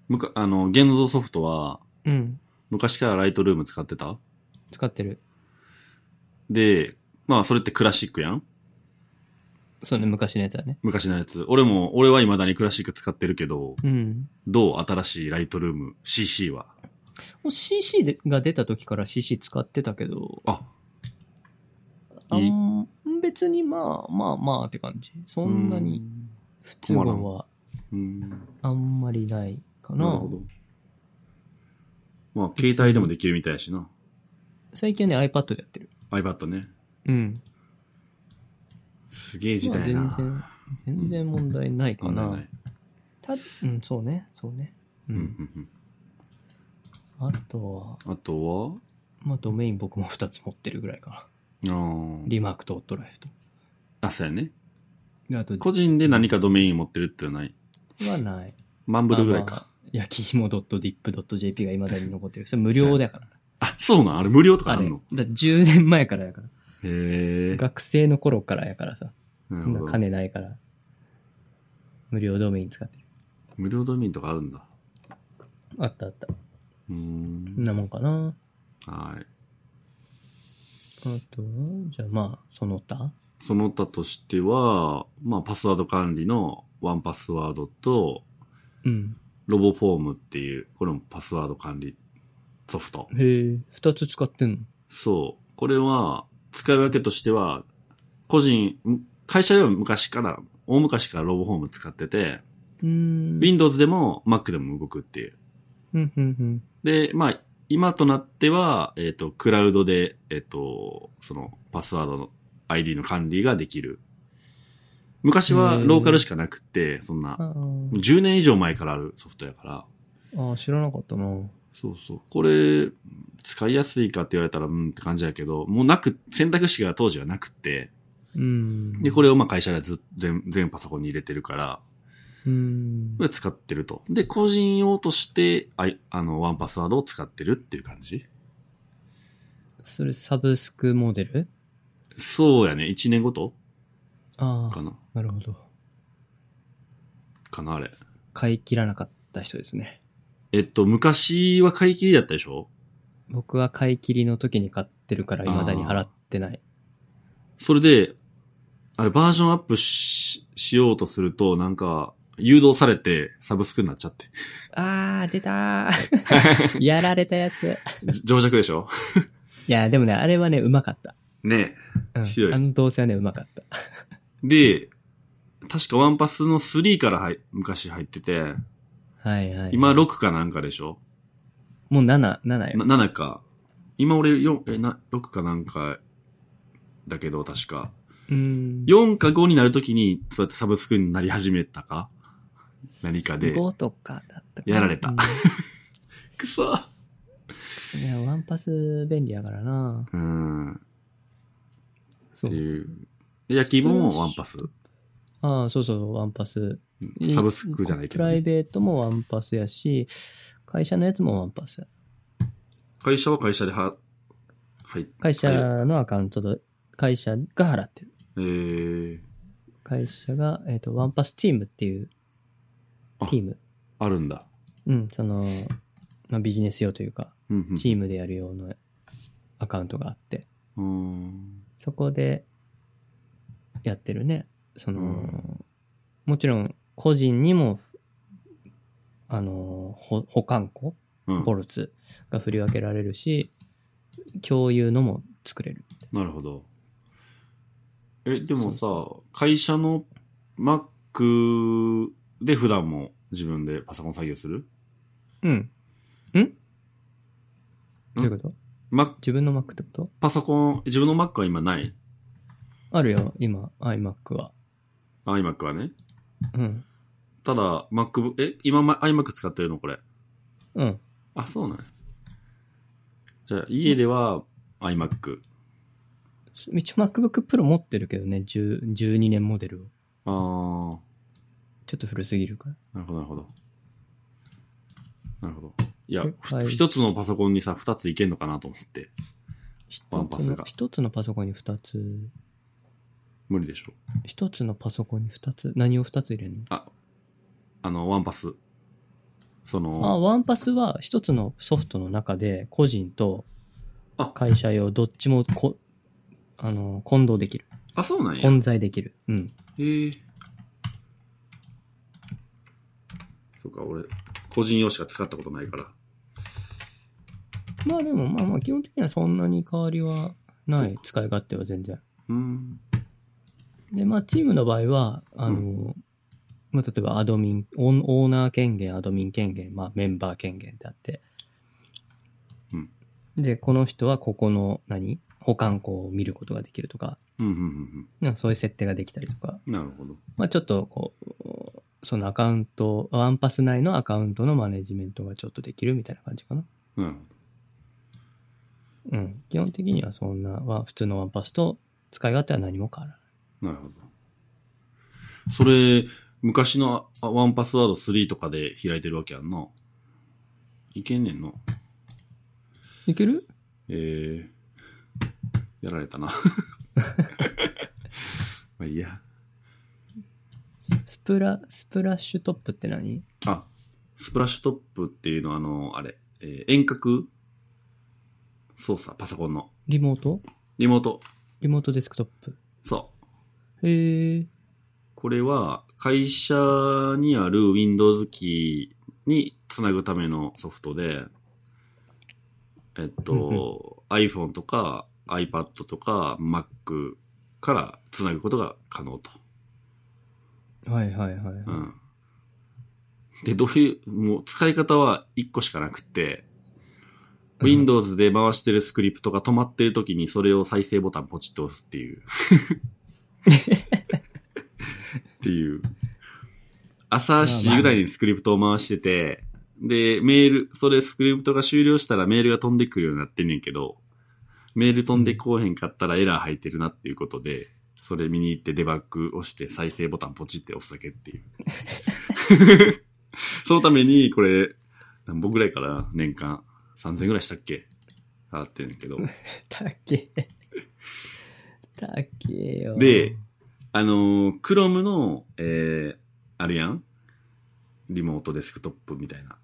Speaker 2: むか、あの、現像ソフトは、
Speaker 1: うん
Speaker 2: 昔からライトルーム使ってた
Speaker 1: 使ってる
Speaker 2: で、まあ、それってクラシックやん
Speaker 1: そうね昔のやつはね
Speaker 2: 昔のやつ。俺も、俺は未だにクラシック使ってるけど、
Speaker 1: うん
Speaker 2: どう新しいライトルーム CC は。
Speaker 1: もう CC でが出た時から CC 使ってたけど
Speaker 2: あ、
Speaker 1: あ
Speaker 2: いい
Speaker 1: ん別にまあまあまあって感じそんなに不都合は
Speaker 2: うん。うん
Speaker 1: あんまりないかな
Speaker 2: なるほど。まあ、携帯でもできるみたいやしな。
Speaker 1: 最近はね iPad でやってる
Speaker 2: iPad ね。
Speaker 1: うん
Speaker 2: すげえ時代や
Speaker 1: まあ
Speaker 2: な。
Speaker 1: 全然全然問題ないか
Speaker 2: 問
Speaker 1: な、
Speaker 2: 題ない。
Speaker 1: たうんそうねそうねう、
Speaker 2: うんんうん
Speaker 1: あとは
Speaker 2: うん。あとは
Speaker 1: まあ、ドメイン僕も2つ持ってるぐらいかな。
Speaker 2: あー
Speaker 1: リマークとオットライフと。
Speaker 2: あ、そうやね。
Speaker 1: であと、
Speaker 2: 個人で何かドメイン持ってるってのはない。
Speaker 1: はない。
Speaker 2: マンブルぐらいか。
Speaker 1: あ。まあ焼き芋 .dip.jp が未だに残ってる。それ無料だから。
Speaker 2: あ、そうなんあれ無料とか
Speaker 1: あ
Speaker 2: あ
Speaker 1: れ、
Speaker 2: る
Speaker 1: だ
Speaker 2: の
Speaker 1: から10年前からやから。
Speaker 2: へえ。
Speaker 1: 学生の頃からやからさ。
Speaker 2: なる
Speaker 1: 今
Speaker 2: ほど。
Speaker 1: 金ないから。無料ドメイン使ってる。
Speaker 2: 無料ドメインとかあるんだ。
Speaker 1: あったあった。
Speaker 2: うー
Speaker 1: そん
Speaker 2: ん。
Speaker 1: なもんかな。
Speaker 2: はい。
Speaker 1: あとは、じゃあまあ、その他。
Speaker 2: その他としては、まあ、パスワード管理のワンパスワードと、
Speaker 1: うん。
Speaker 2: ロボフォームっていう、これもパスワード管理ソフト。
Speaker 1: へえ、2つ使ってんの
Speaker 2: そう。これは、使い分けとしては、個人、む会社では昔から、大昔からロボフォーム使ってて、
Speaker 1: うーん。
Speaker 2: Windows でも Mac でも動くっていう。
Speaker 1: うん、うん、うん。
Speaker 2: で、まあ、今となっては、えっ、と、クラウドで、えっ、と、その、パスワードの ID の管理ができる。昔はローカルしかなくって、そんな、
Speaker 1: あ
Speaker 2: もう
Speaker 1: ー
Speaker 2: 10年以上前からあるソフトやから、
Speaker 1: あー、知らなかったな。
Speaker 2: そうそう。これ、使いやすいかって言われたら、うんって感じやけど、もうなく、選択肢が当時はなくって、
Speaker 1: うん。
Speaker 2: で、これをまあ会社でず全全パソコンに入れてるから、
Speaker 1: うん
Speaker 2: こ。れ使ってると。で、個人用として、あいあの、ワンパスワードを使ってるっていう感じ
Speaker 1: それ、サブスクモデル
Speaker 2: そうやね。1年ごと
Speaker 1: あ
Speaker 2: か
Speaker 1: あ、
Speaker 2: な
Speaker 1: なるほど。
Speaker 2: かなあれ。
Speaker 1: 買い切らなかった人ですね。
Speaker 2: えっと、昔は買い切りだったでしょ
Speaker 1: 僕は買い切りの時に買ってるから、未だに払ってない。
Speaker 2: それで、あれ、バージョンアップししようとすると、なんか、誘導されて、サブスクになっちゃって。
Speaker 1: あー、出たー。 やられたやつ。
Speaker 2: じ 情弱でしょ
Speaker 1: いや、でもね、あれはね、うまかった。
Speaker 2: ね
Speaker 1: うん、
Speaker 2: ひどい
Speaker 1: あの動線はね、うまかった。
Speaker 2: えで、確かワンパスの3から入昔入ってて、
Speaker 1: はいはい。
Speaker 2: 今6かなんかでしょ、
Speaker 1: もう7、7よ。
Speaker 2: な ?7 か。今俺4、え、な、6かなんか、だけど確か。
Speaker 1: うん。
Speaker 2: 4か5になるときに、そうやってサブスクになり始めたか何かで
Speaker 1: 5とかだったかな
Speaker 2: やられた
Speaker 1: うん
Speaker 2: くそ
Speaker 1: いや、ワンパス便利やからな。
Speaker 2: うん。っ
Speaker 1: そ
Speaker 2: て
Speaker 1: う。
Speaker 2: いう。で、焼き芋もワンパス。
Speaker 1: ああ、そうそう、ワンパス。
Speaker 2: サブスクじゃない
Speaker 1: プ
Speaker 2: けど
Speaker 1: ライ
Speaker 2: ね、
Speaker 1: ベートもワンパスやし、会社のやつもワンパス。
Speaker 2: 会社は会社では、はい。
Speaker 1: 会社
Speaker 2: はい
Speaker 1: のアカウントで、会社が払ってる。
Speaker 2: えー、
Speaker 1: 会社が、えっ、と、ワンパスチームっていう、
Speaker 2: あ
Speaker 1: チーム。
Speaker 2: あるんだ。
Speaker 1: うん、その、まあ、ビジネス用というか、
Speaker 2: うんうん
Speaker 1: チームでやる用のアカウントがあって、
Speaker 2: うん。
Speaker 1: そこでやってるね。その、
Speaker 2: うん
Speaker 1: もちろん個人にも、あの、ほ保管庫、
Speaker 2: うん
Speaker 1: ボルツが振り分けられるし、共有のも作れる。
Speaker 2: なるほど。え、でもさ、
Speaker 1: そう
Speaker 2: 会社の Mac で普段も自分でパソコン作業する
Speaker 1: うん。んどういうこと
Speaker 2: ?Mac、
Speaker 1: 自分の Mac ってこと
Speaker 2: パソコン、自分の Mac は今ない
Speaker 1: あるよ、今、iMac は。
Speaker 2: ?iMac はね。
Speaker 1: うん。
Speaker 2: ただ、Mac、え、今ま iMac 使ってるのこれ。
Speaker 1: うん。
Speaker 2: あ、そうなんやじゃあ、家では iMac。
Speaker 1: 一応 MacBook Pro 持ってるけどね、10 12年モデルを。
Speaker 2: あー、
Speaker 1: ちょっと古すぎるから。
Speaker 2: なるほど、なるほど。なるほど。いや
Speaker 1: で、
Speaker 2: ふ
Speaker 1: はい
Speaker 2: 一、つのパソコンにさ、二ついけんのかなと思って。
Speaker 1: 一
Speaker 2: ワンパ
Speaker 1: つ
Speaker 2: ス
Speaker 1: の
Speaker 2: が
Speaker 1: 一つのパソコンに二つ。
Speaker 2: 無理でしょ。
Speaker 1: 一つのパソコンに二つ。何を二つ入れるの
Speaker 2: あの、ワンパス。そ
Speaker 1: あ、
Speaker 2: の、
Speaker 1: ワンパスは一つのソフトの中で個人と
Speaker 2: あ
Speaker 1: 会社用どっちもこあの混同できる。
Speaker 2: あそうなんや。
Speaker 1: 混在できる。うん。
Speaker 2: へえ。そうか、俺、個人用しか使ったことないから。
Speaker 1: まあでもまあまあ基本的にはそんなに変わりはない使い勝手は全然。
Speaker 2: うん。
Speaker 1: でまあチームの場合は、あの、
Speaker 2: う
Speaker 1: まあ例えばアドミン、オンオーナー権限、アドミン権限、まあメンバー権限ってあって。
Speaker 2: うん
Speaker 1: で、この人はここの何保管庫を見ることができるとか、
Speaker 2: うん、うん、うん
Speaker 1: なんかそういう設定ができたりとか。
Speaker 2: うん。なるほど。
Speaker 1: まあ、ちょっとこう、そのアカウント、ワンパス内のアカウントのマネジメントがちょっとできるみたいな感じかな。
Speaker 2: なる
Speaker 1: うん。基本的にはそんなは、普通のワンパスと使い勝手は何も変わらない。
Speaker 2: ほど。なるほど。それ、昔のあワンパスワード3とかで開いてるわけやんな。いけんねんの。
Speaker 1: いける
Speaker 2: えー、やられたな。 まあいいや。
Speaker 1: スプラ、スプラッシュトップって何
Speaker 2: あ、スプラッシュトップっていうのは、あの、あれ、えー遠隔操作、パソコンの。
Speaker 1: リモート
Speaker 2: リモート。
Speaker 1: リモートデスクトップ。
Speaker 2: そう。
Speaker 1: へえ。
Speaker 2: これは、会社にある Windows キーにつなぐためのソフトで、えっと、iPhone とか iPad とか Mac からつなぐことが可能と。
Speaker 1: はいはいはい。
Speaker 2: うん。で、どういう、もう使い方は1個しかなくって、
Speaker 1: うん
Speaker 2: Windows で回してるスクリプトが止まってる時にそれを再生ボタンポチッと押すっていう。っていう。朝7時ぐらいにスクリプトを回してて、で、メール、それスクリプトが終了したらメールが飛んでくるようになってんねんけど、メール飛んでこうへんかったらエラー入ってるなっていうことで、それ見に行ってデバッグ押して再生ボタンポチって押すだけっていう。 そのために、これ、何本ぐらいから年間3000ぐらいしたっけ払ってんねんけど。
Speaker 1: たけえ。たけえよ。
Speaker 2: で、あのー、Chrome の、えー、あるやんリモートデスクトップみたいな。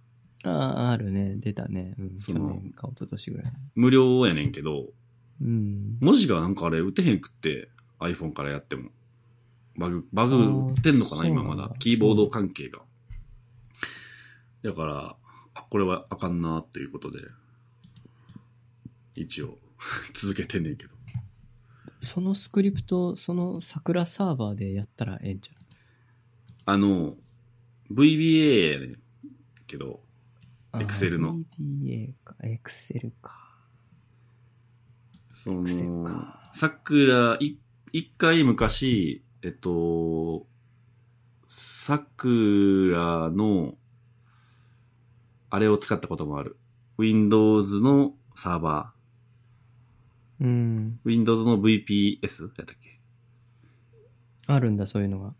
Speaker 1: ああ、あるね。出たね。うん、
Speaker 2: そ
Speaker 1: 去
Speaker 2: の
Speaker 1: 年か一昨年ぐらい。
Speaker 2: 無料やねんけど、
Speaker 1: うん。
Speaker 2: 文字がなんかあれ打てへんくって、iPhone からやっても。バグ、バ
Speaker 1: あ
Speaker 2: グ
Speaker 1: ー
Speaker 2: 打ってんのかな
Speaker 1: そうな
Speaker 2: 今
Speaker 1: んだ
Speaker 2: まだ。キーボード関係が。だから、あ、これはあかんなということで、一応、 続けてんねんけど。
Speaker 1: そのスクリプト、その桜サーバーでやったらええんちゃう
Speaker 2: あの、VBA やねんけど、
Speaker 1: あー
Speaker 2: Excel の
Speaker 1: VBA か、Excel か。
Speaker 2: その
Speaker 1: Excel か、
Speaker 2: さくら、い一回昔、えっと、さくらの、あれを使ったこともある。Windows のサーバ
Speaker 1: うん。
Speaker 2: ー。Windows の VPS やったっけ
Speaker 1: あるんだ、そういうのが。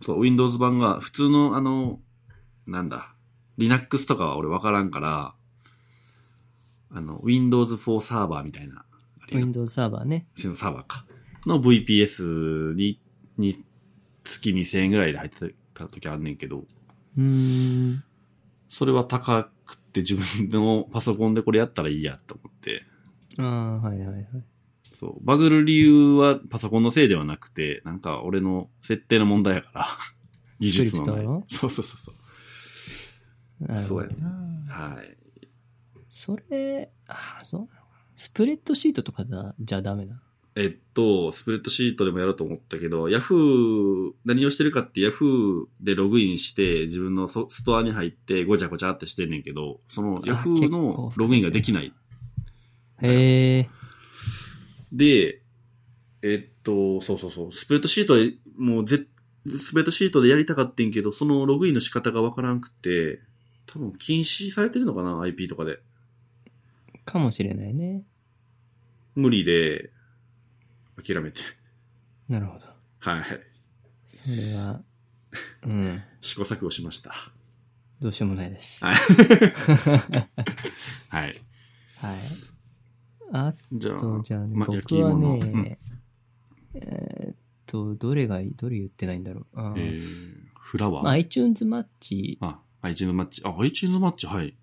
Speaker 2: そう、Windows 版が普通のあの、なんだ、Linux とかは俺わからんから、あの、Windows for サーバーみたいな。あれやん
Speaker 1: Windows サーバーね。
Speaker 2: そのサーバーか。の VPS に、に、月2000円ぐらいで入ってた時あんねんけど、
Speaker 1: うーん。
Speaker 2: それは高くって自分のパソコンでこれやったらいいやと思って、
Speaker 1: ああ、はいはいはい。
Speaker 2: そう、バグる理由はパソコンのせいではなくて、なんか俺の設定の問題やから、技術の
Speaker 1: スクリプト
Speaker 2: 問
Speaker 1: の
Speaker 2: 題。そうそうそうそう。
Speaker 1: なるほどね
Speaker 2: そうはい。
Speaker 1: それ、ああ、そうなのかな。スプレッドシートとかじゃじゃダメな。
Speaker 2: えっと、スプレッドシートでもやろうと思ったけど、Yahoo、何をしてるかって Yahoo でログインして、自分のソストアに入って、ごちゃごちゃってしてんねんけど、その
Speaker 1: あ
Speaker 2: Yahoo
Speaker 1: 結
Speaker 2: の
Speaker 1: 構
Speaker 2: ログインができない。
Speaker 1: へえ。
Speaker 2: で、えっと、そうそうそう、スプレッドシートで、もうぜ、スプレッドシートでやりたかってんけど、そのログインの仕方がわからんくて、多分禁止されてるのかな、IP とかで。
Speaker 1: かもしれないね。
Speaker 2: 無理で、諦めて。
Speaker 1: なるほど。
Speaker 2: はい。
Speaker 1: それは、うん。
Speaker 2: 試行錯誤しました。
Speaker 1: どうしようもないです。
Speaker 2: はい。はい。
Speaker 1: はい。あ
Speaker 2: じゃあ、
Speaker 1: と、じゃあね、
Speaker 2: ま
Speaker 1: 僕はね、
Speaker 2: 焼き芋のうん
Speaker 1: えーっと、どれがいいどれ言ってないんだろう。あ
Speaker 2: え
Speaker 1: ー
Speaker 2: ー、フラワー、
Speaker 1: まあ、iTunes マッチ
Speaker 2: あ、iTunes マッチ。あ、iTunes マッチ、はい。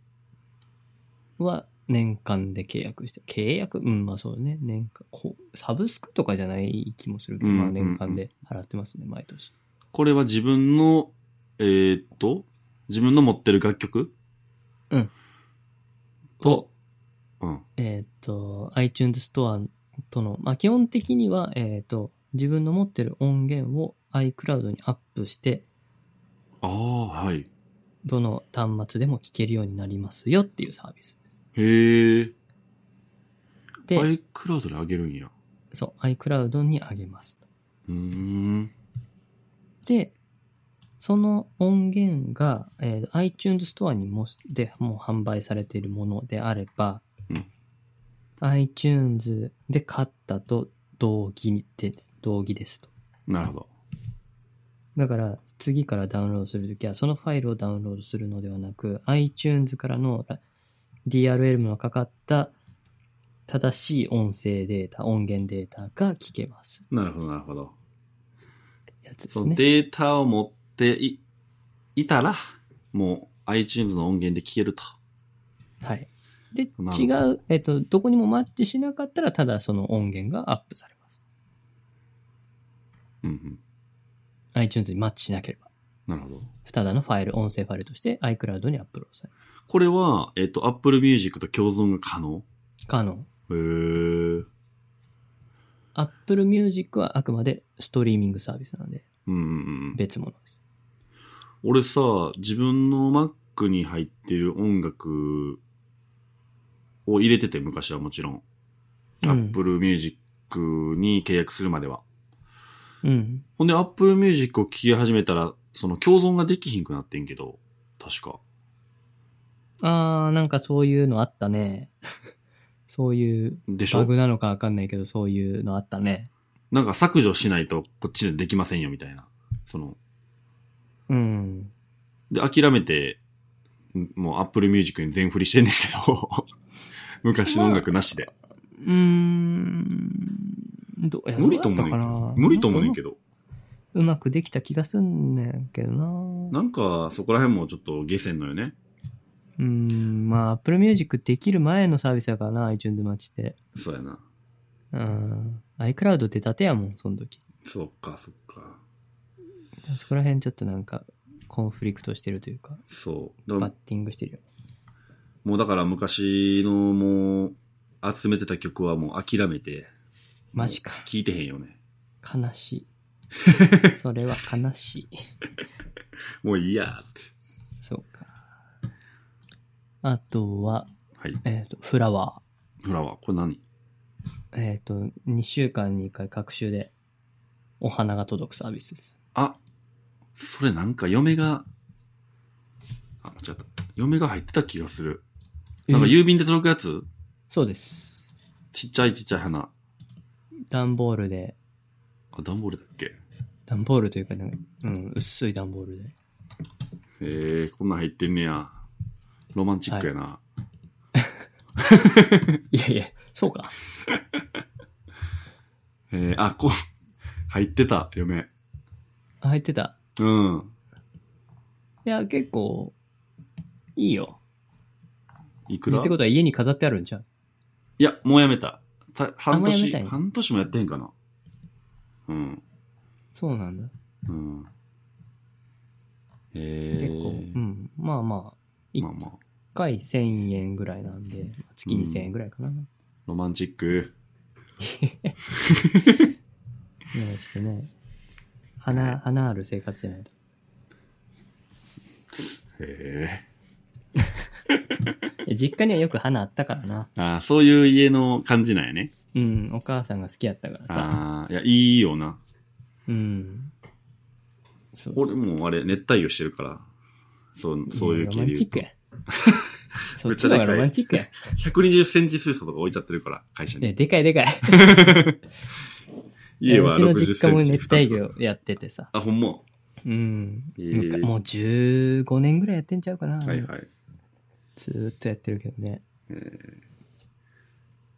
Speaker 1: は年間で契約して、契約うん、まあそうね。年間こう、サブスクとかじゃない気もするけど、
Speaker 2: うん
Speaker 1: まあ年間で払ってますね、毎年。
Speaker 2: これは自分の、えーっと、自分の持ってる楽曲
Speaker 1: うん。
Speaker 2: と、うん。
Speaker 1: えーっと、iTunes ストアとの、まあ基本的には、えーっと、自分の持ってる音源を iCloud にアップして、
Speaker 2: ああ、はい。
Speaker 1: どの端末でも聴けるようになりますよっていうサービス。
Speaker 2: へえ。
Speaker 1: で、
Speaker 2: iCloud であげるんや。
Speaker 1: そう、iCloud にあげます。
Speaker 2: うーん。
Speaker 1: で、その音源が、えー iTunes ストアにもしでもう販売されているものであれば、
Speaker 2: うん
Speaker 1: iTunes で買ったと同義にで同義ですと。
Speaker 2: なるほど。
Speaker 1: だから次からダウンロードするときはそのファイルをダウンロードするのではなく iTunes からのら DRM のかかった正しい音声データ、音源データが聞けます。
Speaker 2: なるほど、なるほど。
Speaker 1: やつです
Speaker 2: その
Speaker 1: ね。
Speaker 2: データを持ってい、いたら、もう iTunes の音源で聴けると。
Speaker 1: はい。で、違
Speaker 2: なるほど
Speaker 1: う、えっと、どこにもマッチしなかったら、ただその音源がアップされます。
Speaker 2: うんうん。
Speaker 1: iTunes にマッチしなければ。
Speaker 2: なるほど。
Speaker 1: ただのファイル、音声ファイルとして iCloud にアップロードされる。
Speaker 2: これは、えっ、と、Apple Music と共存が可能
Speaker 1: 可能。
Speaker 2: へー
Speaker 1: Apple Music はあくまでストリーミングサービスなので、
Speaker 2: うんうんうん。
Speaker 1: 別物です。
Speaker 2: 俺さ、自分の Mac に入ってる音楽を入れてて、昔はもちろん。
Speaker 1: うん
Speaker 2: Apple Music に契約するまでは。
Speaker 1: うん。
Speaker 2: ほんで、Apple Music を聴き始めたら、その共存ができひんくなってんけど、確か。
Speaker 1: あー、なんかそういうのあったね。 そういう、
Speaker 2: でし
Speaker 1: バ
Speaker 2: ょ
Speaker 1: グなのかわかんないけど、そういうのあったね。
Speaker 2: なんか削除しないとこっちでできませんよみたいな。その、
Speaker 1: うん。
Speaker 2: で、諦めて、んもう Apple Music に全振りしてんねんけど、 昔の音楽なしで。
Speaker 1: うーん。どうや
Speaker 2: 無理と
Speaker 1: ど
Speaker 2: 思う
Speaker 1: うや
Speaker 2: ねんけ
Speaker 1: ったかな
Speaker 2: ど。無理と思うねん
Speaker 1: ど
Speaker 2: けど。
Speaker 1: うまくできた気がすんねんけどな。
Speaker 2: なんか、そこら辺もちょっと下船のよね。
Speaker 1: うーん、まあ、Apple Music できる前のサービスやからな、iTunes 待ちって。
Speaker 2: そうやな。
Speaker 1: うん。iCloud 出たてやもん、その時。
Speaker 2: そっか、そっか。
Speaker 1: そこら辺ちょっとなんか、コンフリクトしてるというか、
Speaker 2: そう。だか
Speaker 1: バッ
Speaker 2: ら
Speaker 1: ティングしてるよ。
Speaker 2: もうだから昔のもう、集めてた曲はもう諦めて、
Speaker 1: マジか。
Speaker 2: 聴いてへんよね。
Speaker 1: 悲 しい。それは悲しい。
Speaker 2: もういいやって。
Speaker 1: そうか。あとは、
Speaker 2: はい。
Speaker 1: えっ、と、フラワ
Speaker 2: フラワー、これ何
Speaker 1: ー。えっ、と、2週間に1回各週でお花が届くサービスです。
Speaker 2: あ、それなんか嫁が、あ、間違った。嫁が入ってた気がする。なんか
Speaker 1: え
Speaker 2: 郵便で届くやつ、
Speaker 1: そうです。
Speaker 2: ちっちゃいちっちゃい花。
Speaker 1: 段ボールで、
Speaker 2: あ、段ボールだっけへ
Speaker 1: 段ボールというか、なんか、うん、薄い段ボールで。
Speaker 2: えー、こんなん入ってんねや。ロマンチックやな。
Speaker 1: いやいや、そうか。
Speaker 2: えー、あ、こう、 入ってた、嫁。
Speaker 1: あ入ってた。
Speaker 2: うん。
Speaker 1: いや、結構、いいよ。
Speaker 2: いくら
Speaker 1: ってことは家に飾ってあるんじゃん。
Speaker 2: いや、もうやめた。た半
Speaker 1: もうやめ
Speaker 2: 年
Speaker 1: たん、や
Speaker 2: 半年もやってへんかな。うん。
Speaker 1: そうなんだ。
Speaker 2: うん。え
Speaker 1: 結
Speaker 2: ー、
Speaker 1: 構、うん。まあまあ、
Speaker 2: まあまあ、
Speaker 1: 1回1000円ぐらいなんで、月2000円ぐらいかな。ね
Speaker 2: ロマンチック。
Speaker 1: してね。花、花ある生活じゃないと。
Speaker 2: へ
Speaker 1: いや実家にはよく花あったからな。
Speaker 2: え。あーそういう家の感じなんやね。
Speaker 1: うん、お母さんが好きやったからさ。
Speaker 2: ああ、いや、いいよな。
Speaker 1: うん。そうそう
Speaker 2: 俺もうあれ、熱帯魚してるから。そう、そういう
Speaker 1: ロマ
Speaker 2: 系
Speaker 1: ン
Speaker 2: で
Speaker 1: チ
Speaker 2: 言う
Speaker 1: ック
Speaker 2: と
Speaker 1: や。 そっちの方がロマンチックや。い
Speaker 2: 120センチ水槽とか置いちゃってるから、会社
Speaker 1: や、
Speaker 2: に。
Speaker 1: でかいでかい。
Speaker 2: 家は
Speaker 1: うちの
Speaker 2: 60
Speaker 1: 実
Speaker 2: セ
Speaker 1: 家
Speaker 2: ン
Speaker 1: も
Speaker 2: チ。
Speaker 1: 熱帯
Speaker 2: 二つ
Speaker 1: 魚やっててさ。
Speaker 2: あ、ほんま。
Speaker 1: うん。
Speaker 2: えー
Speaker 1: むかもう15年ぐらいやってんちゃうかな。
Speaker 2: はいはい。
Speaker 1: ずーっとやってるけどね。
Speaker 2: えー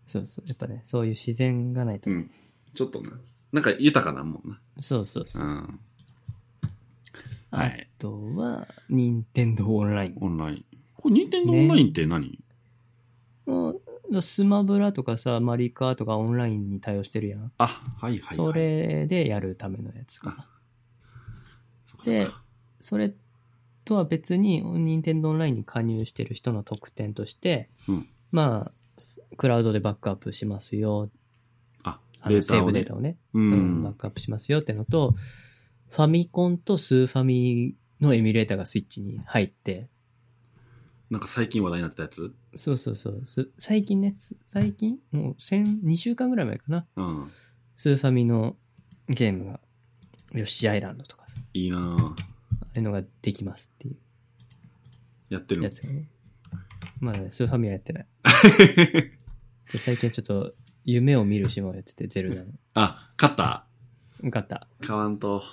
Speaker 1: そうそう。やっぱね、そういう自然がないと。
Speaker 2: うん。ちょっとな。なんか豊かなもんな。
Speaker 1: そうそうそうう。
Speaker 2: ん。は
Speaker 1: あ
Speaker 2: い
Speaker 1: とは、任天堂オンライン。
Speaker 2: オンライン。これ、任天堂オンラインって何、
Speaker 1: もうスマブラとかさ、マリカーとかオンラインに対応してるやん。
Speaker 2: あ、はいはい、はい。
Speaker 1: それでやるためのやつかな。
Speaker 2: そっかそっか、
Speaker 1: それとは別に、任天堂オンラインに加入してる人の特典として、
Speaker 2: うん
Speaker 1: まあ、クラウドでバックアップしますよ。
Speaker 2: あ、
Speaker 1: あの
Speaker 2: デー
Speaker 1: セ
Speaker 2: タ
Speaker 1: ー
Speaker 2: を、
Speaker 1: ブ
Speaker 2: ね。
Speaker 1: データをね。
Speaker 2: う
Speaker 1: うん、バッ
Speaker 2: ん。
Speaker 1: クアップしますよってのと、ファミコンとスーファミのエミュレーターがスイッチに入って、
Speaker 2: なんか最近話題になってたやつ
Speaker 1: そうそうそう、す最近ね、す最近もう先、2週間ぐらい前かな、
Speaker 2: うん。
Speaker 1: スーファミのゲームが、ヨッシーアイランドとか、あ
Speaker 2: いいなぁ。
Speaker 1: あいうのができますってい
Speaker 2: やって
Speaker 1: うや
Speaker 2: る
Speaker 1: つがね。まだね、スーファミはやって ない。で最近ちょっと、夢を見る島をやってて、ゼルダの。
Speaker 2: あ、勝った
Speaker 1: よかった。
Speaker 2: 買わんと。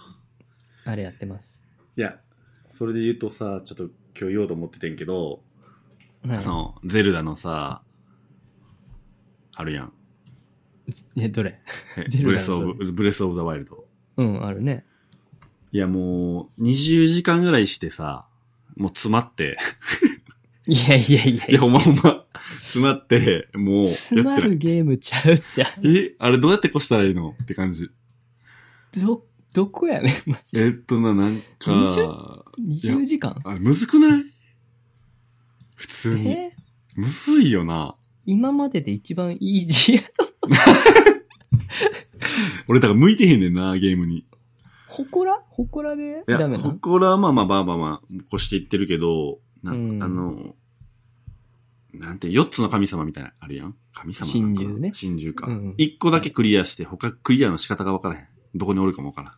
Speaker 1: あれやってます。
Speaker 2: いや、それで言うとさ、ちょっと今日言おうと思っててんけど、あ
Speaker 1: は
Speaker 2: の、ゼルダのさ、あるやん。
Speaker 1: い。え、どれ
Speaker 2: え
Speaker 1: ゼルダの
Speaker 2: ブレスオブ、ブレスオブザワイルド。
Speaker 1: うん、あるね。
Speaker 2: いや、もう、20時間ぐらいしてさ、もう詰まって、
Speaker 1: いやいやいや
Speaker 2: いや、ほんまほんま、詰まって、もう、やって
Speaker 1: 詰ま
Speaker 2: な
Speaker 1: る
Speaker 2: い。
Speaker 1: ゲームちゃうじゃん。
Speaker 2: え、あれどうやって越したらいいのって感じ。
Speaker 1: ど、どこやねん、マジで。
Speaker 2: えっとな、なんか、や
Speaker 1: 20時間
Speaker 2: あれ、むずくない
Speaker 1: え
Speaker 2: 普通に。むずいよな。
Speaker 1: 今までで一番イージーやと。
Speaker 2: 俺、だから向いてへんねんな、ゲームに。
Speaker 1: ほこらほこらで
Speaker 2: いや、
Speaker 1: ダメな
Speaker 2: ほ
Speaker 1: の
Speaker 2: こらはまあまあまあまあまあ、越していってるけど、な
Speaker 1: うん
Speaker 2: あの、なんて、四つの神様みたいな、あるやん神様なのかな
Speaker 1: 神獣ね
Speaker 2: 神獣か
Speaker 1: うん。
Speaker 2: 一、個だけクリアして、他クリアの仕方がわからへん。どこにおるかもわからん。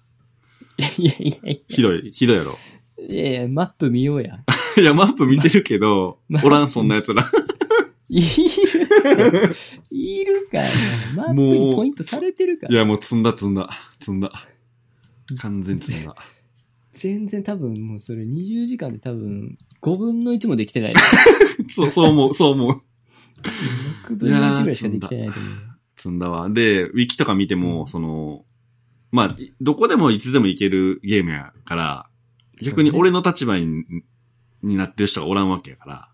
Speaker 1: いやいやい
Speaker 2: ひどい、ひどいやろ。
Speaker 1: や。いやいや、マップ見ようや。
Speaker 2: いや、マップ見てるけど、おらん、そんな 奴ら。
Speaker 1: いるいるからマップ
Speaker 2: も
Speaker 1: に
Speaker 2: う
Speaker 1: ポイントされてるか
Speaker 2: い
Speaker 1: ら。
Speaker 2: や、もう積んだ積んだ。積んだ。完全に積んだ。
Speaker 1: 全然多分もうそれ20時間で多分5分の1もできてない。
Speaker 2: そう、そう思う、そう思う。
Speaker 1: 6分の1ぐらいしかできてないと思う。
Speaker 2: 積んだわ。で、ウィキとか見ても、その、まあ、いどこでもいつでも行けるゲームやから、逆に俺の立場にになってる人がおらんわけやか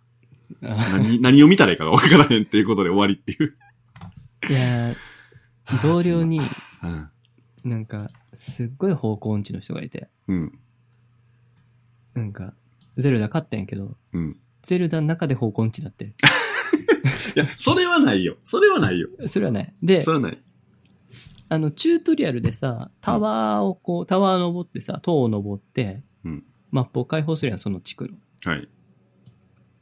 Speaker 2: ら、
Speaker 1: あ
Speaker 2: 何 何を見たらいいかがわからへんっていうことで終わりっていう。
Speaker 1: いや、同僚に
Speaker 2: うん。
Speaker 1: なんかすっごい方向音痴の人がいて、
Speaker 2: うん。
Speaker 1: なんかゼルダ勝ったんやけど、
Speaker 2: うん。い
Speaker 1: ゼルダの中で方向音痴になって
Speaker 2: や、それはないよ。それはないよ。
Speaker 1: る。それはね。で
Speaker 2: そ、れはない。
Speaker 1: あの、チュートリアルでさ、タワーをこう、タワー登ってさ、塔を登って、
Speaker 2: うん
Speaker 1: マップを開放するやん、その地区の。
Speaker 2: はい。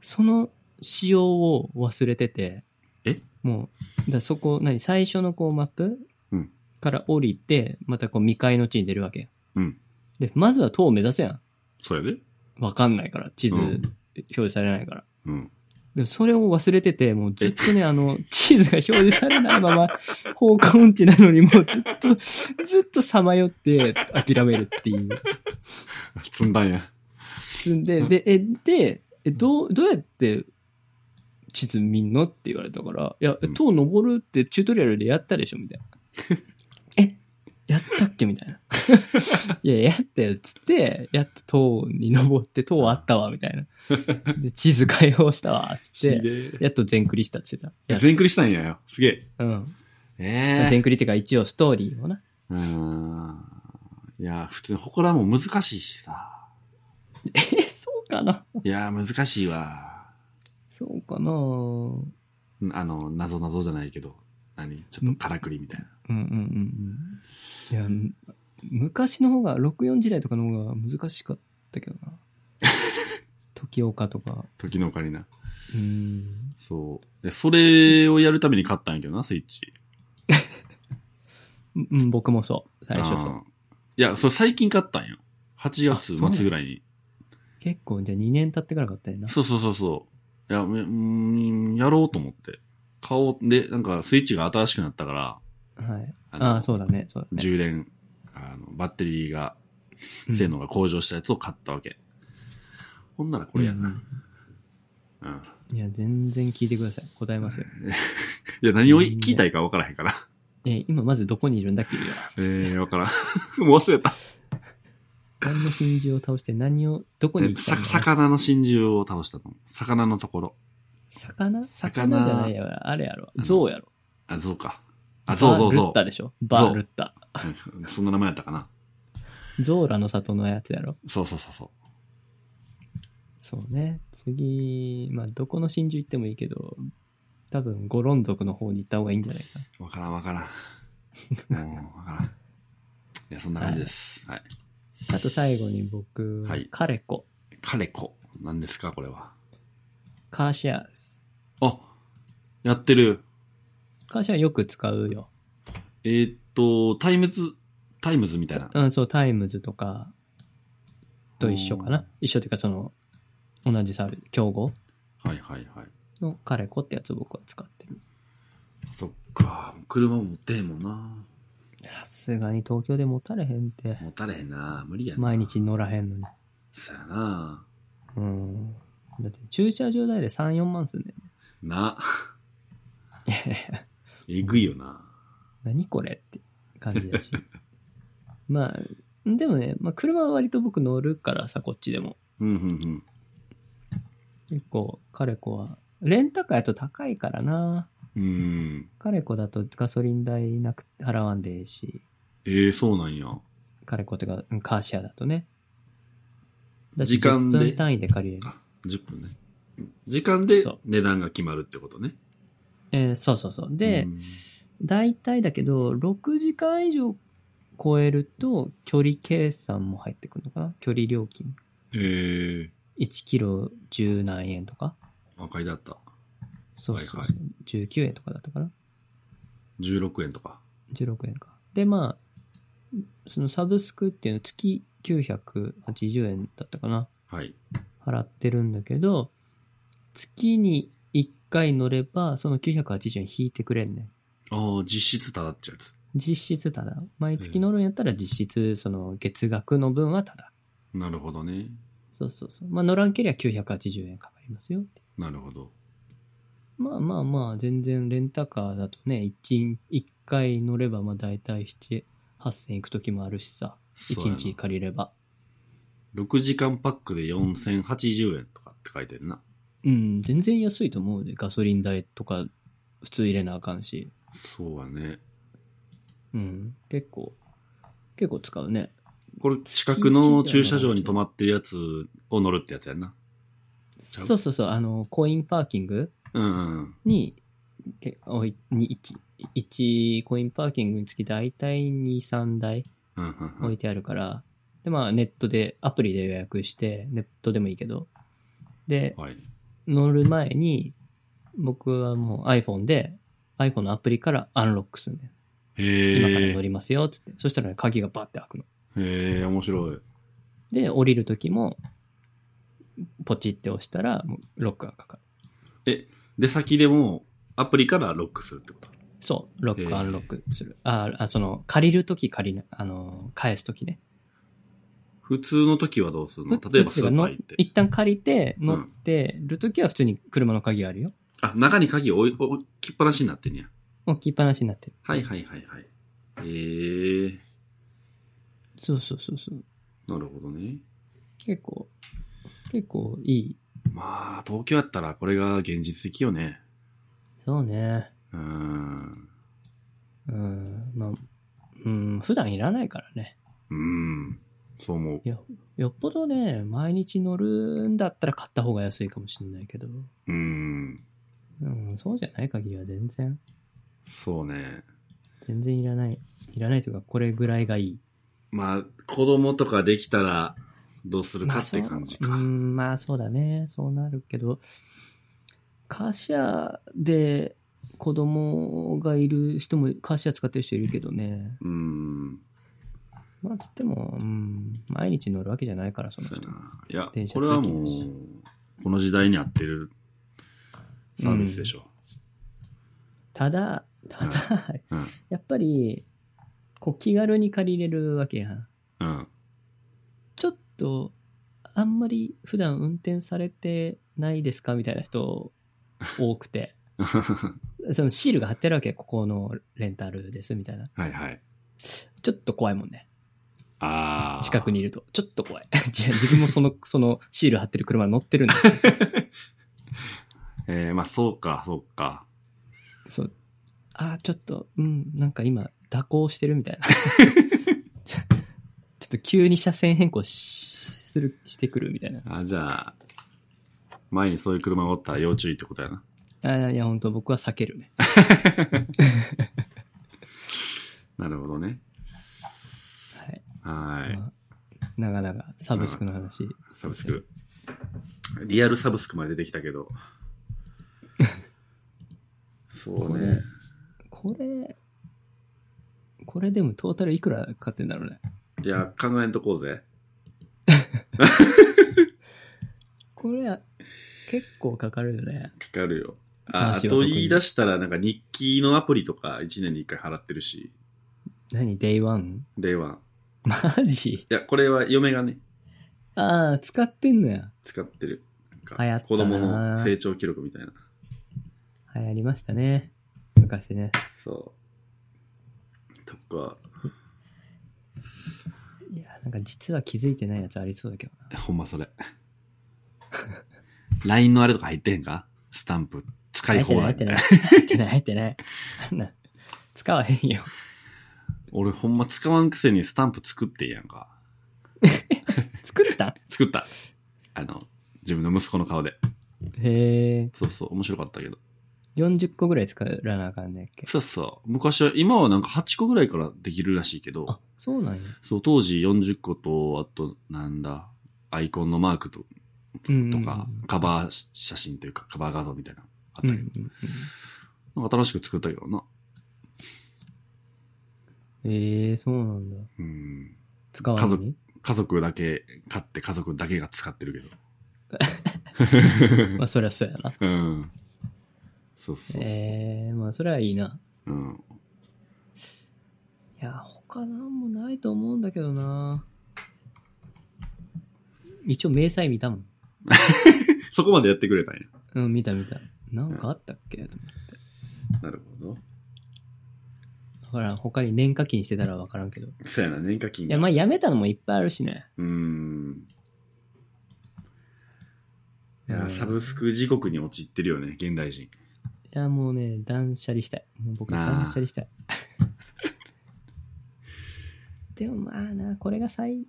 Speaker 1: その仕様を忘れてて、
Speaker 2: え
Speaker 1: もう、だそこ、何、最初のこうマップ、
Speaker 2: うん
Speaker 1: から降りて、またこう未開の地に出るわけよ。
Speaker 2: うん
Speaker 1: で、まずは塔を目指すや
Speaker 2: そうやで。
Speaker 1: ん。わかんないから、地図
Speaker 2: うん
Speaker 1: 表示されないから。
Speaker 2: うん。
Speaker 1: でもそれを忘れてて、もうずっとね、あの、地図が表示されないまま、方向音痴なのに、もうずっと、ずっとさまよって諦めるっていう。
Speaker 2: 積んだんや。
Speaker 1: 積んで、で、え、で、え、どう、どうやって地図見んのって言われたから、いや
Speaker 2: うん、
Speaker 1: 塔登るってチュートリアルでやったでしょみたいな。 え、やったっけみたいな。 いや、やったよ、つって、やっと塔に登って、塔あったわ、みたいな。で、地図解放したわ、つって、
Speaker 2: で
Speaker 1: やっと全クリしたって言ってた。いや
Speaker 2: 全クリしたんやよ。すげえ。
Speaker 1: うん。
Speaker 2: え
Speaker 1: 全クリっていうか、一応ストーリーをな。
Speaker 2: うーん。いや、普通に祠も難しいしさ。
Speaker 1: え、そうかない
Speaker 2: や、難しいわ。
Speaker 1: そうかなうん
Speaker 2: あの、謎謎じゃないけど、何ちょっとからくりみたいな。
Speaker 1: うんうんうん。いや、む昔の方が、64時代とかの方が難しかったけど な。時岡とか。
Speaker 2: 時のオカリナ。
Speaker 1: うん。
Speaker 2: そう。でそれをやるために買ったんやけどな、スイッチ。
Speaker 1: うんうん、僕もそう。最初そう。
Speaker 2: あーいや、それ最近買ったんよ。8
Speaker 1: あそう
Speaker 2: 月
Speaker 1: なん
Speaker 2: 末ぐらいに。
Speaker 1: 結構、じゃあ2年経ってから買ったよな。
Speaker 2: そうそうそうそう。いや、めうーん、やろうと思って。買おう。で、なんか、スイッチが新しくなったから、
Speaker 1: はい。
Speaker 2: あの
Speaker 1: ああ、そうだね。そうだね。
Speaker 2: 充電、あの、バッテリーが
Speaker 1: うん
Speaker 2: 性能が向上したやつを買ったわけ。ほんならこれや
Speaker 1: う
Speaker 2: な。
Speaker 1: ん
Speaker 2: うん。
Speaker 1: いや、全然聞いてください。答えますよ。
Speaker 2: いや、何を聞いたいか分からへんから。
Speaker 1: え、今まずどこにいるんだ、君は。
Speaker 2: えー、分からん。 もう忘れた。
Speaker 1: 何の真珠を倒して何を、どこに
Speaker 2: え
Speaker 1: 行った
Speaker 2: さ
Speaker 1: の
Speaker 2: 魚の真珠を倒したの。魚のところ。
Speaker 1: 魚
Speaker 2: 魚
Speaker 1: 魚じゃないやろ。あれやろ
Speaker 2: あ。の
Speaker 1: 象やろ。
Speaker 2: あ、そうか。あ、そうそう
Speaker 1: バルッ
Speaker 2: そ
Speaker 1: タでしょ。バルッタ。
Speaker 2: う。うんそんな名前やったかな。
Speaker 1: ゾーラの里のやつやろ。
Speaker 2: そうそうそうそ
Speaker 1: そうね。次、まあ、どこの真珠行ってもいいけど、多分、ゴロン族の方に行った方がいいんじゃないか
Speaker 2: う。分からん分から ん。もう分からん。いや、そんな感じです。はい。
Speaker 1: な。あと最後に僕、
Speaker 2: はい
Speaker 1: カレコ、
Speaker 2: 彼子。何ですか、これは。
Speaker 1: カーシェアです。
Speaker 2: あ、やってる。
Speaker 1: カーシェアよく使うよ。
Speaker 2: えーっと、タイムズ、タイムズみたいな。
Speaker 1: うん、そう、タイムズとかと一緒かな。一緒っていうか、その、同じサービス、競合
Speaker 2: はいはいはい。
Speaker 1: のカレコってやつを僕は使ってる。
Speaker 2: そっか。車も持ってへんもんな。
Speaker 1: さすがに東京で持たれへんって。
Speaker 2: 持たれへんな。無理やな。
Speaker 1: 毎日。乗らへんのに。
Speaker 2: そやな。
Speaker 1: うん。だって駐車場代で3、4万すんねん
Speaker 2: な。
Speaker 1: ね。
Speaker 2: えぐいよな。
Speaker 1: 何これって感じ だしまあでもね、まあ、車は割と僕乗るからさこっちでも
Speaker 2: うんうんうん。
Speaker 1: 結構カレコはレンタカーやと高いからな
Speaker 2: うん。
Speaker 1: カレコだとガソリン代なく払わんでええし
Speaker 2: ええそうなんや。
Speaker 1: カレコってかうんカーシェアだとねだし
Speaker 2: 時間で
Speaker 1: 10分単位で借りれる
Speaker 2: あ、10分ね。時間で
Speaker 1: そう
Speaker 2: 値段が決まるってことね。
Speaker 1: えーそうそうそうで、
Speaker 2: うん
Speaker 1: 大体だけど6時間以上超えると距離計算も入ってくるのかな距離料金
Speaker 2: ええ
Speaker 1: 1キロ10何円とか
Speaker 2: ー、赤いだった。
Speaker 1: そうそうそう
Speaker 2: はいは
Speaker 1: 19円とかだったかな
Speaker 2: 16円とか。
Speaker 1: 16円かでまあそのサブスクっていうの月980円だったかな
Speaker 2: はい。
Speaker 1: 払ってるんだけど、月に1回乗れば、その980円引いてくれんねん。
Speaker 2: ああ、実質ただっちゃうやつ。
Speaker 1: 実質ただ。毎月乗るんやったら実質、その月額の分はただ。
Speaker 2: なるほどね。
Speaker 1: そうそうそう。まあ乗らんけりゃ980円かかりますよって。
Speaker 2: なるほど。
Speaker 1: まあまあまあ、全然レンタカーだとね、1, 1回乗れば、まあ大体7、8000いく時もあるしさ。
Speaker 2: そう
Speaker 1: 1
Speaker 2: やな
Speaker 1: 日借りれば。
Speaker 2: 6時間パックで4080円とかって書いてるな。
Speaker 1: うん、全然安いと思うで。ガソリン代とか、普通入れなあかんし。
Speaker 2: そうやね。
Speaker 1: うん、結構、結構使うね。
Speaker 2: これ近くの駐車場に止まってるやつを乗るってやつやんな。ちゃう
Speaker 1: そうそうそう、あの、コインパーキング
Speaker 2: うんうんうん。
Speaker 1: に、けおいに1、1コインパーキングにつき大体2、3台
Speaker 2: うんうんう
Speaker 1: 置い
Speaker 2: ん、
Speaker 1: てあるから、で、まあネットで、アプリで予約して、ネットでもいいけど、で、
Speaker 2: はい。
Speaker 1: 乗る前に、僕はもう iPhone で、iPhone のアプリからアンロックするんだよ。今から
Speaker 2: へ
Speaker 1: 乗
Speaker 2: え。
Speaker 1: りますよ、つって。そしたらね、鍵がバッて開くの。
Speaker 2: へえ、面白い。
Speaker 1: で、降りるときも、ポチって押したら、もうロックがかかる。
Speaker 2: 出先でもアプリからロックするってこと
Speaker 1: そう、ロッ
Speaker 2: へ
Speaker 1: ク、
Speaker 2: ー
Speaker 1: アンロックする。あ、あその、借りるとき、借りな、あの、返すときね。
Speaker 2: 普通の時はどうするの例えばスーパー行って
Speaker 1: の。一旦借りて、乗ってるときは普通に車の鍵あるよ。
Speaker 2: あ、中に鍵置い置きっぱなしになってんや。
Speaker 1: 置きっぱなしになってる。
Speaker 2: はいはいはいはい。へえ。
Speaker 1: そうそうそうそう。
Speaker 2: なるほどね。
Speaker 1: 結構、結構いい。
Speaker 2: まあ、東京やったらこれが現実的よね。
Speaker 1: そうね。
Speaker 2: うーん。
Speaker 1: うん、まあ、うん、普段いらないからね。
Speaker 2: うーん。そう思う。
Speaker 1: よっぽどね、毎日乗るんだったら買った方が安いかもしれないけど、
Speaker 2: うーん。
Speaker 1: うん、そうじゃない限りは全然、
Speaker 2: そうね。
Speaker 1: 全然いらない。いらないというか、これぐらいがいい。
Speaker 2: まあ、子供とかできたらどうするかって感じか。
Speaker 1: まあそううん、まあそうだね。そうなるけど、カシャで子供がいる人も、カシャ使ってる人いるけどね。
Speaker 2: うーん。
Speaker 1: まあつっても、うん、毎日乗るわけじゃないから、その
Speaker 2: そう
Speaker 1: 人
Speaker 2: や。な。いや
Speaker 1: 電、車
Speaker 2: これは
Speaker 1: 通
Speaker 2: も
Speaker 1: 勤
Speaker 2: う、この時代に合ってるサービスでしょ。
Speaker 1: ただ、ただ、
Speaker 2: うん
Speaker 1: やっぱり、こう気軽に借りれるわけやん。
Speaker 2: うん。
Speaker 1: ちょっと、あんまり普段運転されてないですかみたいな人多く て。そのシールが貼ってあるわけ。ここのレンタルですみたいな。
Speaker 2: はいはい。
Speaker 1: ちょっと怖いもんね。
Speaker 2: ああ。
Speaker 1: 近くにいると。ちょっと怖い。 じゃあ自分もそ の、そのシール貼ってる車に乗ってるんだ。
Speaker 2: えー、まあそうか、そうか。
Speaker 1: そう。ああ、ちょっと、うん、なんか今、蛇行してるみたいな。 ちょちょっと急に車線変更しする、してくるみたいな。
Speaker 2: あ、じゃあ、前にそういう車がおったら要注意ってことやな。
Speaker 1: ああ、いや、本当僕は避けるね。
Speaker 2: なるほどね。
Speaker 1: はい。
Speaker 2: はーい。
Speaker 1: まあ長々、サブスクの話。
Speaker 2: サブスク。リアルサブスクまで出てきたけど。そうね。
Speaker 1: これ、これでもトータルいくらかかってんだろうね。
Speaker 2: いや、考えんとこうぜ。
Speaker 1: これは、結構かかるよね。
Speaker 2: かかるよ。あ、あ
Speaker 1: 話は
Speaker 2: と
Speaker 1: 特に
Speaker 2: 言い出したら、なんか日記のアプリとか1年に1回払ってるし、
Speaker 1: 何デイワン
Speaker 2: デイワン。
Speaker 1: マジ
Speaker 2: いや、これは嫁がね、
Speaker 1: ああ、使ってんのや。
Speaker 2: 使ってる。なんか
Speaker 1: 流行ったな
Speaker 2: 子供の成長記録みたいな。
Speaker 1: 流行りましたね。昔ね。
Speaker 2: そう。とか、
Speaker 1: いや、なんか実は気づいてないやつありそうだけどな。
Speaker 2: ほんまそれ。LINE のあれとか入ってへんかスタンプ使い放
Speaker 1: 入
Speaker 2: 題
Speaker 1: っ
Speaker 2: み
Speaker 1: て
Speaker 2: たい
Speaker 1: ない、
Speaker 2: な。
Speaker 1: 入ってない、入ってない。あんな、使わへんよ。
Speaker 2: 俺ほんま使わんくせにスタンプ作ってんやんか。
Speaker 1: 作った
Speaker 2: 作った。あの、自分の息子の顔で。
Speaker 1: へえ。
Speaker 2: そうそう、面白かったけど。
Speaker 1: 40個ぐらい作らなあかんねんっけ。
Speaker 2: そうそう。昔は、今はなんか8個ぐらいからできるらしいけど、
Speaker 1: あ、そうなんや。
Speaker 2: そう、当時40個と、あと、なんだ、アイコンのマークと
Speaker 1: うんう
Speaker 2: と
Speaker 1: ん
Speaker 2: か、カバー写真というか、カバー画像みたいなのあった
Speaker 1: うん
Speaker 2: け
Speaker 1: う
Speaker 2: ど、
Speaker 1: んうん。
Speaker 2: なんか楽しく作ったけどな。
Speaker 1: ええそうなんだ。
Speaker 2: うん。
Speaker 1: 使わずに
Speaker 2: 家族だけ買って家族だけが使ってるけ
Speaker 1: まあ、そりゃそうやな。
Speaker 2: ど。うん。そうそうそう。
Speaker 1: ええまあ、それはいいな。
Speaker 2: うん。
Speaker 1: いや、他なんもないと思うんだけどな。一応、明細見たもん。
Speaker 2: そこまでやってくれたんや。
Speaker 1: うん、見た見た。なんかあったっけ
Speaker 2: なるほど。
Speaker 1: だから、他に年課金してたらわからんけど。い
Speaker 2: そうやな、年課金が。
Speaker 1: や、まあ、やめたのもいっぱいあるしね。
Speaker 2: うん。いや、
Speaker 1: うん
Speaker 2: サブスク時刻に陥ってるよね、現代人。
Speaker 1: いや、もうね、断捨離したい。もう僕、
Speaker 2: なあ
Speaker 1: 断捨離したい。 でもまあな、これが最、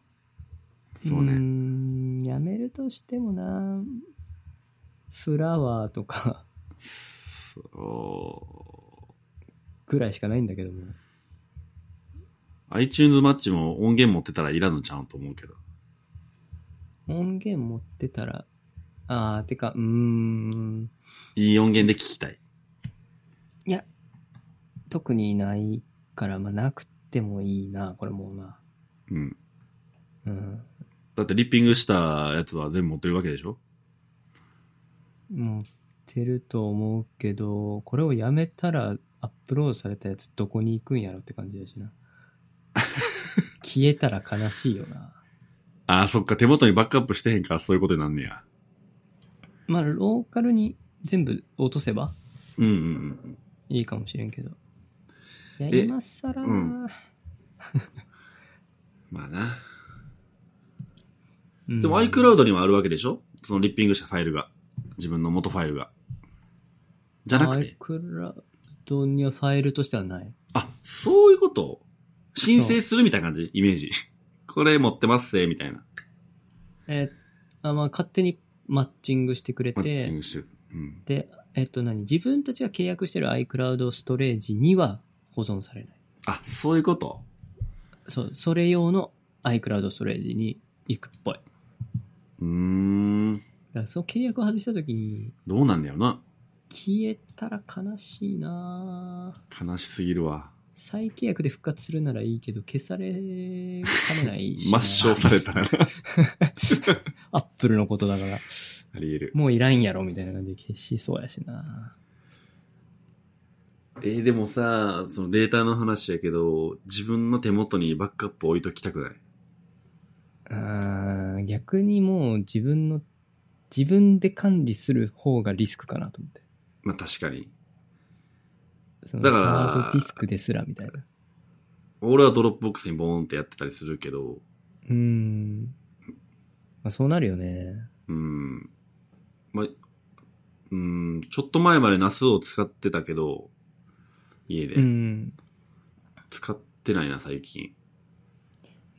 Speaker 2: そうね。
Speaker 1: ーんやめるとしてもな、フラワーとか
Speaker 2: そう。
Speaker 1: ぐらいしかないんだけども。
Speaker 2: iTunes マッチも音源持ってたらいらんのちゃうと思うけど。
Speaker 1: 音源持ってたら、あー、てか、うーん、
Speaker 2: いい音源で聞きたい。
Speaker 1: 特にないから、まあ、なくてもいいな、これもうな。
Speaker 2: うん。
Speaker 1: うん。
Speaker 2: だってリッピングしたやつは全部持ってるわけでしょ
Speaker 1: 持ってると思うけど、これをやめたらアップロードされたやつどこに行くんやろって感じだし な。消えたら悲しいよな。
Speaker 2: ああ、そっか、手元にバックアップしてへんからそういうことになんねや。
Speaker 1: まあ、ローカルに全部落とせば
Speaker 2: うんうん
Speaker 1: いいかもしれんけど。いや、今更、
Speaker 2: う
Speaker 1: うんん、
Speaker 2: うん。まあな。
Speaker 1: うん
Speaker 2: でも iCloud にもあるわけでしょそのリッピングしたファイルが。自分の元ファイルが。じゃなくて。
Speaker 1: iCloud にはファイルとしてはない。
Speaker 2: あ、そういうこと申請するみたいな感じイメージ。これ持ってますぜ、みたいな。
Speaker 1: えーあまあ、勝手にマッチングしてくれ
Speaker 2: マッチン
Speaker 1: て、
Speaker 2: グしてる。うん。
Speaker 1: で、えっと何、自分たちが契約してる iCloud ストレージには保存されない。
Speaker 2: あ、そういうこと
Speaker 1: そう、それ用の iCloud ストレージに行くっぽい。だか
Speaker 2: うーん。
Speaker 1: らその契約を外した時に、
Speaker 2: どうなんだよな。
Speaker 1: 消えたら悲しいなぁ
Speaker 2: 悲しすぎるわ。
Speaker 1: 再契約で復活するならいいけど、消されかねないしな。
Speaker 2: 抹消されたらな。
Speaker 1: アップルのことだから、
Speaker 2: あり得る。
Speaker 1: もういらんやろみたいな感じで消しそうやしな
Speaker 2: えーでもさ、そのデータの話やけど、自分の手元にバックアップ置いときたくない
Speaker 1: あー逆にもう自分の、自分で管理する方がリスクかなと思って。
Speaker 2: まあ確かに。
Speaker 1: その
Speaker 2: だから
Speaker 1: ハードディスクですらみたいな。
Speaker 2: 俺はドロップボックスにボーンってやってたりするけど、
Speaker 1: うーん。まあ、そうなるよね。
Speaker 2: うん。まあ、うん、ちょっと前までナスを使ってたけど、家で。
Speaker 1: うん。
Speaker 2: 使ってないな、最近。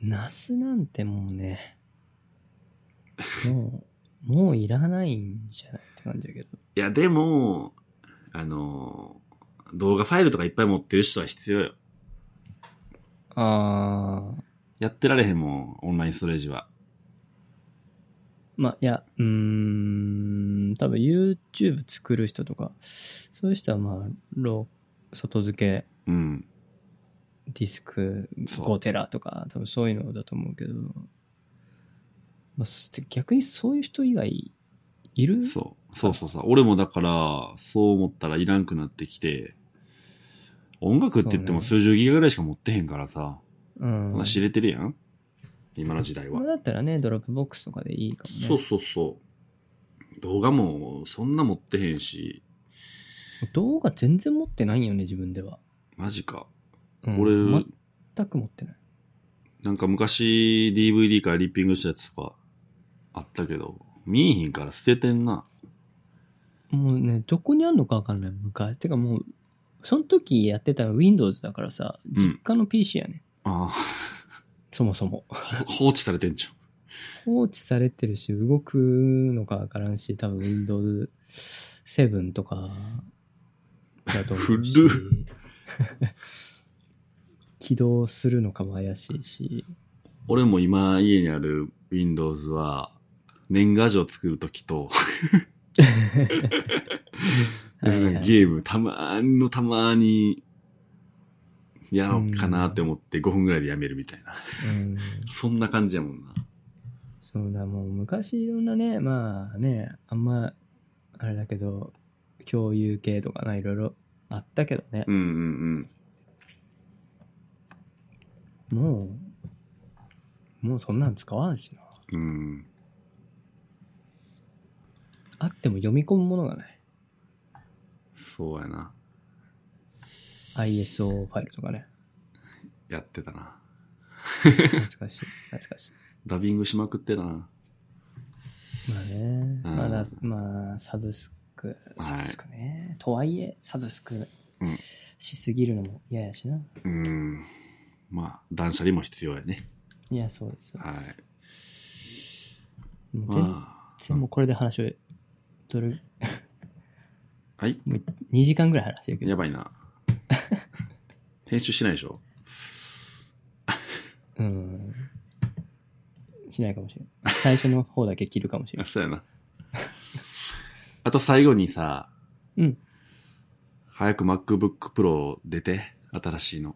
Speaker 1: ナスなんてもうね、もう、 もういらないんじゃないって感じだけど。
Speaker 2: いや、でも、あの、動画ファイルとかいっぱい持ってる人は必要よ。
Speaker 1: ああ、
Speaker 2: やってられへんもん、オンラインストレージは。
Speaker 1: まあ、いや、うーん、多分 YouTube 作る人とか、そういう人はまあ、ロ外付け
Speaker 2: うん。
Speaker 1: ディスク
Speaker 2: そう
Speaker 1: 5テラとか、多分そういうのだと思うけど、まあ、す逆にそういう人以外いる
Speaker 2: そう。そうそうそう。俺もだから、そう思ったらいらんくなってきて、音楽って言っても
Speaker 1: そ
Speaker 2: 数十ギガぐらいしか持ってへんからさ、
Speaker 1: う。うん。
Speaker 2: まあ知れてるやん今の時代は
Speaker 1: まあ。だったらね、ドロップボックスとかでいいかもね。
Speaker 2: そうそうそう。動画もそんな持ってへんし、
Speaker 1: 動画全然持ってないよね、自分では。
Speaker 2: マジか。
Speaker 1: うん
Speaker 2: 俺、
Speaker 1: 全く持ってない。
Speaker 2: なんか昔 DVD からリッピングしたやつとかあったけど、見えひんから捨ててんな。
Speaker 1: もうね、どこにあんのかわかんない。昔。てかもう、その時やってたの Windows だからさ、実家の PC やね。
Speaker 2: あ
Speaker 1: そもそも。
Speaker 2: あ、放置されてんじ
Speaker 1: 放置されてるし、動くのかわからんし、多分 Windows 7とかだと思うし。
Speaker 2: 古っ
Speaker 1: 起動するのかも怪しいし。
Speaker 2: ゃん。俺も今家にある Windows は、年賀状作るときと、
Speaker 1: はいはい
Speaker 2: ゲームたまーのたまーに、やろ
Speaker 1: うん
Speaker 2: うかなって思って5分ぐらいでやめるみたいな。
Speaker 1: うん。
Speaker 2: そんな感じやもんな。
Speaker 1: そうだ、もう昔いろんなね、まあね、あんま、あれだけど、共有系とかな、いろいろあったけどね
Speaker 2: う。んうん
Speaker 1: もう、もうそんなん使わんしな。
Speaker 2: うん。うん。
Speaker 1: あっても読み込むものがない。
Speaker 2: そうやな。
Speaker 1: ISO ファイルとかね。
Speaker 2: やってたな。
Speaker 1: 懐かしい。懐かし
Speaker 2: ダビングしまくってたな。
Speaker 1: い。まあね、
Speaker 2: うん
Speaker 1: まだ、まあ、サブスク、サブスクね。とはいえ、サブスク
Speaker 2: うん
Speaker 1: しすぎるのも嫌やしな。
Speaker 2: うん。まあ、断捨離も必要やね。
Speaker 1: いや、そうです。そうで
Speaker 2: はい。
Speaker 1: すもう全
Speaker 2: まあ
Speaker 1: 然もうこれで話を、どれ、
Speaker 2: はい。
Speaker 1: もう2時間ぐらい話してるけど。
Speaker 2: やばい な。編集しないでしょ
Speaker 1: うん。しないかもしれない。最初の方だけ切るかもしれ
Speaker 2: あ
Speaker 1: ない。
Speaker 2: そうやな。あと最後にさ、
Speaker 1: うん。
Speaker 2: 早く MacBook Pro 出て、新しいの。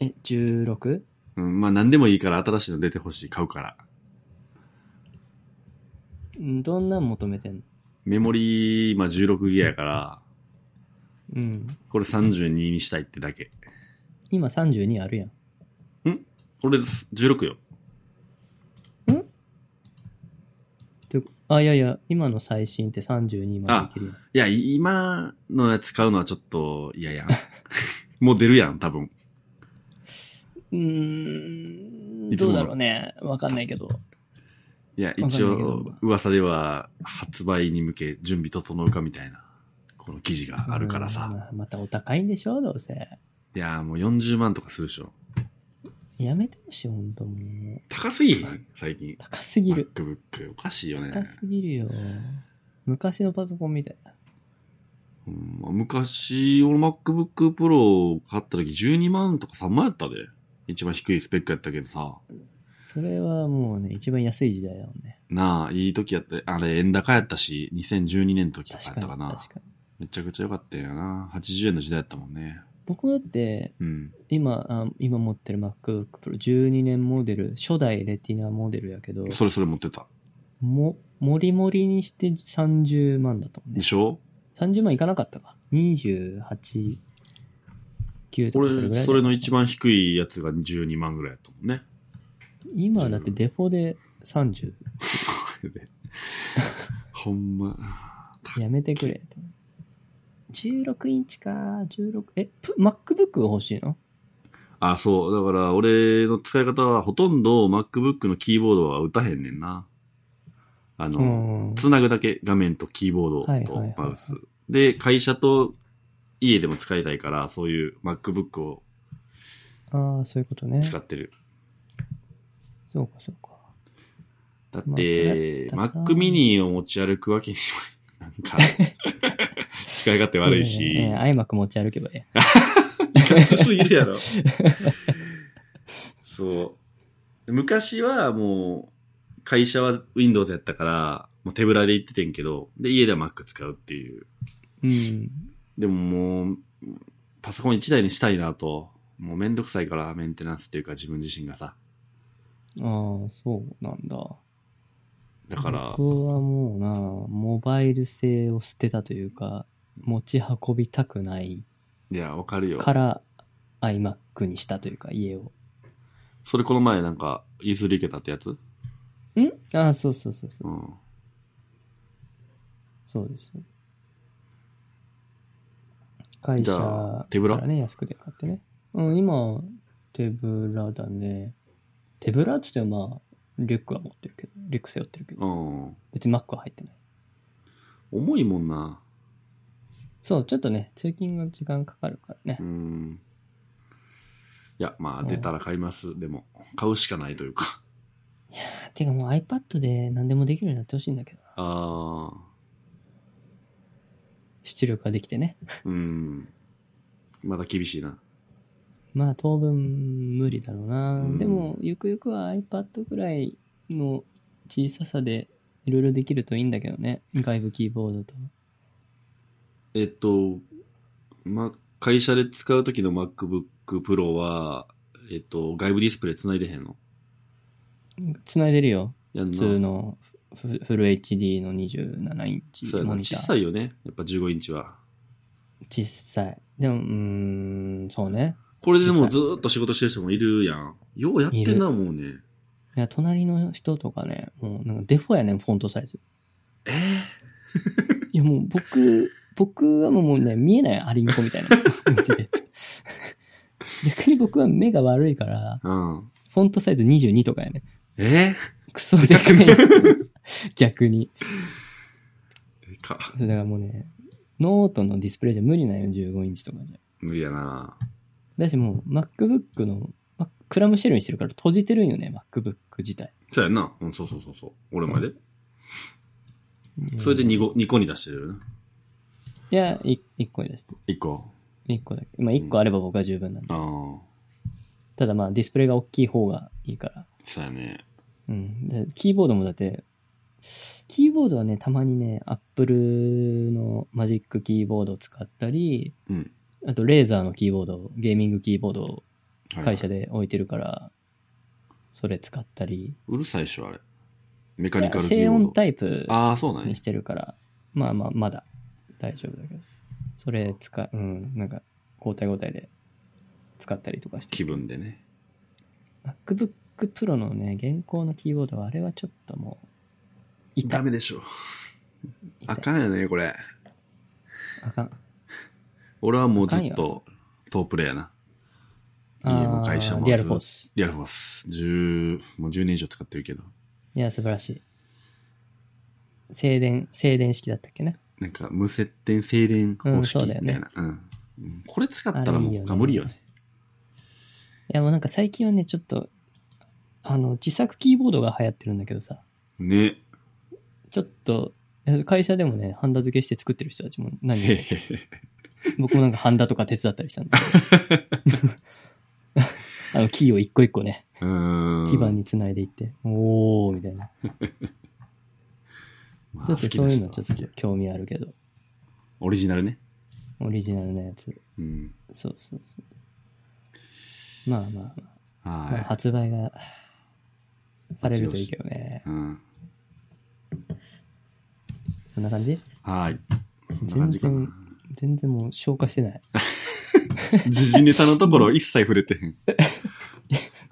Speaker 1: え、16?
Speaker 2: うん、まあ何でもいいから新しいの出てほしい、買うから。
Speaker 1: んどんなん求めてんの
Speaker 2: メモリー、まあ16ギガやから、
Speaker 1: うん。
Speaker 2: これ32にしたいってだけ。
Speaker 1: 今32あるやん。
Speaker 2: 俺16よ。
Speaker 1: てあ、いやいや、今の最新って32までいけるやん。
Speaker 2: いや、今のやつ買うのはちょっと 嫌やん。もう出るやん、多分。
Speaker 1: うーん、
Speaker 2: いつも
Speaker 1: どう
Speaker 2: の
Speaker 1: だろうね。わかんないけど。
Speaker 2: いや、
Speaker 1: わかんないけ
Speaker 2: 一
Speaker 1: ど
Speaker 2: 応、噂では発売に向け準備整うかみたいな、この記事があるから
Speaker 1: うん
Speaker 2: さ。
Speaker 1: まあまたお高いんでしょどうせ。
Speaker 2: いや、もう40万とかするでしょ。
Speaker 1: やめてほしい、ほんともう。
Speaker 2: 高すぎひん最近。
Speaker 1: 高すぎる。
Speaker 2: MacBook。おかしいよね。
Speaker 1: 高すぎるよ。昔のパソコンみたいな。
Speaker 2: うんまあ昔、俺 MacBook Pro 買った時12万とか3万やったで。一番低いスペックやったけどさ。
Speaker 1: それはもうね、一番安い時代だもんね。
Speaker 2: なあ、いい時やった。あれ、円高やったし、2012年の時とかや
Speaker 1: 確
Speaker 2: っ
Speaker 1: か
Speaker 2: た
Speaker 1: に、
Speaker 2: かな。
Speaker 1: 確かに。
Speaker 2: めちゃくちゃ良かったよな。80円の時代やったもんね。
Speaker 1: 僕だって、
Speaker 2: うん。
Speaker 1: 今、あ今持ってる MacBook Pro 12年モデル、初代レティナモデルやけど、
Speaker 2: それそれ持ってた。
Speaker 1: も、もりもりにして30万だったもんね
Speaker 2: で。しょ
Speaker 1: 30万いかなかったか。28、9とかそれぐら
Speaker 2: 俺、
Speaker 1: い。
Speaker 2: それの一。番低いやつが12万ぐらいやったもんね。
Speaker 1: 今だってデフォで30。
Speaker 2: ほんま。
Speaker 1: やめてくれって。16インチか、16、え、プ MacBook が欲しいの
Speaker 2: あ、そう。だから、俺の使い方は、ほとんど MacBook のキーボードは打たへんねんな。あ
Speaker 1: う
Speaker 2: の、
Speaker 1: ん。
Speaker 2: つなぐだけ、画面とキーボ
Speaker 1: は
Speaker 2: ー
Speaker 1: い
Speaker 2: ド
Speaker 1: はいはい
Speaker 2: と
Speaker 1: はい
Speaker 2: マウス。で、会社と家でも使いたいから、そういう MacBook を
Speaker 1: ああ、そういうことね。
Speaker 2: 使ってる。
Speaker 1: そうか、そうか。
Speaker 2: だっ
Speaker 1: まあそ
Speaker 2: て
Speaker 1: れ、だったな
Speaker 2: Mac mini を持ち歩くわけには、なん か、使い勝手悪いし。
Speaker 1: ええええアイマック持ち歩けばいい。
Speaker 2: すぎる やろ。そう。昔はもう、会社は Windows やったから、もう手ぶらで行っててんけど、で、家では Mac 使うっていう。
Speaker 1: うん。
Speaker 2: でももう、パソコン1台にしたいなと、もうめんどくさいからメンテナンスっていうか自分自身がさ。
Speaker 1: ああ、そうなんだ。
Speaker 2: だから、
Speaker 1: 僕はもうな、モバイル性を捨てたというか、持ち運びたくない
Speaker 2: いや、わかるよ。
Speaker 1: から、iMac にしたというか、家を。
Speaker 2: それこの前なんか、譲り受けたってやつ
Speaker 1: んああ、そうそうそうそうう。
Speaker 2: ん。
Speaker 1: そうです。会
Speaker 2: じ
Speaker 1: 社
Speaker 2: ゃあ手ぶら
Speaker 1: からね、安くで買ってね。うん、今、手ぶらだね。手ぶらっつってもまあ、リュックは持ってるけど、リュック背負ってるけど、
Speaker 2: うん。
Speaker 1: 別に Mac は入ってない。
Speaker 2: 重いもんな。
Speaker 1: そう、ちょっとね、通勤が時間かかるからね
Speaker 2: う。ん。いや、まあ、出たら買います。でも、買うしかないというか。
Speaker 1: てかもう iPad で何でもできるようになってほしいんだけどな。
Speaker 2: あ
Speaker 1: 出力ができてね。
Speaker 2: あ、うん。まだ厳しいな。
Speaker 1: まあ当分無理だろうな。
Speaker 2: うん
Speaker 1: でも、ゆくゆくは iPad くらいの小ささでいろいろできるといいんだけどね。外部キーボードと。
Speaker 2: えっと、ま、会社で使う時の MacBook Pro は、えっと、外部ディスプレイ繋いでへんの
Speaker 1: 繋いでるよ。
Speaker 2: や
Speaker 1: 普
Speaker 2: んな
Speaker 1: 通のフフル HD の27インチ
Speaker 2: そうや
Speaker 1: モ
Speaker 2: な。
Speaker 1: ニ
Speaker 2: 小
Speaker 1: ター。
Speaker 2: さいよね。やっぱ15インチは。
Speaker 1: 小さい。でも、うーん、そうね。
Speaker 2: これでもうずーっと仕事してる人もいるやん。ようやってんな、もうね。
Speaker 1: いや、隣の人とかね、もうなんかデフォやねん、フォントサイズ。
Speaker 2: え
Speaker 1: いや、もう僕、僕はもうね、見えないアリンコみたいな 感じで。逆に僕は目が悪いから、
Speaker 2: ー、うん。
Speaker 1: フォントサイズ22とかやね。
Speaker 2: え
Speaker 1: クソでかい。 逆に。
Speaker 2: ー、でか。
Speaker 1: だからもうね、ノートのディスプレイじゃ無理なんよ、15インチとかじゃ。
Speaker 2: 無理やな。
Speaker 1: だしもう MacBook の、ま、クラムシェルにしてるから閉じてるんよね、MacBook 自体。
Speaker 2: そうやんな。うん、そうそうそうそう。俺まで。それで2
Speaker 1: 号。
Speaker 2: 個、二個に出してるよな。
Speaker 1: いや、い1個に出して。
Speaker 2: 1個。
Speaker 1: 1個だけ。まあ1個あれば僕は十分なんで。
Speaker 2: ああ。
Speaker 1: ただまあディスプレイが大きい方がいいから。
Speaker 2: そうやね。
Speaker 1: うん。でキーボードもだって、キーボードはね、たまにね、Apple のマジックキーボードを使ったり、
Speaker 2: うん。
Speaker 1: あとレーザーのキーボード、ゲーミングキーボードを
Speaker 2: はい
Speaker 1: 会社で置いてるから、それ使ったり。
Speaker 2: うるさいっしょ、あれ。メカ
Speaker 1: い
Speaker 2: ニ
Speaker 1: や
Speaker 2: カルキ
Speaker 1: 静
Speaker 2: ーボー
Speaker 1: 音
Speaker 2: ド。
Speaker 1: タイプ
Speaker 2: ああ、そうなんや
Speaker 1: にし。てるから、まあまあ、まだ大丈夫だけど、それ使う、うん、なんか、交代交代で使ったりとかして
Speaker 2: 気
Speaker 1: る。
Speaker 2: 分でね。
Speaker 1: MacBook Pro のね、現行のキーボードは、あれはちょっともう、痛い。
Speaker 2: メでしょ。
Speaker 1: 痛い
Speaker 2: あかんよね、これ。
Speaker 1: あかん。
Speaker 2: 俺はもうずっと、トープレイやな。家も会社
Speaker 1: あー
Speaker 2: も
Speaker 1: リア
Speaker 2: ず
Speaker 1: ルフォー
Speaker 2: っと。
Speaker 1: ス。
Speaker 2: リアルフォース。十、もう10年以上使ってるけど。
Speaker 1: いや、素晴らしい。静電、静電式だったっけね。
Speaker 2: なんか、無接点静電方式
Speaker 1: うんそう
Speaker 2: み
Speaker 1: だ
Speaker 2: た
Speaker 1: よね
Speaker 2: いな。うん。うんこれ使ったらも
Speaker 1: あれいいよ
Speaker 2: う
Speaker 1: ね
Speaker 2: あ無理よね。
Speaker 1: いや、もうなんか最近はね、ちょっと、あの、自作キーボードが流行ってるんだけどさ、
Speaker 2: ね。
Speaker 1: ちょっと、会社でもね、ハンダ付けして作ってる人たちも何人かいて
Speaker 2: へへへ
Speaker 1: 僕もなんかハンダとか手伝ったりしたんで。 あの、キーを一個一個ね、
Speaker 2: うーん。
Speaker 1: 基盤につないでいって、おー、みたいな。
Speaker 2: まあ。
Speaker 1: ちょっとそういうの
Speaker 2: 好き
Speaker 1: ちょ
Speaker 2: で
Speaker 1: っ
Speaker 2: す
Speaker 1: と興味あるけど、
Speaker 2: オリジナルね。
Speaker 1: オリジナルのやつ。
Speaker 2: うん。
Speaker 1: そうそうそう。まあまあまあ、まあ、
Speaker 2: は
Speaker 1: 発売がされるといいけどね
Speaker 2: い。。うん。
Speaker 1: そんな感じ
Speaker 2: はい。そんな
Speaker 1: 全
Speaker 2: 感じかな
Speaker 1: 然。、全然もう消化してない。
Speaker 2: 時事ネタのところ一切触れてへん。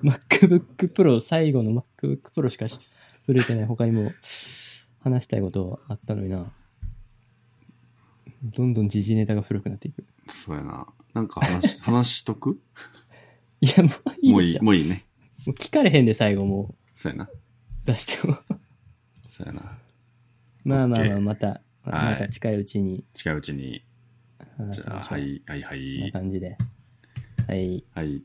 Speaker 1: MacBook Pro、最後の MacBook Pro しかし触れてない。他にも話したいことあったのにな。どんどん時事ネタが古くなっていく。
Speaker 2: そうやな。なんか 話し、話しとく
Speaker 1: いや、もうい
Speaker 2: もう
Speaker 1: いで
Speaker 2: い
Speaker 1: し
Speaker 2: い、
Speaker 1: ょ。も
Speaker 2: もういいね。
Speaker 1: う聞かれへんで、最後も
Speaker 2: そうやな。
Speaker 1: う出しても。
Speaker 2: そうやな。
Speaker 1: まあまあま
Speaker 2: OK
Speaker 1: あ、また、
Speaker 2: はい
Speaker 1: また近いうちに
Speaker 2: 近いうちに。
Speaker 1: 話
Speaker 2: じ
Speaker 1: しましょう。
Speaker 2: ゃあ、はい、はい、は。
Speaker 1: こんない感じで。はい。
Speaker 2: はい。